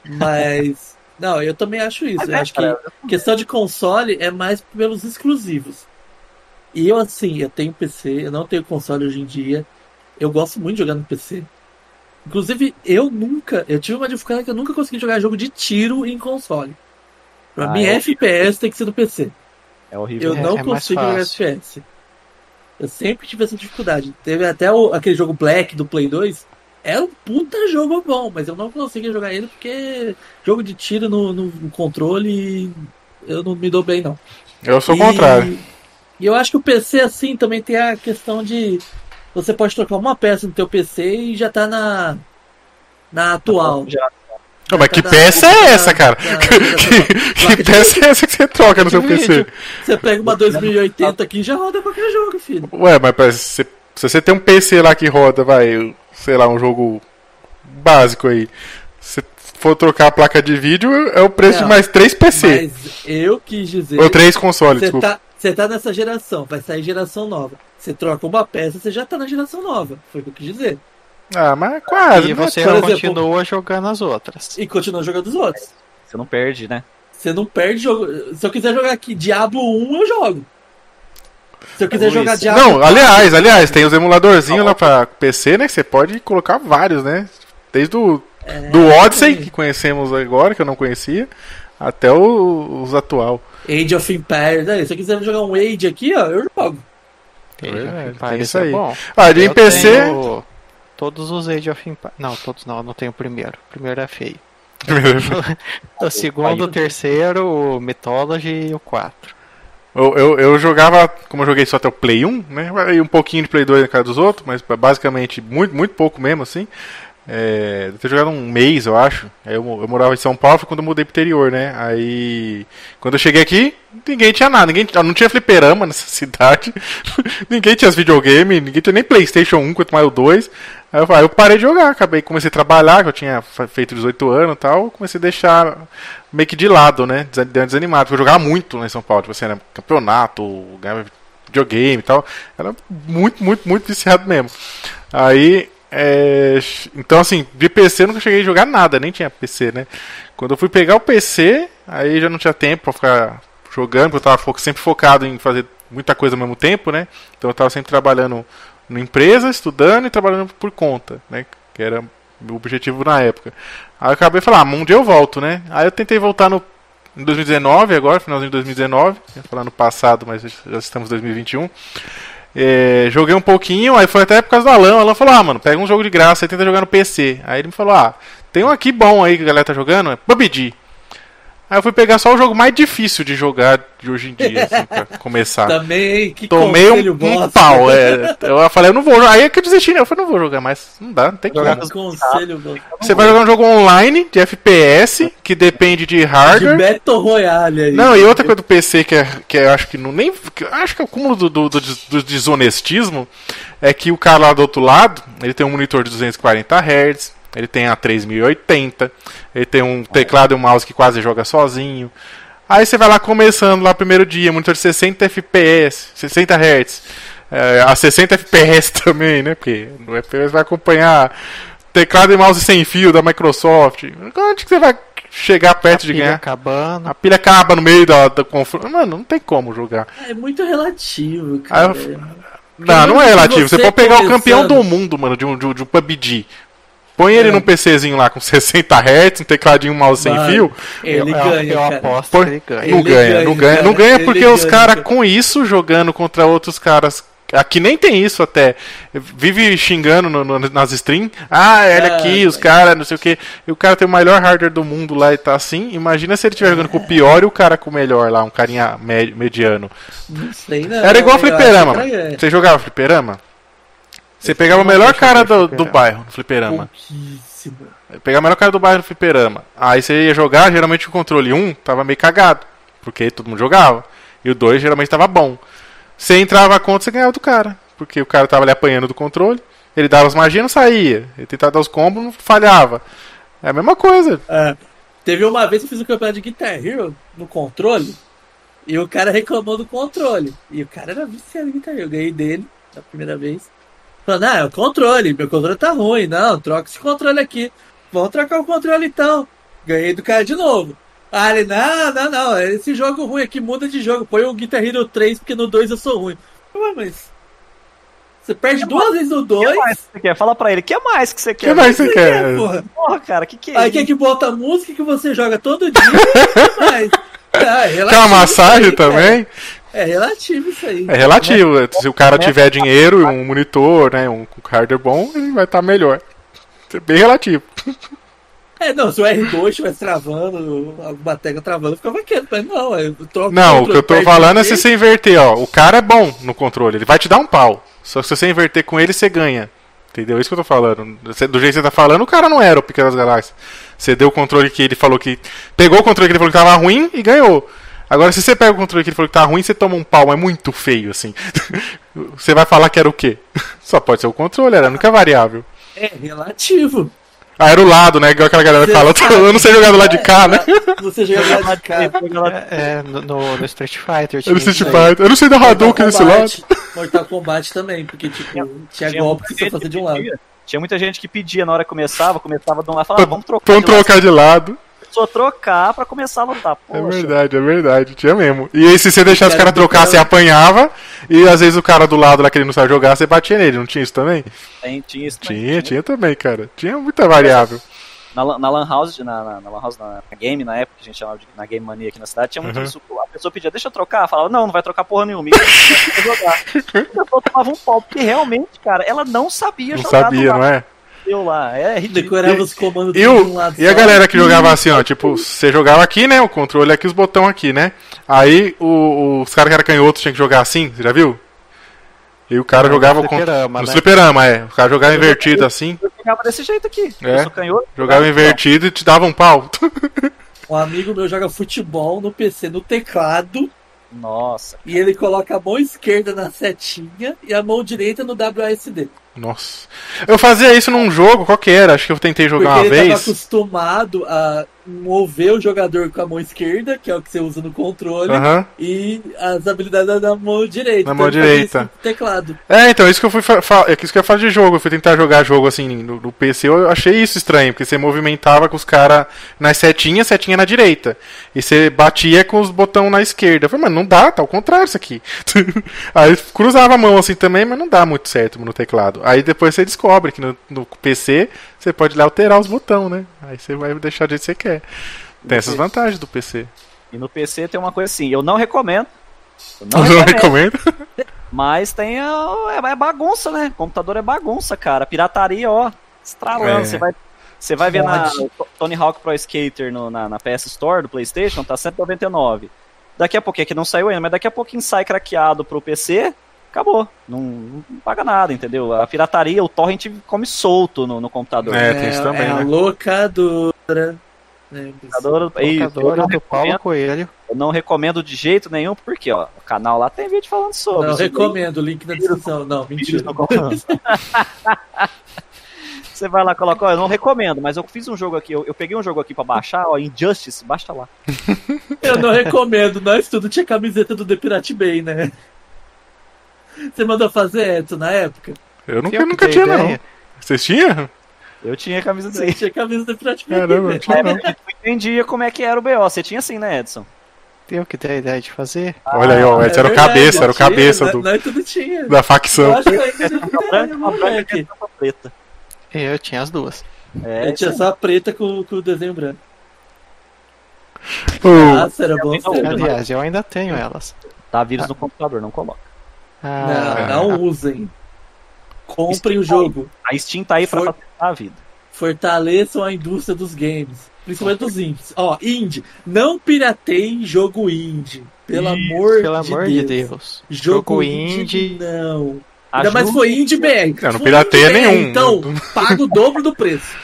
Speaker 3: Mas. Não, eu também acho isso.
Speaker 4: Mas
Speaker 3: eu
Speaker 4: é,
Speaker 3: acho que questão de console é mais pelos exclusivos. E eu, assim, eu tenho PC, eu não tenho console hoje em dia. Eu gosto muito de jogar no PC. Inclusive, eu nunca. Eu tive uma dificuldade que eu nunca consegui jogar jogo de tiro em console. Pra
Speaker 4: Ah,
Speaker 3: mim,
Speaker 4: é?
Speaker 3: FPS tem que ser no PC.
Speaker 4: É horrível.
Speaker 3: Eu
Speaker 2: É,
Speaker 3: não
Speaker 2: é mais
Speaker 3: consigo jogar
Speaker 2: fácil.
Speaker 3: FPS. Eu sempre tive essa dificuldade. Teve até o- aquele jogo Black do Play 2. Era um puta jogo bom, mas eu não conseguia jogar ele porque jogo de tiro no, no- no controle eu não me dou bem, não.
Speaker 1: Eu sou o
Speaker 3: E-
Speaker 1: contrário.
Speaker 3: E eu acho que o PC, assim, também tem a questão de. Você pode trocar uma peça no teu PC e já tá na. Na atual.
Speaker 4: Já-
Speaker 1: Não, mas que
Speaker 3: Cada-
Speaker 1: peça é essa, cara?
Speaker 3: Já- já-
Speaker 1: Que, que
Speaker 3: Troca de-
Speaker 1: peça é essa que você troca no seu
Speaker 2: Que vídeo.
Speaker 1: PC?
Speaker 3: Você pega uma 2080 aqui e já roda qualquer jogo, filho.
Speaker 1: Ué, mas pra- se, se você tem um PC lá que roda, vai, sei lá, um jogo básico aí. Se for trocar a placa de vídeo, é o preço
Speaker 3: Não,
Speaker 1: de mais três PC.
Speaker 3: Mas eu quis dizer.
Speaker 1: Ou três consoles,
Speaker 3: Você
Speaker 1: desculpa.
Speaker 3: tá, você tá nessa geração, vai sair geração nova. Você troca uma peça, você já tá na geração nova. Foi o que eu quis dizer.
Speaker 1: Ah, mas quase.
Speaker 2: tá- e
Speaker 1: não é
Speaker 2: você
Speaker 1: tão-
Speaker 3: por exemplo-
Speaker 2: continua jogando as outras.
Speaker 3: E continua jogando os outros.
Speaker 4: Você não perde, né?
Speaker 3: Você não perde jogo. Se eu quiser jogar aqui Diablo 1, eu jogo. Se eu quiser
Speaker 4: Luiz,
Speaker 3: jogar Diablo
Speaker 2: tá-
Speaker 1: Não, aliás, aliás, tem os emuladorzinhos lá pra PC, né? Que você pode colocar vários, né? Desde o
Speaker 2: É,
Speaker 1: do Odyssey,
Speaker 3: também.
Speaker 1: que conhecemos agora, que eu não conhecia, até o- os atual.
Speaker 3: Age of Empires, né? se eu quiser jogar um Age aqui, ó, eu jogo.
Speaker 1: É
Speaker 2: Age of
Speaker 1: verdade, tem
Speaker 2: Empires
Speaker 1: isso
Speaker 2: é
Speaker 1: aí.
Speaker 2: bom.
Speaker 1: Ah, de
Speaker 2: Eu
Speaker 1: PC.
Speaker 2: tenho Todos os Age of Empires. Não, todos não, eu não tenho o primeiro. O primeiro é feio. O segundo, o terceiro, o Mythology e o 4.
Speaker 1: Eu, eu, eu jogava, como eu joguei só até o um Play 1, né? E um pouquinho de Play 2 na casa dos outros, mas basicamente muito, muito pouco mesmo, assim. É, deve ter jogado um mês, eu acho. Aí eu, mo- eu morava em São Paulo, foi quando eu mudei pro interior, né? Aí, quando eu cheguei aqui, ninguém tinha nada. Ninguém, ah, não tinha fliperama nessa cidade. ninguém tinha videogame, ninguém tinha nem Playstation 1, quanto mais o 2. Aí eu, falei, "Ah, eu parei de jogar, acabei, comecei a trabalhar, que eu tinha fa- feito 18 anos e tal. Comecei a deixar meio que de lado, né? Desa- deu uma desanimado, porque eu jogava muito lá em São Paulo. Tipo assim, era campeonato, ganhava videogame e tal. Era muito, muito, muito viciado mesmo. Aí, é, então assim, de PC eu nunca cheguei a jogar nada, nem tinha PC, né? Quando eu fui pegar o PC, aí já não tinha tempo pra ficar jogando, porque eu tava fo- sempre focado em fazer muita coisa ao mesmo tempo, né? Então eu tava sempre trabalhando na empresa, estudando e trabalhando por conta, né? Que era o objetivo na época. Aí eu acabei falando, ah, um dia eu volto, né? Aí eu tentei voltar no em 2019 agora, finalzinho de 2019, ia falar no passado, mas já estamos em 2021. É, joguei um pouquinho, aí foi até por causa do Alan. O Alan falou: Ah, mano, pega um jogo de graça e tenta jogar no PC. Aí ele me falou: Ah, tem um aqui bom aí que a galera tá jogando, é PUBG. Aí eu fui pegar só o jogo mais difícil de jogar de hoje em dia, assim, pra começar.
Speaker 3: Também, que
Speaker 1: Tomei um,
Speaker 3: conselho
Speaker 1: um
Speaker 3: bosta.
Speaker 1: pau, é. Eu falei, eu não vou jogar. Aí é que eu desisti, né? Eu falei, não vou jogar mais. Não dá, não tem como.
Speaker 3: Que conselho bosta.
Speaker 1: Você vai jogar um jogo online de FPS, que depende de
Speaker 3: De
Speaker 1: hardware.
Speaker 3: Battle Royale aí.
Speaker 1: Não, e outra coisa do PC que, é, que eu acho que não nem. que eu acho que é o cúmulo do, do, do des- do desonestismo é que o cara lá do outro lado, ele tem um monitor de 240 Hz, ele tem a 3080, ele tem um teclado e um mouse que quase joga sozinho. Aí você vai lá começando lá primeiro dia, monitor de 60 FPS, 60 Hz. é, a 60 FPS também, né? Porque no FPS vai acompanhar teclado e mouse sem fio da Microsoft. Onde que você vai chegar perto de
Speaker 2: Pilha
Speaker 1: ganhar?
Speaker 2: acabando.
Speaker 1: A pilha acaba no meio da, da confronto. Mano, não tem como jogar.
Speaker 3: É muito relativo, cara.
Speaker 1: Ah, Não, não
Speaker 3: menos
Speaker 1: é
Speaker 3: que
Speaker 1: relativo. Você,
Speaker 3: você
Speaker 1: pode pegar o
Speaker 3: começando.
Speaker 1: campeão do mundo, mano, de um, de um, de um PUBG. Põe ele
Speaker 3: É.
Speaker 1: num PCzinho lá com 60 Hz, um tecladinho um mouse sem
Speaker 3: Vai.
Speaker 1: fio. é,
Speaker 2: eu,
Speaker 3: Ele
Speaker 2: eu-
Speaker 3: ganha,
Speaker 2: eu
Speaker 3: cara.
Speaker 2: aposto
Speaker 1: Por-
Speaker 2: que ele ganha.
Speaker 1: não
Speaker 3: Ele
Speaker 1: ganha,
Speaker 3: ganha,
Speaker 1: não ganha. Não
Speaker 3: cara.
Speaker 1: ganha
Speaker 3: Ele
Speaker 1: porque os
Speaker 3: ganha,
Speaker 1: caras
Speaker 3: cara.
Speaker 1: com isso jogando contra outros caras. Aqui nem tem isso até. Vive xingando no- no- nas streams. Ah, olha
Speaker 3: Ah,
Speaker 1: aqui, os caras, não sei o que. E o cara tem o melhor hardware do mundo lá e tá assim. Imagina se ele estiver jogando com o pior e o cara com o melhor lá, um carinha me- mediano.
Speaker 3: Não sei, não.
Speaker 1: Era igual
Speaker 3: Eu
Speaker 1: fliperama.
Speaker 3: acho que ganha.
Speaker 1: Você jogava fliperama? Você pegava o
Speaker 2: não
Speaker 1: melhor
Speaker 2: deixo
Speaker 1: cara
Speaker 2: de
Speaker 1: do, do
Speaker 2: fliperama.
Speaker 1: bairro no fliperama.
Speaker 3: Pouquíssimo.
Speaker 1: Pegava o melhor cara do bairro no fliperama. Aí você ia jogar, geralmente o controle 1 tava meio cagado. Porque todo mundo jogava. E o 2 geralmente tava bom. Você entrava a conta, você ganhava do cara. Porque o cara tava ali apanhando do controle. Ele dava as magias, não saía. Ele tentava dar os combos, não falhava. É a mesma coisa.
Speaker 3: É. Teve uma vez que eu fiz um campeonato de Guitar Hero no controle e o cara reclamou do controle. E o cara era viciado em Guitar Hero. Eu ganhei dele da primeira vez. Falando, ah, é o controle, meu controle tá ruim. Não, troca esse controle aqui. Vamos trocar o controle então. Ganhei do cara de novo. Ah, ele, não, não, não, esse jogo ruim aqui muda de jogo. Põe o Guitar Hero 3 porque no 2 eu sou ruim. Ué, mas. Você perde duas vezes no
Speaker 4: O que
Speaker 3: 2?
Speaker 4: mais que você quer? Fala pra ele, o que mais que você
Speaker 1: O que
Speaker 3: é
Speaker 4: quer?
Speaker 1: mais você quer?
Speaker 3: porra.
Speaker 4: Porra, cara, que que é
Speaker 3: Aí
Speaker 4: isso?
Speaker 3: quer que bota a música que você joga todo dia, mas. Ah, é relativo
Speaker 1: Quer uma massagem
Speaker 3: isso aí, cara.
Speaker 1: também?
Speaker 3: É relativo isso aí.
Speaker 1: É relativo. Se o cara tiver dinheiro, um monitor, né, um hardware bom, ele vai estar melhor. Isso é bem relativo.
Speaker 3: É, não, se o R2 estivesse travando, alguma tecla travando, ficava quieto, mas não, é, eu troco
Speaker 1: Não, o
Speaker 3: outro,
Speaker 1: que eu tô
Speaker 3: perde
Speaker 1: falando é
Speaker 3: um
Speaker 1: se você inverter, ó. O cara é bom no controle, ele vai te dar um pau. Só que se você inverter com ele, você ganha. Entendeu? É Isso que eu tô falando. Você- Do jeito que você tá falando, o cara não era o Pica das Galáxias. Você deu o controle que ele falou que. Pegou o controle que ele falou que tava ruim e ganhou. Agora, se você pega o controle que ele falou que tá ruim, você toma um pau, é muito feio, assim. você vai falar que era o quê? Só pode ser o controle, era a única variável.
Speaker 3: É relativo.
Speaker 1: Ah, era o lado, né? Igual aquela galera que fala, eu não sei jogar do lado de cá, né?
Speaker 3: é, Você joga lá de cara.
Speaker 2: É, é, no, no- no Street Fighter.
Speaker 1: Eu
Speaker 2: tinha
Speaker 1: não sei
Speaker 2: isso aí.
Speaker 1: Fighter, eu não sei dar Hadouken desse lado.
Speaker 3: Mortal Kombat também, porque tipo, tinha golpe que você fazia de um lado.
Speaker 4: pedia- tinha muita gente que pedia na hora que começava, começava de um lado, falava, ah, vamos trocar.
Speaker 1: Vamos
Speaker 4: de lado.
Speaker 1: trocar de lado.
Speaker 4: Só trocar pra começar a lutar. Poxa,
Speaker 1: É verdade, é verdade, tinha mesmo. E aí, se você deixar os
Speaker 3: Cara,
Speaker 1: caras trocar,
Speaker 3: cara-
Speaker 1: você apanhava. E às vezes o cara do lado lá que ele não sabe jogar, você batia nele, não tinha isso também?
Speaker 4: tem- tinha isso, né?
Speaker 1: Tinha, tinha também, cara. Tinha muita variável.
Speaker 4: Na, lan- na Lan House, na, na, na Lan House, na, na Game, na época, que a gente chamava de na Game Mania aqui na cidade, tinha muito
Speaker 1: Uhum.
Speaker 4: isso. A pessoa pedia, deixa eu trocar. Falava, não, não vai trocar porra nenhuma. E eu jogar. A pessoa tomava um pau, porque realmente, cara, ela não sabia
Speaker 1: Não
Speaker 4: jogar do
Speaker 1: sabia,
Speaker 4: lado
Speaker 1: não é?
Speaker 4: que eu lá. É ridículo.
Speaker 3: Decorava os comandos
Speaker 1: E,
Speaker 3: tudo de um
Speaker 1: o,
Speaker 3: lado
Speaker 1: e a
Speaker 3: só.
Speaker 1: galera que jogava assim, ó, tipo, você jogava aqui, né? O controle aqui, os botões aqui, né? Aí o- os caras que eram canhotos tinham que jogar assim, você já viu? E o cara
Speaker 2: No
Speaker 1: jogava o controle.
Speaker 2: fliperama,
Speaker 1: No
Speaker 2: né?
Speaker 1: fliperama, é. O cara jogava invertido assim.
Speaker 4: Eu joguei jogava desse jeito aqui.
Speaker 1: É.
Speaker 4: Eu sou canhoto. né?
Speaker 1: Jogava invertido e te dava um pau.
Speaker 3: Um amigo meu joga futebol no PC no teclado
Speaker 4: Nossa.
Speaker 3: e ele coloca a mão esquerda na setinha e a mão direita no WASD.
Speaker 1: Nossa. Eu fazia isso num jogo, qual que era? Acho que eu tentei
Speaker 3: Porque
Speaker 1: jogar uma
Speaker 3: ele
Speaker 1: vez.
Speaker 3: tava acostumado a mover o jogador com a mão esquerda, que é o que você usa no controle,
Speaker 1: Aham.
Speaker 3: e as habilidades da mão direita.
Speaker 1: Na mão
Speaker 3: ele fazia
Speaker 1: direita.
Speaker 3: isso no teclado.
Speaker 1: É, então, isso que eu fui fa fa- é que isso que eu falo de jogo. Eu fui tentar jogar jogo assim no, no PC, eu achei isso estranho, porque você movimentava com os caras nas setinhas, setinha na direita. E você batia com os botões na esquerda. Eu falei, mano, não dá, tá ao contrário isso aqui. Aí eu cruzava a mão assim também, mas não dá muito certo no teclado. Aí depois você descobre que no, no PC você pode lá alterar os botões, né? Aí você vai deixar do jeito que você quer. Tem essas
Speaker 4: Isso.
Speaker 1: vantagens do PC.
Speaker 4: E no PC tem uma coisa assim, eu não recomendo. Eu não
Speaker 1: Não,
Speaker 4: recomendo.
Speaker 1: recomendo.
Speaker 4: Mas tem. a- É, é bagunça, né? Computador é bagunça, cara. Pirataria, ó, estralando.
Speaker 1: É.
Speaker 4: Você vai. Você vai ver na
Speaker 3: Pode.
Speaker 4: o Tony Hawk Pro Skater no- na, na PS Store do PlayStation, tá 199. Daqui a pouquinho, que não saiu ainda, mas daqui a pouquinho sai craqueado pro PC, acabou. Não, não paga nada, entendeu? A pirataria, o torrent come solto no, no computador.
Speaker 1: É, tem isso também,
Speaker 3: é a
Speaker 1: né?
Speaker 3: locadora. né?
Speaker 4: Computador- e-
Speaker 2: Locadora
Speaker 4: eu,
Speaker 2: do Paulo Coelho.
Speaker 4: eu não recomendo de jeito nenhum, porque ó, o canal lá tem vídeo falando sobre.
Speaker 3: Não
Speaker 4: isso daí.
Speaker 3: recomendo, link na descrição. Não, mentira.
Speaker 4: Você vai lá, coloca, ó, eu não recomendo, mas eu fiz um jogo aqui, eu, eu peguei um jogo aqui pra baixar, ó, Injustice, baixa lá.
Speaker 3: Eu não recomendo, nós tudo tinha camiseta do The Pirate Bay, né? Você mandou fazer, Eto, na época?
Speaker 1: Eu nunca,
Speaker 2: Pior que
Speaker 1: nunca
Speaker 2: tem
Speaker 1: tinha,
Speaker 2: ideia.
Speaker 1: não. Vocês tinham?
Speaker 4: Eu tinha a camisa
Speaker 3: Você
Speaker 4: desse.
Speaker 3: tinha camisa do The Pirate Bay.
Speaker 1: Caramba,
Speaker 3: né?
Speaker 1: não tinha não.
Speaker 4: Eu entendia como é que era o BO, você tinha assim, né, Edson?
Speaker 2: Eu que dei a ideia de fazer.
Speaker 1: Olha aí, ó,
Speaker 3: É
Speaker 1: esse era o
Speaker 3: verdade,
Speaker 1: cabeça, era o
Speaker 3: tinha,
Speaker 1: cabeça
Speaker 3: né?
Speaker 1: do,
Speaker 3: Nós tudo tinha.
Speaker 1: da
Speaker 3: Eu
Speaker 1: facção.
Speaker 3: acho que ainda não
Speaker 4: Uma branca,
Speaker 3: tem, né,
Speaker 4: uma branca e
Speaker 3: moleque.
Speaker 4: uma preta.
Speaker 2: Eu tinha as duas.
Speaker 4: É,
Speaker 3: Eu tinha só a preta com, com o desenho branco.
Speaker 1: O,
Speaker 3: Nossa, era bom
Speaker 4: não,
Speaker 3: ser.
Speaker 4: não.
Speaker 2: Aliás, eu ainda tenho elas.
Speaker 4: Dá tá, vírus no computador, não coloca.
Speaker 2: Ah,
Speaker 3: Não, não usem. Comprem o
Speaker 1: é
Speaker 3: jogo.
Speaker 4: A Steam tá aí pra
Speaker 3: Foi-
Speaker 4: facilitar a vida.
Speaker 3: Fortaleçam a indústria dos games. Principalmente dos indies. Ó, indie. Não pirateiem jogo indie. Pelo amor,
Speaker 2: pelo amor de Deus.
Speaker 3: Jogo,
Speaker 2: Jogo
Speaker 3: indie,
Speaker 2: indie.
Speaker 3: não. Ainda
Speaker 4: Ajuda-
Speaker 3: mais foi indie BR.
Speaker 1: Não, não
Speaker 3: Se for
Speaker 1: pirateia
Speaker 3: indie BR,
Speaker 1: nenhum.
Speaker 3: Então, paga o dobro do preço.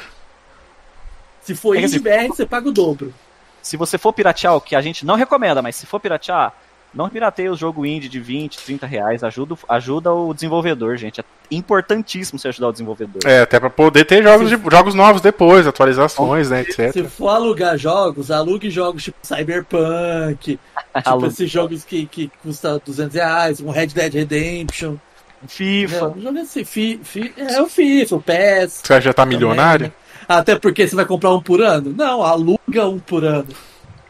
Speaker 3: Se for
Speaker 4: É que
Speaker 3: indie BR, você paga o dobro.
Speaker 4: Se você for piratear, o que a gente não recomenda, mas se for piratear, não pirateia o jogo indie de 20, 30 reais. Ajuda, o- ajuda o desenvolvedor, gente. É importantíssimo você ajudar o desenvolvedor.
Speaker 1: é, até pra poder ter jogos, de- jogos novos depois, atualizações, né,
Speaker 3: Se
Speaker 1: etc.
Speaker 3: for alugar jogos, alugue jogos tipo Cyberpunk, tipo
Speaker 4: Aluga.
Speaker 3: esses jogos que, que custa 200 reais, um Red Dead Redemption.
Speaker 4: FIFA.
Speaker 3: Não, joga esse fi, fi- é o FIFA, o PES.
Speaker 1: Você já tá milionário?
Speaker 3: Até porque você vai comprar um por ano? Não, aluga um por ano.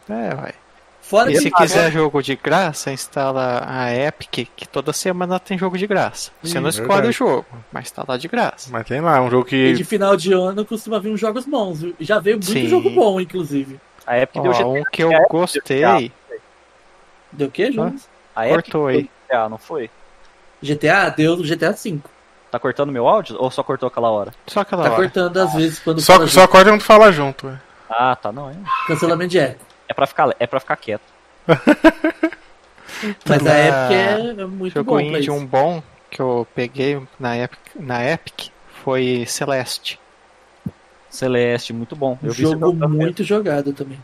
Speaker 2: É, vai.
Speaker 3: Fora
Speaker 2: E
Speaker 3: que
Speaker 2: se
Speaker 3: agora-
Speaker 2: quiser jogo de graça, instala a Epic, que toda semana tem jogo de graça. Você
Speaker 1: Ih,
Speaker 2: não escolhe
Speaker 1: verdade.
Speaker 2: o jogo, mas tá lá de graça.
Speaker 1: Mas tem lá, um jogo
Speaker 3: E
Speaker 1: que.
Speaker 3: né? de final de ano costuma vir uns jogos bons. viu? Já veio muito
Speaker 2: Sim.
Speaker 3: jogo bom, inclusive.
Speaker 4: A Epic deu
Speaker 2: Ó,
Speaker 4: GTA.
Speaker 2: um que eu
Speaker 4: é,
Speaker 2: gostei,
Speaker 3: Deu o quê, Jonas?
Speaker 4: A Epic
Speaker 2: cortou aí.
Speaker 4: deu GTA, não foi?
Speaker 3: GTA deu GTA V.
Speaker 4: Tá cortando meu áudio? Ou só cortou aquela hora?
Speaker 2: Só aquela
Speaker 3: Tá
Speaker 2: hora.
Speaker 3: cortando às vezes quando
Speaker 1: Só,
Speaker 3: fala
Speaker 1: só acorda quando falar junto. é.
Speaker 4: Ah, tá, não. É,
Speaker 3: junto. cancelamento de eco.
Speaker 4: é, pra, ficar, é pra ficar quieto.
Speaker 3: Mas
Speaker 2: Tá.
Speaker 3: a Epic é, é muito
Speaker 2: Jogo
Speaker 3: bom pra
Speaker 2: indie,
Speaker 3: isso.
Speaker 2: um bom que eu peguei na Epic, na Epic foi Celeste.
Speaker 4: Celeste, muito bom. Eu vi você
Speaker 3: jogo
Speaker 4: jogando
Speaker 3: muito jogado também.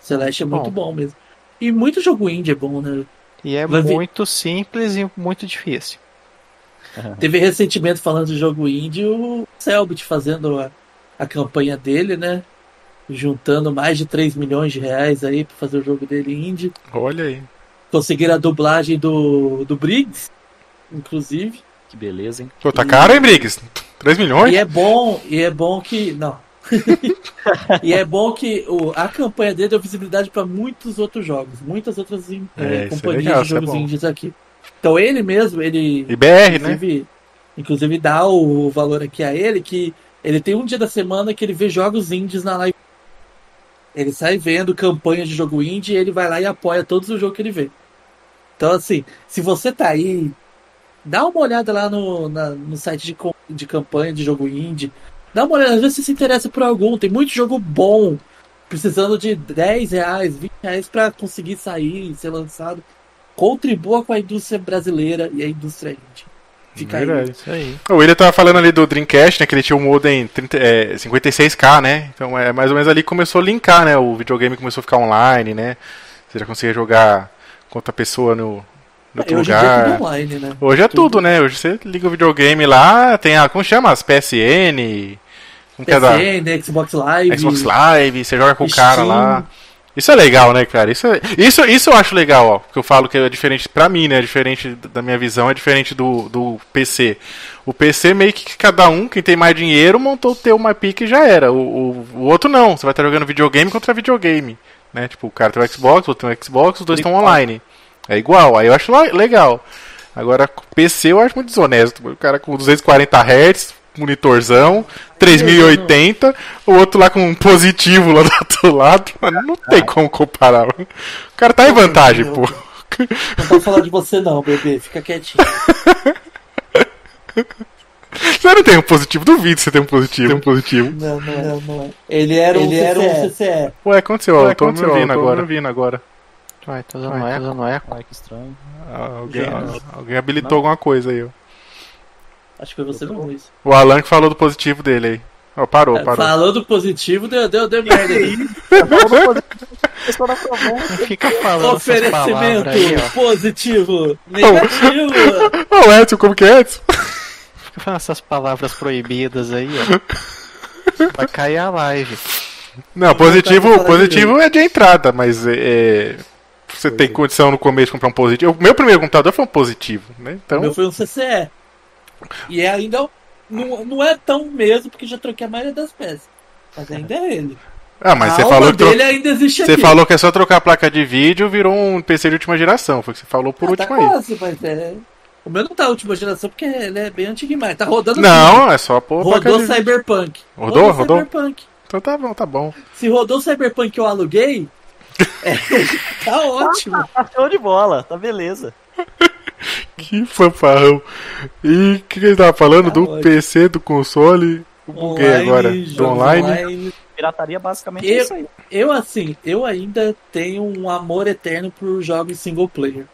Speaker 3: Celeste é muito
Speaker 2: Tá Bom.
Speaker 3: bom mesmo. E muito jogo indie é bom, né?
Speaker 2: E é
Speaker 3: Vai vir-
Speaker 2: muito simples e muito difícil.
Speaker 3: Teve ressentimento falando de jogo indie, o Selbit fazendo a, a campanha dele, né? Juntando mais de 3 milhões de reais aí pra fazer o jogo dele indie.
Speaker 1: Olha aí.
Speaker 3: Conseguiram a dublagem do, do Briggs, inclusive.
Speaker 4: Que beleza, hein?
Speaker 1: Pô, tá caro, hein, Briggs? 3 milhões?
Speaker 3: E é bom, e é bom que. Não. e é bom que o, a campanha dele deu visibilidade para muitos outros jogos, muitas outras em-
Speaker 1: É,
Speaker 3: eh,
Speaker 1: isso é
Speaker 3: companhias
Speaker 1: legal,
Speaker 3: de
Speaker 1: isso é
Speaker 3: jogos
Speaker 1: bom.
Speaker 3: indies aqui. Então ele mesmo, ele
Speaker 1: E BR, né?
Speaker 3: é inclusive, inclusive dá o valor aqui a ele, que ele tem um dia da semana que ele vê jogos indies na live. Ele sai vendo campanhas de jogo indie e ele vai lá e apoia todos os jogos que ele vê. Então, assim, se você tá aí, dá uma olhada lá no, na- no site de, com- de campanha de jogo indie. Dá uma olhada, às vezes você se interessa por algum. Tem muito jogo bom, precisando de 10 reais, 20 reais pra conseguir sair e ser lançado. Contribua com a indústria brasileira e a indústria indie. Fica aí.
Speaker 1: Verdade.
Speaker 2: Isso aí.
Speaker 1: O William tava falando ali do Dreamcast, né? Que ele tinha um modem 30, é, 56K, né? Então é mais ou menos ali que começou a linkar, né? O videogame começou a ficar online, né? Você já conseguia jogar com outra pessoa no, no
Speaker 3: É,
Speaker 1: outro
Speaker 3: hoje em dia é
Speaker 1: lugar.
Speaker 3: tudo online, né?
Speaker 1: Hoje é tudo,
Speaker 3: tudo.
Speaker 1: né? Hoje você liga o videogame lá, tem a. Como chama? As PSN. Como que é da.
Speaker 3: PSN, né, Xbox Live.
Speaker 1: Xbox Live, você joga com o
Speaker 3: Steam.
Speaker 1: cara lá. Isso é legal, né, cara? Isso, é- isso, isso eu acho legal, ó. Porque eu falo que é diferente pra mim, né? É diferente da minha visão, é diferente do, do PC. O PC meio que cada um, quem tem mais dinheiro, montou o teu uma pique e já era. O, o, o outro não, você vai estar jogando videogame contra videogame. Né? Tipo, o cara tem o Xbox, o outro tem o Xbox, os dois estão online. É igual, aí eu acho le- legal. Agora, com o PC eu acho muito desonesto. O cara com 240 Hz, monitorzão, 3080, o outro lá com um positivo lá do outro lado. Mano, não tem como comparar. mano. O cara tá em vantagem, pô.
Speaker 3: Não vou falar de você não, bebê. Fica quietinho.
Speaker 1: Você não tem um positivo, duvido que você tem um positivo. Tem um positivo.
Speaker 3: Não, não, não. Ele era um
Speaker 5: Ele era um
Speaker 3: CCE.
Speaker 1: Ué, aconteceu,
Speaker 5: Ué,
Speaker 1: eu tô me
Speaker 5: aconteceu,
Speaker 1: ouvindo
Speaker 5: eu tô
Speaker 1: agora.
Speaker 5: me
Speaker 1: ouvindo agora.
Speaker 2: Vai, tô usando eco, tô usando eco.
Speaker 4: Ai, que estranho.
Speaker 1: Alguém,
Speaker 4: Já.
Speaker 1: alguém habilitou alguma coisa aí. ó.
Speaker 3: Acho que foi você não Luiz.
Speaker 1: O Alan que falou do positivo dele aí. Ó, parou, parou.
Speaker 3: Falou do positivo, deu, deu, deu merda. aí.
Speaker 4: Estou na provoca.
Speaker 2: Não Fica falando essas
Speaker 3: Oferecimento
Speaker 2: palavras aí, ó.
Speaker 3: positivo, negativo.
Speaker 1: Ô, Edson, como que é, Edson?
Speaker 2: Fica falando essas palavras proibidas aí, ó. Vai cair a live.
Speaker 1: Não,
Speaker 3: vontade tá de
Speaker 1: positivo,
Speaker 3: falar
Speaker 1: positivo é de entrada, mas é, é, você tem condição no começo de comprar um positivo. O meu primeiro computador foi um positivo, né?
Speaker 3: O meu
Speaker 1: Então,
Speaker 3: foi um CCE. E é ainda não, não é tão mesmo, porque já troquei a maioria das peças. Mas ainda é ele.
Speaker 1: ah, mas
Speaker 3: a
Speaker 1: você
Speaker 3: alma
Speaker 1: falou que tro-
Speaker 3: dele ainda existe
Speaker 1: você
Speaker 3: aqui.
Speaker 1: falou que é só trocar a placa de vídeo, virou um PC de última geração, foi o que você falou por
Speaker 3: Ah, tá
Speaker 1: último aí.
Speaker 3: quase, mas é... O meu não tá a última geração, porque ele é bem antigo demais. Tá rodando tudo.
Speaker 1: Não, é só pôr a placa
Speaker 3: Rodou
Speaker 1: de vídeo.
Speaker 3: Cyberpunk.
Speaker 1: Rodou? Rodou?
Speaker 3: Cyberpunk.
Speaker 1: Então tá bom, tá bom.
Speaker 3: Se rodou Cyberpunk que eu aluguei, é, tá ótimo.
Speaker 4: Tá show de bola, tá beleza.
Speaker 1: Que fanfarrão. E o que, que ele tava falando?
Speaker 3: Tá
Speaker 1: do
Speaker 3: ótimo.
Speaker 1: PC, do console, o buguei agora. Do
Speaker 3: jogos
Speaker 1: online.
Speaker 4: Pirataria basicamente
Speaker 3: Eu-
Speaker 4: é isso aí.
Speaker 3: Eu, assim, eu ainda tenho um amor eterno por jogos single player.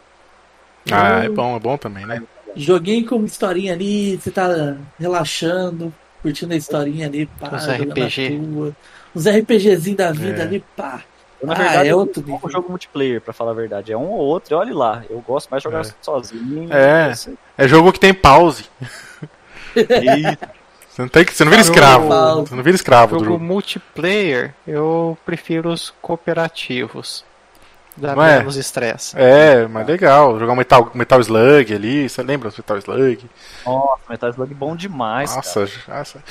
Speaker 1: Ah, é bom, é bom também, né?
Speaker 3: Joguinho com uma historinha ali, você tá relaxando, curtindo a historinha ali, pá,
Speaker 2: Os
Speaker 3: jogando na
Speaker 2: RPG.
Speaker 3: tua. Uns RPGzinhos da vida
Speaker 1: É.
Speaker 3: ali, pá.
Speaker 4: Eu, na
Speaker 3: Ah,
Speaker 4: verdade,
Speaker 3: é outro
Speaker 4: eu não
Speaker 3: nível.
Speaker 4: jogo multiplayer, pra falar a verdade. É um ou outro, e olha lá. Eu gosto mais de jogar sozinho.
Speaker 1: É.
Speaker 4: Isso.
Speaker 1: É jogo que tem pause.
Speaker 4: E
Speaker 1: Você não, tem que, você não vira
Speaker 2: Parou.
Speaker 1: escravo.
Speaker 3: Pause.
Speaker 1: Você não vira escravo do
Speaker 2: Jogo
Speaker 1: jogo.
Speaker 2: multiplayer, eu prefiro os cooperativos. Dá
Speaker 1: Não é?
Speaker 2: menos estresse.
Speaker 1: É, mas legal. Jogar um Metal, Metal Slug ali, você lembra do Metal Slug?
Speaker 4: Nossa, Metal Slug bom demais, cara.
Speaker 1: Nossa, nossa.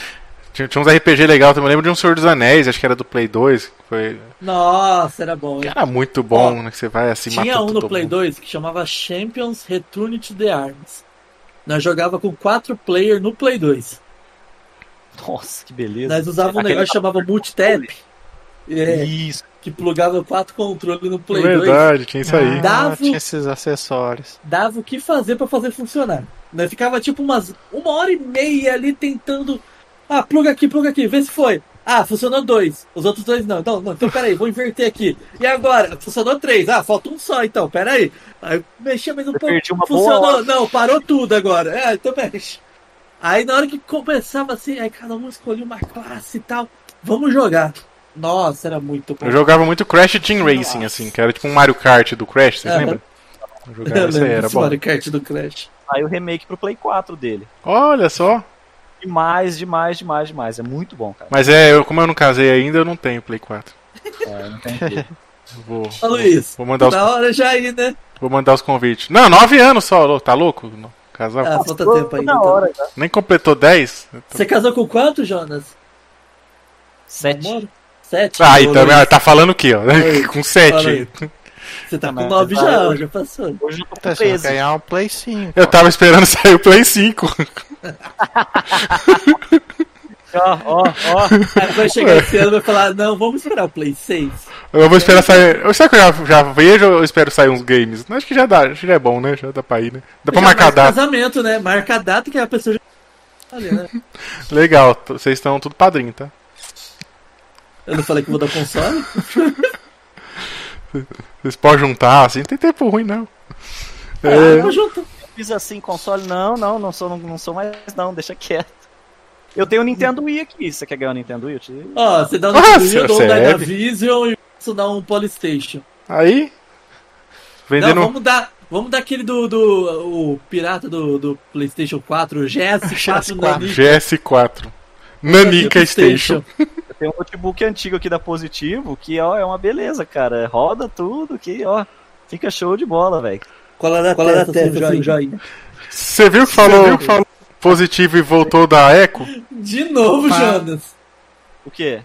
Speaker 1: Tinha, tinha uns RPG legal também. Eu lembro de um Senhor dos Anéis, acho que era do Play 2. que Foi...
Speaker 3: Nossa, era bom.
Speaker 1: que
Speaker 3: hein?
Speaker 1: Era muito bom, né? Que você vai assim,
Speaker 3: Tinha
Speaker 1: mata
Speaker 3: um
Speaker 1: todo
Speaker 3: no Play
Speaker 1: mundo.
Speaker 3: 2 que chamava Champions Return to the Arms. Nós jogava com quatro player no Play 2.
Speaker 4: Nossa, que beleza.
Speaker 3: Nós usávamos um
Speaker 4: Aquele
Speaker 3: negócio que chamava Multitap, é,
Speaker 4: Isso.
Speaker 3: que plugava quatro controles no Play 2.
Speaker 1: É Verdade, tinha isso aí.
Speaker 2: Ah,
Speaker 3: Dava-
Speaker 2: tinha esses acessórios.
Speaker 3: dava o que fazer pra fazer funcionar. Né? Ficava tipo umas uma hora e meia ali tentando. Ah, pluga aqui, pluga aqui, vê se foi. Ah, funcionou dois. Os outros dois não. Então, não, então peraí, vou inverter aqui. E agora? Funcionou três. Ah, falta um só então, peraí. Aí mexia mais um
Speaker 4: Eu
Speaker 3: pouco.
Speaker 4: perdi uma boa
Speaker 3: funcionou,
Speaker 4: hora.
Speaker 3: não, parou tudo agora. É, então mexe. Aí na hora que começava assim, aí cada um escolhia uma classe e tal. Vamos jogar. Nossa, era muito bom.
Speaker 1: Eu jogava muito Crash Team Racing,
Speaker 3: Ah, Nossa.
Speaker 1: assim, que era tipo um Mario Kart do Crash, vocês
Speaker 3: Aham.
Speaker 1: lembram? Eu jogava isso aí, era
Speaker 3: esse
Speaker 1: bom.
Speaker 3: Mario Kart do Crash.
Speaker 4: Aí o remake pro Play 4 dele.
Speaker 1: Olha só.
Speaker 4: Demais, demais, demais, demais. É muito bom, cara.
Speaker 1: Mas é, eu, como eu não casei ainda, eu não tenho Play 4.
Speaker 4: É, não tem jeito.
Speaker 1: Eu Vou,
Speaker 3: Ô Luiz,
Speaker 1: vou mandar os
Speaker 3: na hora já aí, né?
Speaker 1: Vou mandar os convites. Não, nove anos só, lou- tá louco? Não, Casal.
Speaker 3: Ah, falta
Speaker 4: Tô
Speaker 3: tempo ainda.
Speaker 4: Na
Speaker 3: então.
Speaker 4: hora, já.
Speaker 1: Nem completou 10?
Speaker 3: Você casou com quanto, Jonas?
Speaker 4: Sete.
Speaker 3: Namoro? Sete?
Speaker 1: Ah,
Speaker 3: Ô,
Speaker 1: então
Speaker 3: Luiz,
Speaker 1: ah, tá falando o quê, ó?
Speaker 3: Ei,
Speaker 1: Com
Speaker 3: fala
Speaker 1: 7.
Speaker 3: aí. Você tá com
Speaker 4: Não,
Speaker 3: nove
Speaker 4: tá
Speaker 3: já,
Speaker 4: eu.
Speaker 3: já passou.
Speaker 4: Hoje eu tô com
Speaker 2: Então, se eu
Speaker 4: 13.
Speaker 2: ganhar um Play 5.
Speaker 1: Eu tava esperando sair o Play 5.
Speaker 4: Ó, ó, ó.
Speaker 3: Aí vai chegar esse ano e vai falar, não, vamos esperar o Play 6.
Speaker 1: Eu vou
Speaker 3: É.
Speaker 1: esperar sair. Eu- Será que eu já, já vejo ou eu espero sair uns games? Acho que já dá, acho que já é bom, né? Já dá pra ir, né? Dá pra
Speaker 3: Já
Speaker 1: marcar a
Speaker 3: faz
Speaker 1: data.
Speaker 3: casamento, né? Marca a data que a pessoa já... Olha, né?
Speaker 1: Legal, t- vocês estão tudo padrinho, tá?
Speaker 3: Eu não falei que vou dar console?
Speaker 1: Vocês podem juntar, assim, não tem tempo ruim, não.
Speaker 3: Ah,
Speaker 1: É,
Speaker 3: tamo junto.
Speaker 4: fiz assim, console, não, não, não sou, não, não sou mais não, deixa quieto. Eu tenho o Nintendo Wii aqui, você quer ganhar o Nintendo Wii? Eu te-
Speaker 3: Ó, você dá um
Speaker 1: Ah,
Speaker 3: Wii, eu dou um
Speaker 1: sério?
Speaker 3: Dynavision e isso dá um Polystation.
Speaker 1: Aí. Vendendo.
Speaker 3: Não, vamos dar. Vamos dar aquele do, do o pirata do, do PlayStation 4, o GS4
Speaker 2: GS4.
Speaker 3: Nani-
Speaker 1: GS4. Nanica Station.
Speaker 4: Eu tenho um notebook antigo aqui da Positivo, que ó, é uma beleza, cara. Roda tudo, que ó, fica show de bola, velho.
Speaker 3: Cola na
Speaker 4: é
Speaker 5: Cola na
Speaker 3: é testa,
Speaker 5: testa,
Speaker 3: seu
Speaker 5: assim,
Speaker 3: joinha.
Speaker 1: Você viu que falou, viu que falou positivo e voltou da Eco?
Speaker 3: De novo,
Speaker 2: Opa.
Speaker 3: Jonas.
Speaker 4: O quê?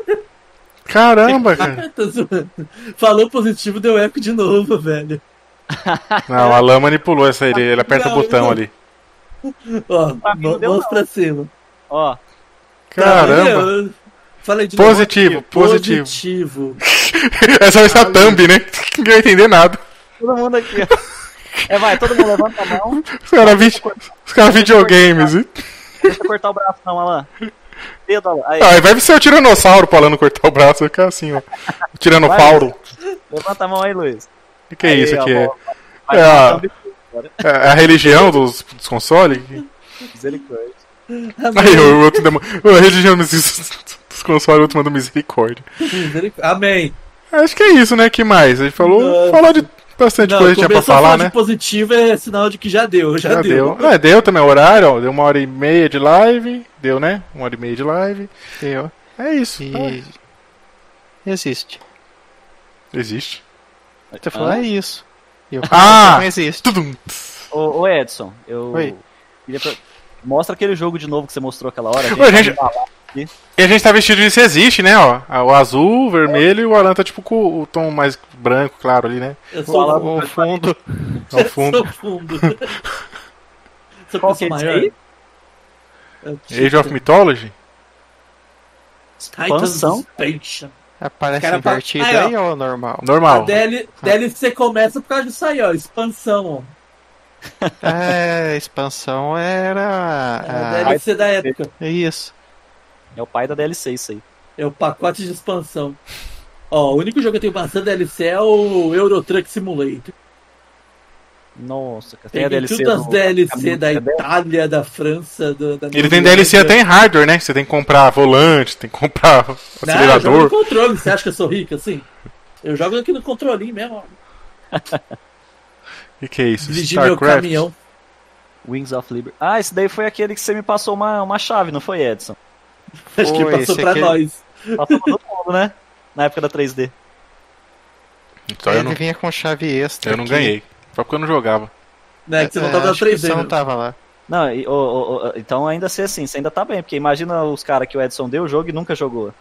Speaker 1: Caramba, cara.
Speaker 3: Tá zoando. Falou positivo, deu eco de novo, velho.
Speaker 1: Não, o Alan manipulou essa aí, ele aperta o
Speaker 3: Não,
Speaker 1: botão
Speaker 3: não.
Speaker 1: ali.
Speaker 3: Ó,
Speaker 4: Pra mim Ah, não
Speaker 3: mão-
Speaker 4: deu
Speaker 3: mãos
Speaker 4: não.
Speaker 3: pra cima.
Speaker 4: Ó,
Speaker 3: Tá,
Speaker 1: Caramba.
Speaker 3: eu falei de novo.
Speaker 1: Positivo, positivo.
Speaker 3: Positivo.
Speaker 1: Essa vai ser a thumb, né? Ninguém vai entender nada.
Speaker 4: todo mundo aqui, ó. É, vai, todo mundo levanta a mão.
Speaker 1: Os caras vi... os caras videogames. hein?
Speaker 4: Deixa eu cortar o braço, não, Alan. Dedo, Alan. Aí,
Speaker 1: Ah, e vai ser o tiranossauro pra não cortar o braço, vai ficar assim, ó. O tiranofauro. O
Speaker 4: levanta a mão aí, Luiz.
Speaker 1: que, que é isso aqui? É,
Speaker 4: Vai,
Speaker 1: É a-
Speaker 4: então,
Speaker 1: é a religião dos, dos consoles?
Speaker 4: misericórdia.
Speaker 1: Aí o outro demo... A religião dos, dos consoles, o outro manda misericórdia.
Speaker 3: Amém.
Speaker 1: Acho que é isso, né? que mais? A gente falou,
Speaker 3: Nossa.
Speaker 1: falou de bastante
Speaker 3: Não,
Speaker 1: coisa que tinha pra
Speaker 3: começou a
Speaker 1: falar,
Speaker 3: de
Speaker 1: né?
Speaker 3: positivo é sinal de que já deu, já, deu.
Speaker 1: É, deu também o horário, ó. Deu uma hora e meia de live. Deu, né? Uma hora e meia de live.
Speaker 2: Eu.
Speaker 1: É isso.
Speaker 3: tá.
Speaker 2: E. Existe.
Speaker 1: tá. Existe.
Speaker 2: Você falou, é isso. E eu
Speaker 1: Ah!
Speaker 2: não existe.
Speaker 1: Tudum.
Speaker 4: Ô, ô, Edson, eu.
Speaker 2: Oi.
Speaker 4: queria pra- Mostra aquele jogo de novo que você mostrou aquela hora.
Speaker 1: Ô,
Speaker 4: vai
Speaker 1: gente-
Speaker 4: falar.
Speaker 1: E a gente tá vestido de se existe, né? Ó, Ah, o azul, o vermelho e o Alan tá tipo com o tom mais branco, claro, ali, né?
Speaker 3: Eu sou
Speaker 4: Fala-
Speaker 2: O fundo.
Speaker 1: No fundo.
Speaker 3: Sou fundo. Sou
Speaker 4: Qual que
Speaker 3: pessoa
Speaker 4: é esse
Speaker 3: maior. É
Speaker 4: aí?
Speaker 1: Age of Mythology?
Speaker 4: Expansão.
Speaker 3: Titans Expansion.
Speaker 2: Aparece
Speaker 3: Cara, pa-
Speaker 2: invertido
Speaker 3: Aí, ó.
Speaker 2: aí, ou normal?
Speaker 3: A
Speaker 1: Normal.
Speaker 3: DL, DLC começa por causa disso aí, ó. Expansão, ó.
Speaker 2: É, expansão
Speaker 3: A
Speaker 2: era. ah,
Speaker 3: DLC É, da época.
Speaker 2: é isso.
Speaker 4: É o pai da DLC, isso aí.
Speaker 3: É o pacote de expansão. Ó, o único jogo que eu tenho bastante DLC é o Euro Truck Simulator.
Speaker 4: Nossa, cara. Tem
Speaker 3: Tem, um
Speaker 4: a DLC.
Speaker 3: todas as
Speaker 4: do- né?
Speaker 3: DLC da
Speaker 4: Caminho do
Speaker 3: Itália, da França, do, da
Speaker 1: Ele tem
Speaker 3: Noruega.
Speaker 1: DLC até em hardware, né? Você tem que comprar volante, tem que comprar
Speaker 3: Não, eu jogo no
Speaker 1: acelerador.
Speaker 3: controle, você acha que eu sou rico assim? Eu jogo aqui no controlinho mesmo, ó.
Speaker 1: O que, que é isso?
Speaker 3: Dirigir meu caminhão.
Speaker 4: Wings of Liberty. Ah, esse daí foi aquele que você me passou uma, uma chave, não foi, Edson?
Speaker 3: Acho que
Speaker 2: Oi,
Speaker 3: ele passou
Speaker 2: você
Speaker 3: pra
Speaker 2: quer-
Speaker 3: nós.
Speaker 4: Passou pra todo mundo, né? Na época da 3D.
Speaker 1: Então eu
Speaker 2: Ele
Speaker 1: não,
Speaker 2: vinha com chave extra.
Speaker 1: eu não
Speaker 2: que-
Speaker 1: ganhei. Só porque eu não jogava.
Speaker 3: Né, que você não
Speaker 2: É,
Speaker 3: tava na
Speaker 2: acho que
Speaker 3: 3D.
Speaker 2: você não
Speaker 3: né?
Speaker 2: tava lá.
Speaker 4: Não, e- ô, ô, ô, então ainda ser assim, você ainda tá bem, porque imagina os caras que o Edson deu o jogo e nunca jogou.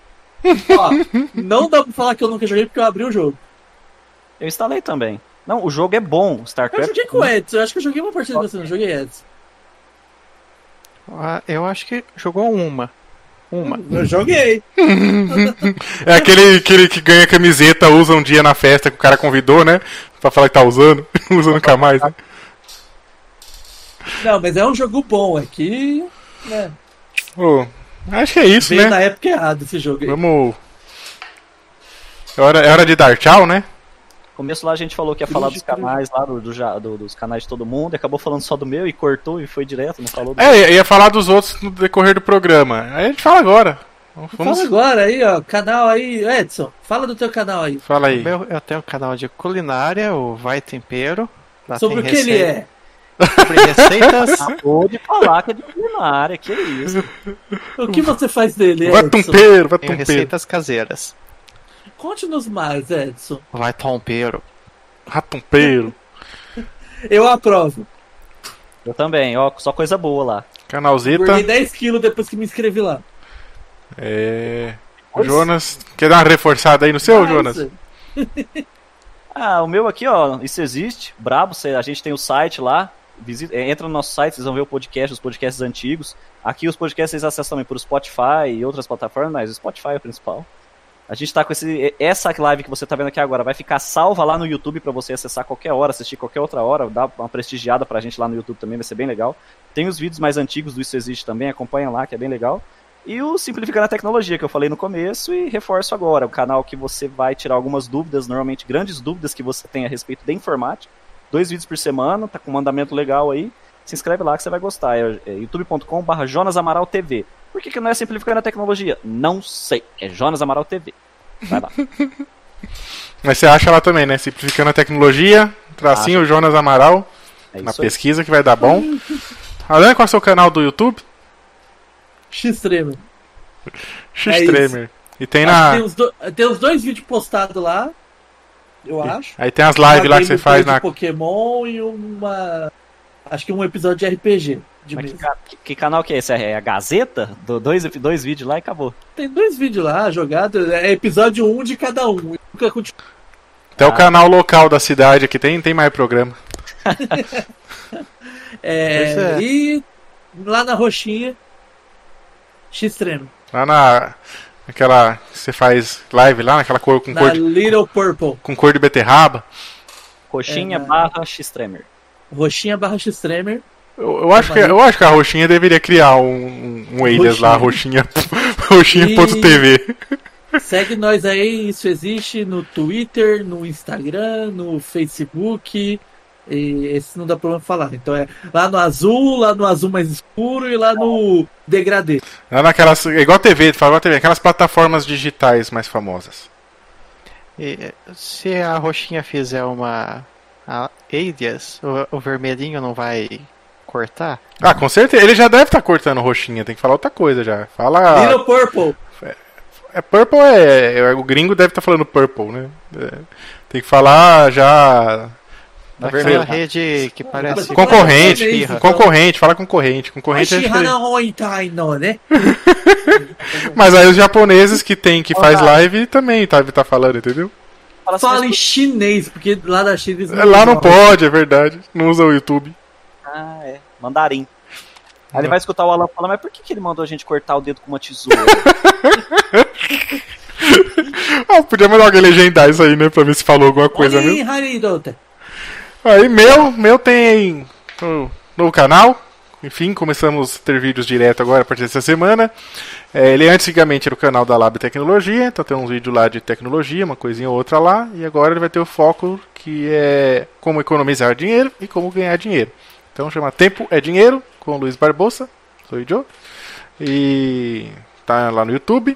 Speaker 3: Ó, não dá pra falar que eu nunca joguei porque eu abri o jogo.
Speaker 4: Eu instalei também. Não, o jogo é bom,
Speaker 3: Eu
Speaker 4: StarCraft. é
Speaker 3: joguei com o Edson, eu acho que eu joguei uma partida com você, não joguei Edson.
Speaker 2: Ah, Eu acho que jogou uma. Uma.
Speaker 3: Eu joguei.
Speaker 1: É aquele, aquele que ganha camiseta, usa um dia na festa que o cara convidou, né? Pra falar que tá usando. Não usa nunca mais, né?
Speaker 3: Não, mas é um jogo bom aqui. Né?
Speaker 1: Ô, acho que é isso,
Speaker 3: Veio
Speaker 1: né?
Speaker 3: na época errada esse jogo aí.
Speaker 1: Vamos. É hora, é hora de dar tchau, né?
Speaker 4: No começo lá a gente falou que ia falar dos canais lá, do, do ja- do- dos canais de todo mundo, e acabou falando só do meu e cortou e foi direto, não falou do.
Speaker 1: É, eu ia falar dos outros no decorrer do programa. Aí a gente fala agora. Vamos.
Speaker 3: Fala agora aí, ó. Canal aí, Edson. Fala do teu canal aí.
Speaker 1: Fala aí.
Speaker 2: Meu, eu tenho um canal de culinária, o Vai Tempero. Lá
Speaker 3: Sobre o
Speaker 2: tem
Speaker 3: que ele
Speaker 2: Tá receita-
Speaker 3: é.
Speaker 2: sobre receitas.
Speaker 4: Acabou de Ah, falar que é de culinária, que isso.
Speaker 3: é. O que você faz dele,
Speaker 1: Vai um
Speaker 3: Edson?
Speaker 1: tumpeiro, vai
Speaker 2: tem
Speaker 1: tumpeiro.
Speaker 2: receitas caseiras.
Speaker 3: Conte-nos mais, Edson.
Speaker 2: Vai Tempero.
Speaker 1: Ratumpeiro.
Speaker 3: Eu aprovo.
Speaker 4: Eu também, ó, só coisa boa lá.
Speaker 1: Canalzeta.
Speaker 3: Engordei 10 quilos depois que me inscrevi lá.
Speaker 1: É. Jonas. Quer dar uma reforçada aí no seu,
Speaker 3: Ah,
Speaker 1: Jonas?
Speaker 3: isso.
Speaker 4: Ah, o meu aqui, ó, isso existe, brabo, cê- a gente tem o site lá, visita, é, entra no nosso site, vocês vão ver o podcast, os podcasts antigos. Aqui os podcasts vocês acessam também por Spotify e outras plataformas, mas o Spotify é o principal. A gente tá com esse, essa live que você tá vendo aqui agora, vai ficar salva lá no YouTube pra você acessar qualquer hora, assistir qualquer outra hora, dá uma prestigiada pra gente lá no YouTube também, vai ser bem legal. Tem os vídeos mais antigos do Isso Existe também, acompanha lá, que é bem legal. E o Simplificando a Tecnologia, que eu falei no começo e reforço agora. O canal que você vai tirar algumas dúvidas, normalmente grandes dúvidas que você tem a respeito da informática. dois vídeos por semana, tá com um mandamento legal aí. Se inscreve lá que você vai gostar. É, é youtube.com.br Jonas Amaral TV. Por que, que não é simplificando a tecnologia? Não sei. É Jonas Amaral TV. Vai lá.
Speaker 1: Mas você acha lá também, né? Simplificando a tecnologia, tracinho Jonas Amaral,
Speaker 4: É
Speaker 1: na
Speaker 4: isso aí.
Speaker 1: pesquisa que vai dar bom. Alan, qual é o seu canal do YouTube?
Speaker 3: X-Tremer.
Speaker 1: X-Tremer. e tem
Speaker 3: Acho que
Speaker 1: na.
Speaker 3: Tem, os do- tem os dois vídeos postados lá, eu acho.
Speaker 1: Aí tem as lives lá que você
Speaker 3: gameplay
Speaker 1: faz
Speaker 3: de
Speaker 1: na.
Speaker 3: Pokémon e uma. Acho que um episódio de RPG. De
Speaker 4: Mas que,
Speaker 3: mesa.
Speaker 4: ca- que- que canal que é esse? É a Gazeta? Do- dois, dois vídeos lá e acabou.
Speaker 3: Tem dois vídeos lá jogados, é episódio um de cada um. Nunca continu-
Speaker 1: Até o canal local da cidade aqui tem, tem mais programa.
Speaker 2: Pois
Speaker 3: É,
Speaker 2: é.
Speaker 3: E lá na roxinha, X-Treme.
Speaker 1: Lá na. Naquela. Você faz live lá, naquela cor com
Speaker 3: Na
Speaker 1: cor de,
Speaker 3: Little Purple.
Speaker 1: com cor de beterraba.
Speaker 4: Coxinha
Speaker 3: É, né?
Speaker 4: barra Xtremer.
Speaker 3: Roxinha barra X-Tremer.
Speaker 1: Eu, eu acho que, eu acho que a Roxinha deveria criar um, um, um alias lá, Roxinha. Roxinha.tv.
Speaker 3: Segue nós aí, isso existe no Twitter, no Instagram, no Facebook. E esse não dá problema falar. Então é lá no azul, lá no azul mais escuro e lá no degradê.
Speaker 1: Lá naquelas. é Igual TV, fala igual TV, aquelas plataformas digitais mais famosas.
Speaker 2: E, se a roxinha fizer uma a Adias, o, o vermelhinho não vai cortar?
Speaker 1: Ah, com certeza. Ele já deve estar cortando roxinha, tem que falar outra coisa já. Fala.
Speaker 3: Little Purple.
Speaker 1: É purple é. é- O gringo deve estar falando purple, né? É, tem que falar já.
Speaker 2: Daquela
Speaker 1: Tá vermelho.
Speaker 2: rede que
Speaker 3: mas
Speaker 2: parece.
Speaker 1: É
Speaker 3: você fala
Speaker 1: assim. Concorrente,
Speaker 3: japonês, então.
Speaker 1: concorrente, fala concorrente. Concorrente é diferente.
Speaker 3: Shihana né?
Speaker 1: Mas aí os japoneses que tem, que faz live também tá, tá falando, entendeu?
Speaker 4: Fala assim,
Speaker 3: Fala em
Speaker 4: mas-
Speaker 3: chinês, porque lá da China eles
Speaker 1: Lá não
Speaker 3: falam.
Speaker 1: pode, é verdade. Não usa o YouTube.
Speaker 4: Ah, é. Mandarim. Aí ele vai escutar o Alan falar, mas por que, que ele mandou a gente cortar o dedo com uma tesoura?
Speaker 1: Ah, podia mandar alguém legendar isso aí, né? Pra ver se falou alguma coisa
Speaker 3: Olha aí,
Speaker 1: mesmo.
Speaker 3: Haridota.
Speaker 1: Aí meu, meu tem no, no canal. Enfim, começamos a ter vídeos direto agora a partir dessa semana. É, ele antigamente era o canal da Lab Tecnologia, então tem uns vídeos lá de tecnologia, uma coisinha ou outra lá, e agora ele vai ter o foco que é como economizar dinheiro e como ganhar dinheiro. Então chama Tempo é Dinheiro, com o Luiz Barbosa, sou o Joe, e tá lá no YouTube.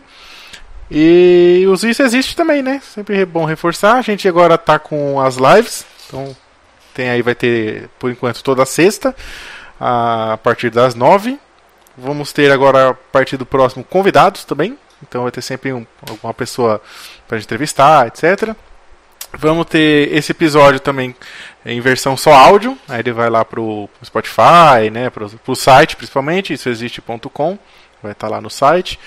Speaker 1: E os isso existe também, né? Sempre é bom reforçar. A gente agora tá com as lives, então tem aí, vai ter por enquanto toda sexta, a partir das nove. Vamos ter agora, a partir do próximo, convidados também. Então vai ter sempre um- alguma pessoa para entrevistar, etc. Vamos ter esse episódio também em versão só áudio. Aí ele vai lá pro, pro Spotify, né? Pro, pro site principalmente, isso existe.com. Vai estar lá no site.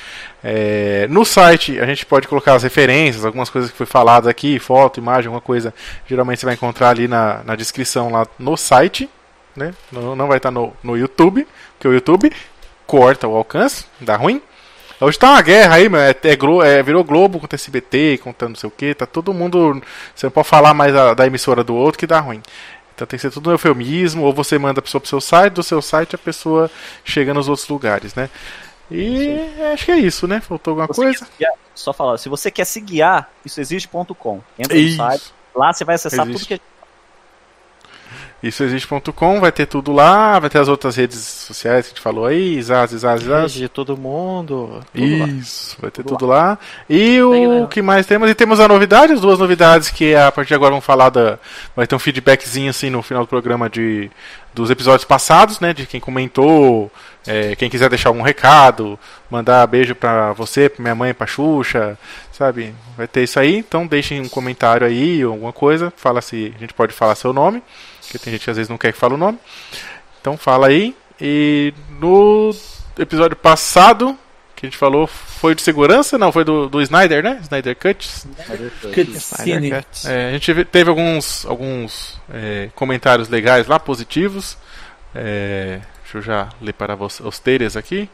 Speaker 1: É, no site a gente pode colocar as referências, algumas coisas que foi faladas aqui, foto, imagem, alguma coisa. Geralmente você vai encontrar ali na, na descrição lá no site. Né? Não, não vai estar no, no YouTube, porque o YouTube corta o alcance, dá ruim. Hoje tá uma guerra aí, meu. É, é Glo- é, virou Globo contra SBT, contando não sei o que. Tá todo mundo. Você não pode falar mais da, da emissora do outro que dá ruim. Então tem que ser tudo um eufemismo, ou você manda a pessoa pro seu site, do seu site a pessoa chega nos outros lugares, né? E acho que é isso, né? Faltou alguma
Speaker 4: Você
Speaker 1: coisa?
Speaker 4: quer se guiar? Só falar, se você quer se guiar, isso existe.com. Entra no
Speaker 1: Isso.
Speaker 4: site, lá você vai acessar
Speaker 1: Existe.
Speaker 4: tudo que
Speaker 1: Isso existe.com, vai ter tudo lá, vai ter as outras redes sociais que a gente falou aí, Zaz, Zaz, Zaz.
Speaker 2: Rede de todo mundo. tudo lá.
Speaker 1: Isso, vai ter
Speaker 4: Tudo
Speaker 1: tudo lá. E
Speaker 3: Segue
Speaker 1: o
Speaker 3: lá.
Speaker 1: que mais temos? E temos a novidade, as duas novidades que é, a partir de agora vão falar da. Vai ter um feedbackzinho assim no final do programa de dos episódios passados, né? De quem comentou, é, quem quiser deixar algum recado, mandar beijo pra você, pra minha mãe, pra Xuxa, sabe? Vai ter isso aí, então deixem um comentário aí, ou alguma coisa, fala se a gente pode falar seu nome, porque tem gente que às vezes não quer que fale o nome. Então fala aí. E no episódio passado, que a gente falou foi de segurança? Não, foi do, do Snyder, né? Snyder Cuts.
Speaker 4: é.
Speaker 3: Cutscene.
Speaker 2: Snyder Cut.
Speaker 1: É, a gente teve- teve alguns, alguns é, comentários legais lá, positivos. É, deixa eu já ler para vocês os teres aqui.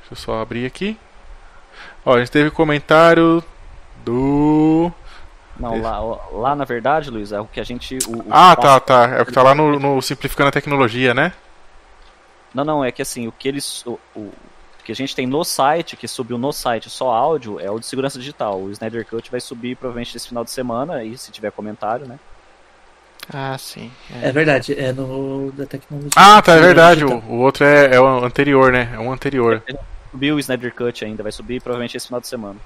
Speaker 1: Deixa eu só abrir aqui. Ó, a gente teve comentário do.
Speaker 4: Não,
Speaker 1: Isso.
Speaker 4: lá, ó, lá na verdade, Luiz, é o que a gente. o- o-
Speaker 1: Ah, tá, tá. É o que tá lá no, no Simplificando a Tecnologia, né?
Speaker 4: Não, não, é que assim, o que eles. O, o- o que a gente tem no site, que subiu no site só áudio, é o de segurança digital. O Snyder Cut vai subir provavelmente esse final de semana, aí se tiver comentário, né?
Speaker 2: Ah, sim. É.
Speaker 3: É verdade, é no da tecnologia.
Speaker 1: Ah, tá, é verdade. O, o outro é, é o anterior, né? É um anterior.
Speaker 4: Subiu o Snyder Cut ainda, vai subir provavelmente esse final de semana.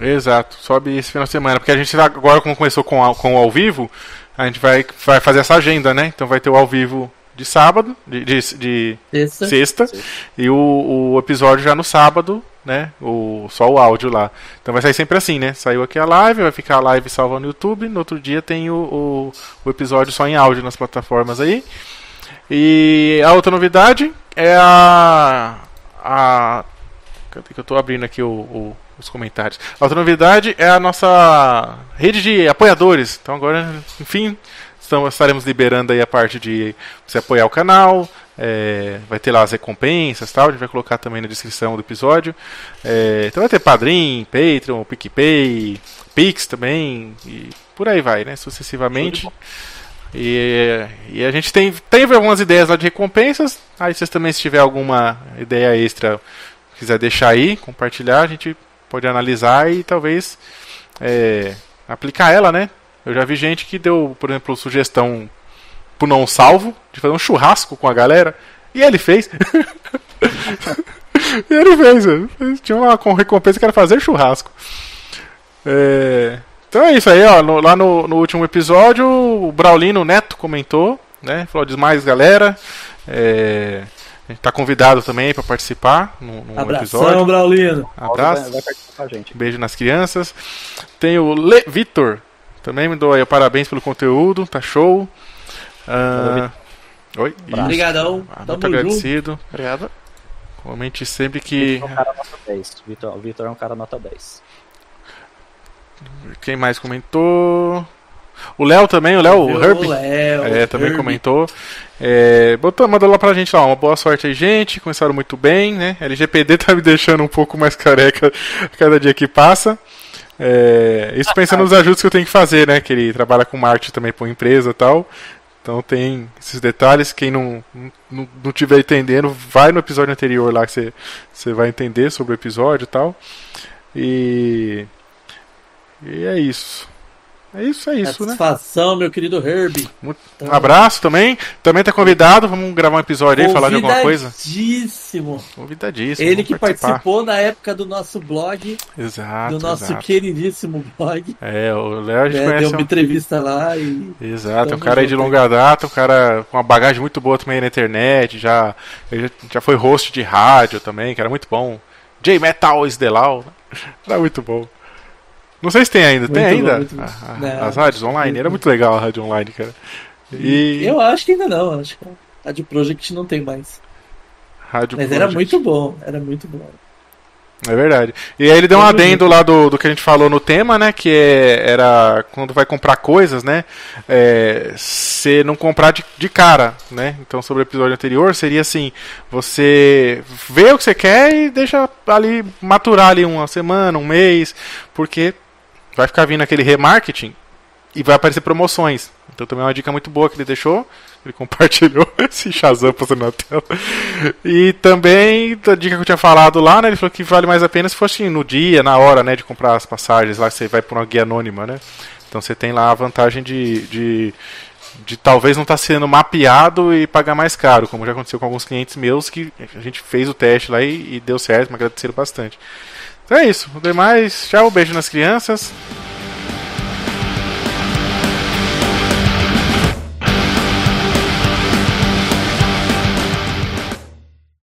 Speaker 1: Exato. Sobe esse final de semana. Porque a gente tá- agora, como começou com, ao- com o ao vivo, a gente vai, vai fazer essa agenda, né? Então vai ter o ao vivo de sábado, de, de, de
Speaker 3: Esse-
Speaker 1: sexta,
Speaker 4: Sexta.
Speaker 1: e o, o episódio já no sábado, né? O, só o áudio lá. Então vai sair sempre assim, né? Saiu aqui a live, vai ficar a live salva no YouTube, no outro dia tem o, o, o episódio só em áudio nas plataformas aí. E a outra novidade é a. a Cadê que eu tô abrindo aqui o- o- os comentários. A outra novidade é a nossa rede de apoiadores. Então agora, enfim, estamos, estaremos liberando aí a parte de você apoiar o canal. é, vai ter lá as recompensas e tal. A gente vai colocar também na descrição do episódio. É, então vai ter Padrim, Patreon, PicPay, Pix também. E por aí vai, né? Sucessivamente. E, e a gente tem, teve algumas ideias lá de recompensas. Aí vocês também, se tiver alguma ideia extra, quiser deixar aí, compartilhar, a gente pode analisar e talvez é, aplicar ela, né? Eu já vi gente que deu, por exemplo, sugestão pro não salvo de fazer um churrasco com a galera. E ele fez. e ele fez. ele fez. Tinha uma com- recompensa que era fazer churrasco. É, então é isso aí, ó. no- lá no, no último episódio, o Braulino Neto comentou, né? Falou demais, galera. É, a gente tá convidado também para participar num, num
Speaker 3: Abração,
Speaker 1: um episódio.
Speaker 3: Braulino.
Speaker 1: Abraço.
Speaker 4: Vai, vai participar com a gente.
Speaker 1: Beijo nas crianças. Tem o Le Vitor. Também me dou aí parabéns pelo conteúdo, tá show. Ah, Oi, isso.
Speaker 3: Obrigadão.
Speaker 1: Ah, muito
Speaker 3: Tamo junto.
Speaker 1: agradecido.
Speaker 2: Obrigado.
Speaker 1: Comente sempre que.
Speaker 4: É um cara nota 10. O Vitor- O Vitor é um cara nota 10.
Speaker 1: Quem mais comentou? O Léo também, o Léo, o Herb. É, também comentou. É, botou, mandou lá pra gente lá, uma boa sorte aí, gente. Começaram muito bem, né? LGPD tá me deixando um pouco mais careca a cada dia que passa. É, isso pensando nos ajustes que eu tenho que fazer, né? Que ele trabalha com marketing também pra uma empresa e tal. Então tem esses detalhes. Quem não, não, não tiver entendendo, vai no episódio anterior lá que você, você vai entender sobre o episódio e tal. E. E é isso. É isso, é isso, né?
Speaker 3: Satisfação, meu querido Herbie.
Speaker 1: Muito-
Speaker 3: Então,
Speaker 1: Um abraço também. Também tá convidado. Vamos gravar um episódio aí, falar de alguma coisa.
Speaker 3: convidadíssimo.
Speaker 1: Convidadíssimo.
Speaker 3: Ele
Speaker 1: vamos
Speaker 3: que
Speaker 1: participar.
Speaker 3: participou na época do nosso blog,
Speaker 1: Exato.
Speaker 3: do nosso
Speaker 1: exato.
Speaker 3: queridíssimo blog.
Speaker 1: É, o Léo a gente
Speaker 3: né,
Speaker 1: conhece.
Speaker 3: Deu uma
Speaker 1: um-
Speaker 3: entrevista lá e
Speaker 1: Exato, é um
Speaker 3: Tamo
Speaker 1: cara aí de
Speaker 3: junto,
Speaker 1: longa data, um cara com uma bagagem muito boa também na internet. Já, ele já- já foi host de rádio também, que era muito bom. J-Metal is the Law. Era muito bom. Não sei se tem ainda. tem
Speaker 3: Muito bom,
Speaker 1: ainda? Ah,
Speaker 3: muito né? bom.
Speaker 1: A- a-
Speaker 3: Não.
Speaker 1: as rádios online? Era muito legal a rádio online, cara. E.
Speaker 3: eu acho que ainda não, acho que a de Project não tem mais.
Speaker 1: Rádio
Speaker 3: Mas era
Speaker 1: Project.
Speaker 3: muito bom, era muito bom.
Speaker 1: É verdade. E aí ele deu um
Speaker 3: Todo
Speaker 1: adendo lá do, do que a gente falou no tema, né? Que é, era quando vai comprar coisas, né? É, você não comprar de, de cara, né? Então, sobre o episódio anterior, seria assim: você vê o que você quer e deixa ali maturar ali uma semana, um mês, porque vai ficar vindo aquele remarketing e vai aparecer promoções. Então também é uma dica muito boa que ele deixou. Ele compartilhou esse Shazam passando na tela. E também, da dica que eu tinha falado lá, né? Ele falou que vale mais a pena se fosse no dia, na hora, né? De comprar as passagens lá, você vai por uma guia anônima, né? Então você tem lá a vantagem de, de, de talvez não estar sendo mapeado e pagar mais caro, como já aconteceu com alguns clientes meus que a gente fez o teste lá e, e deu certo, me agradeceram bastante. Então é isso. O demais, tchau, beijo nas crianças.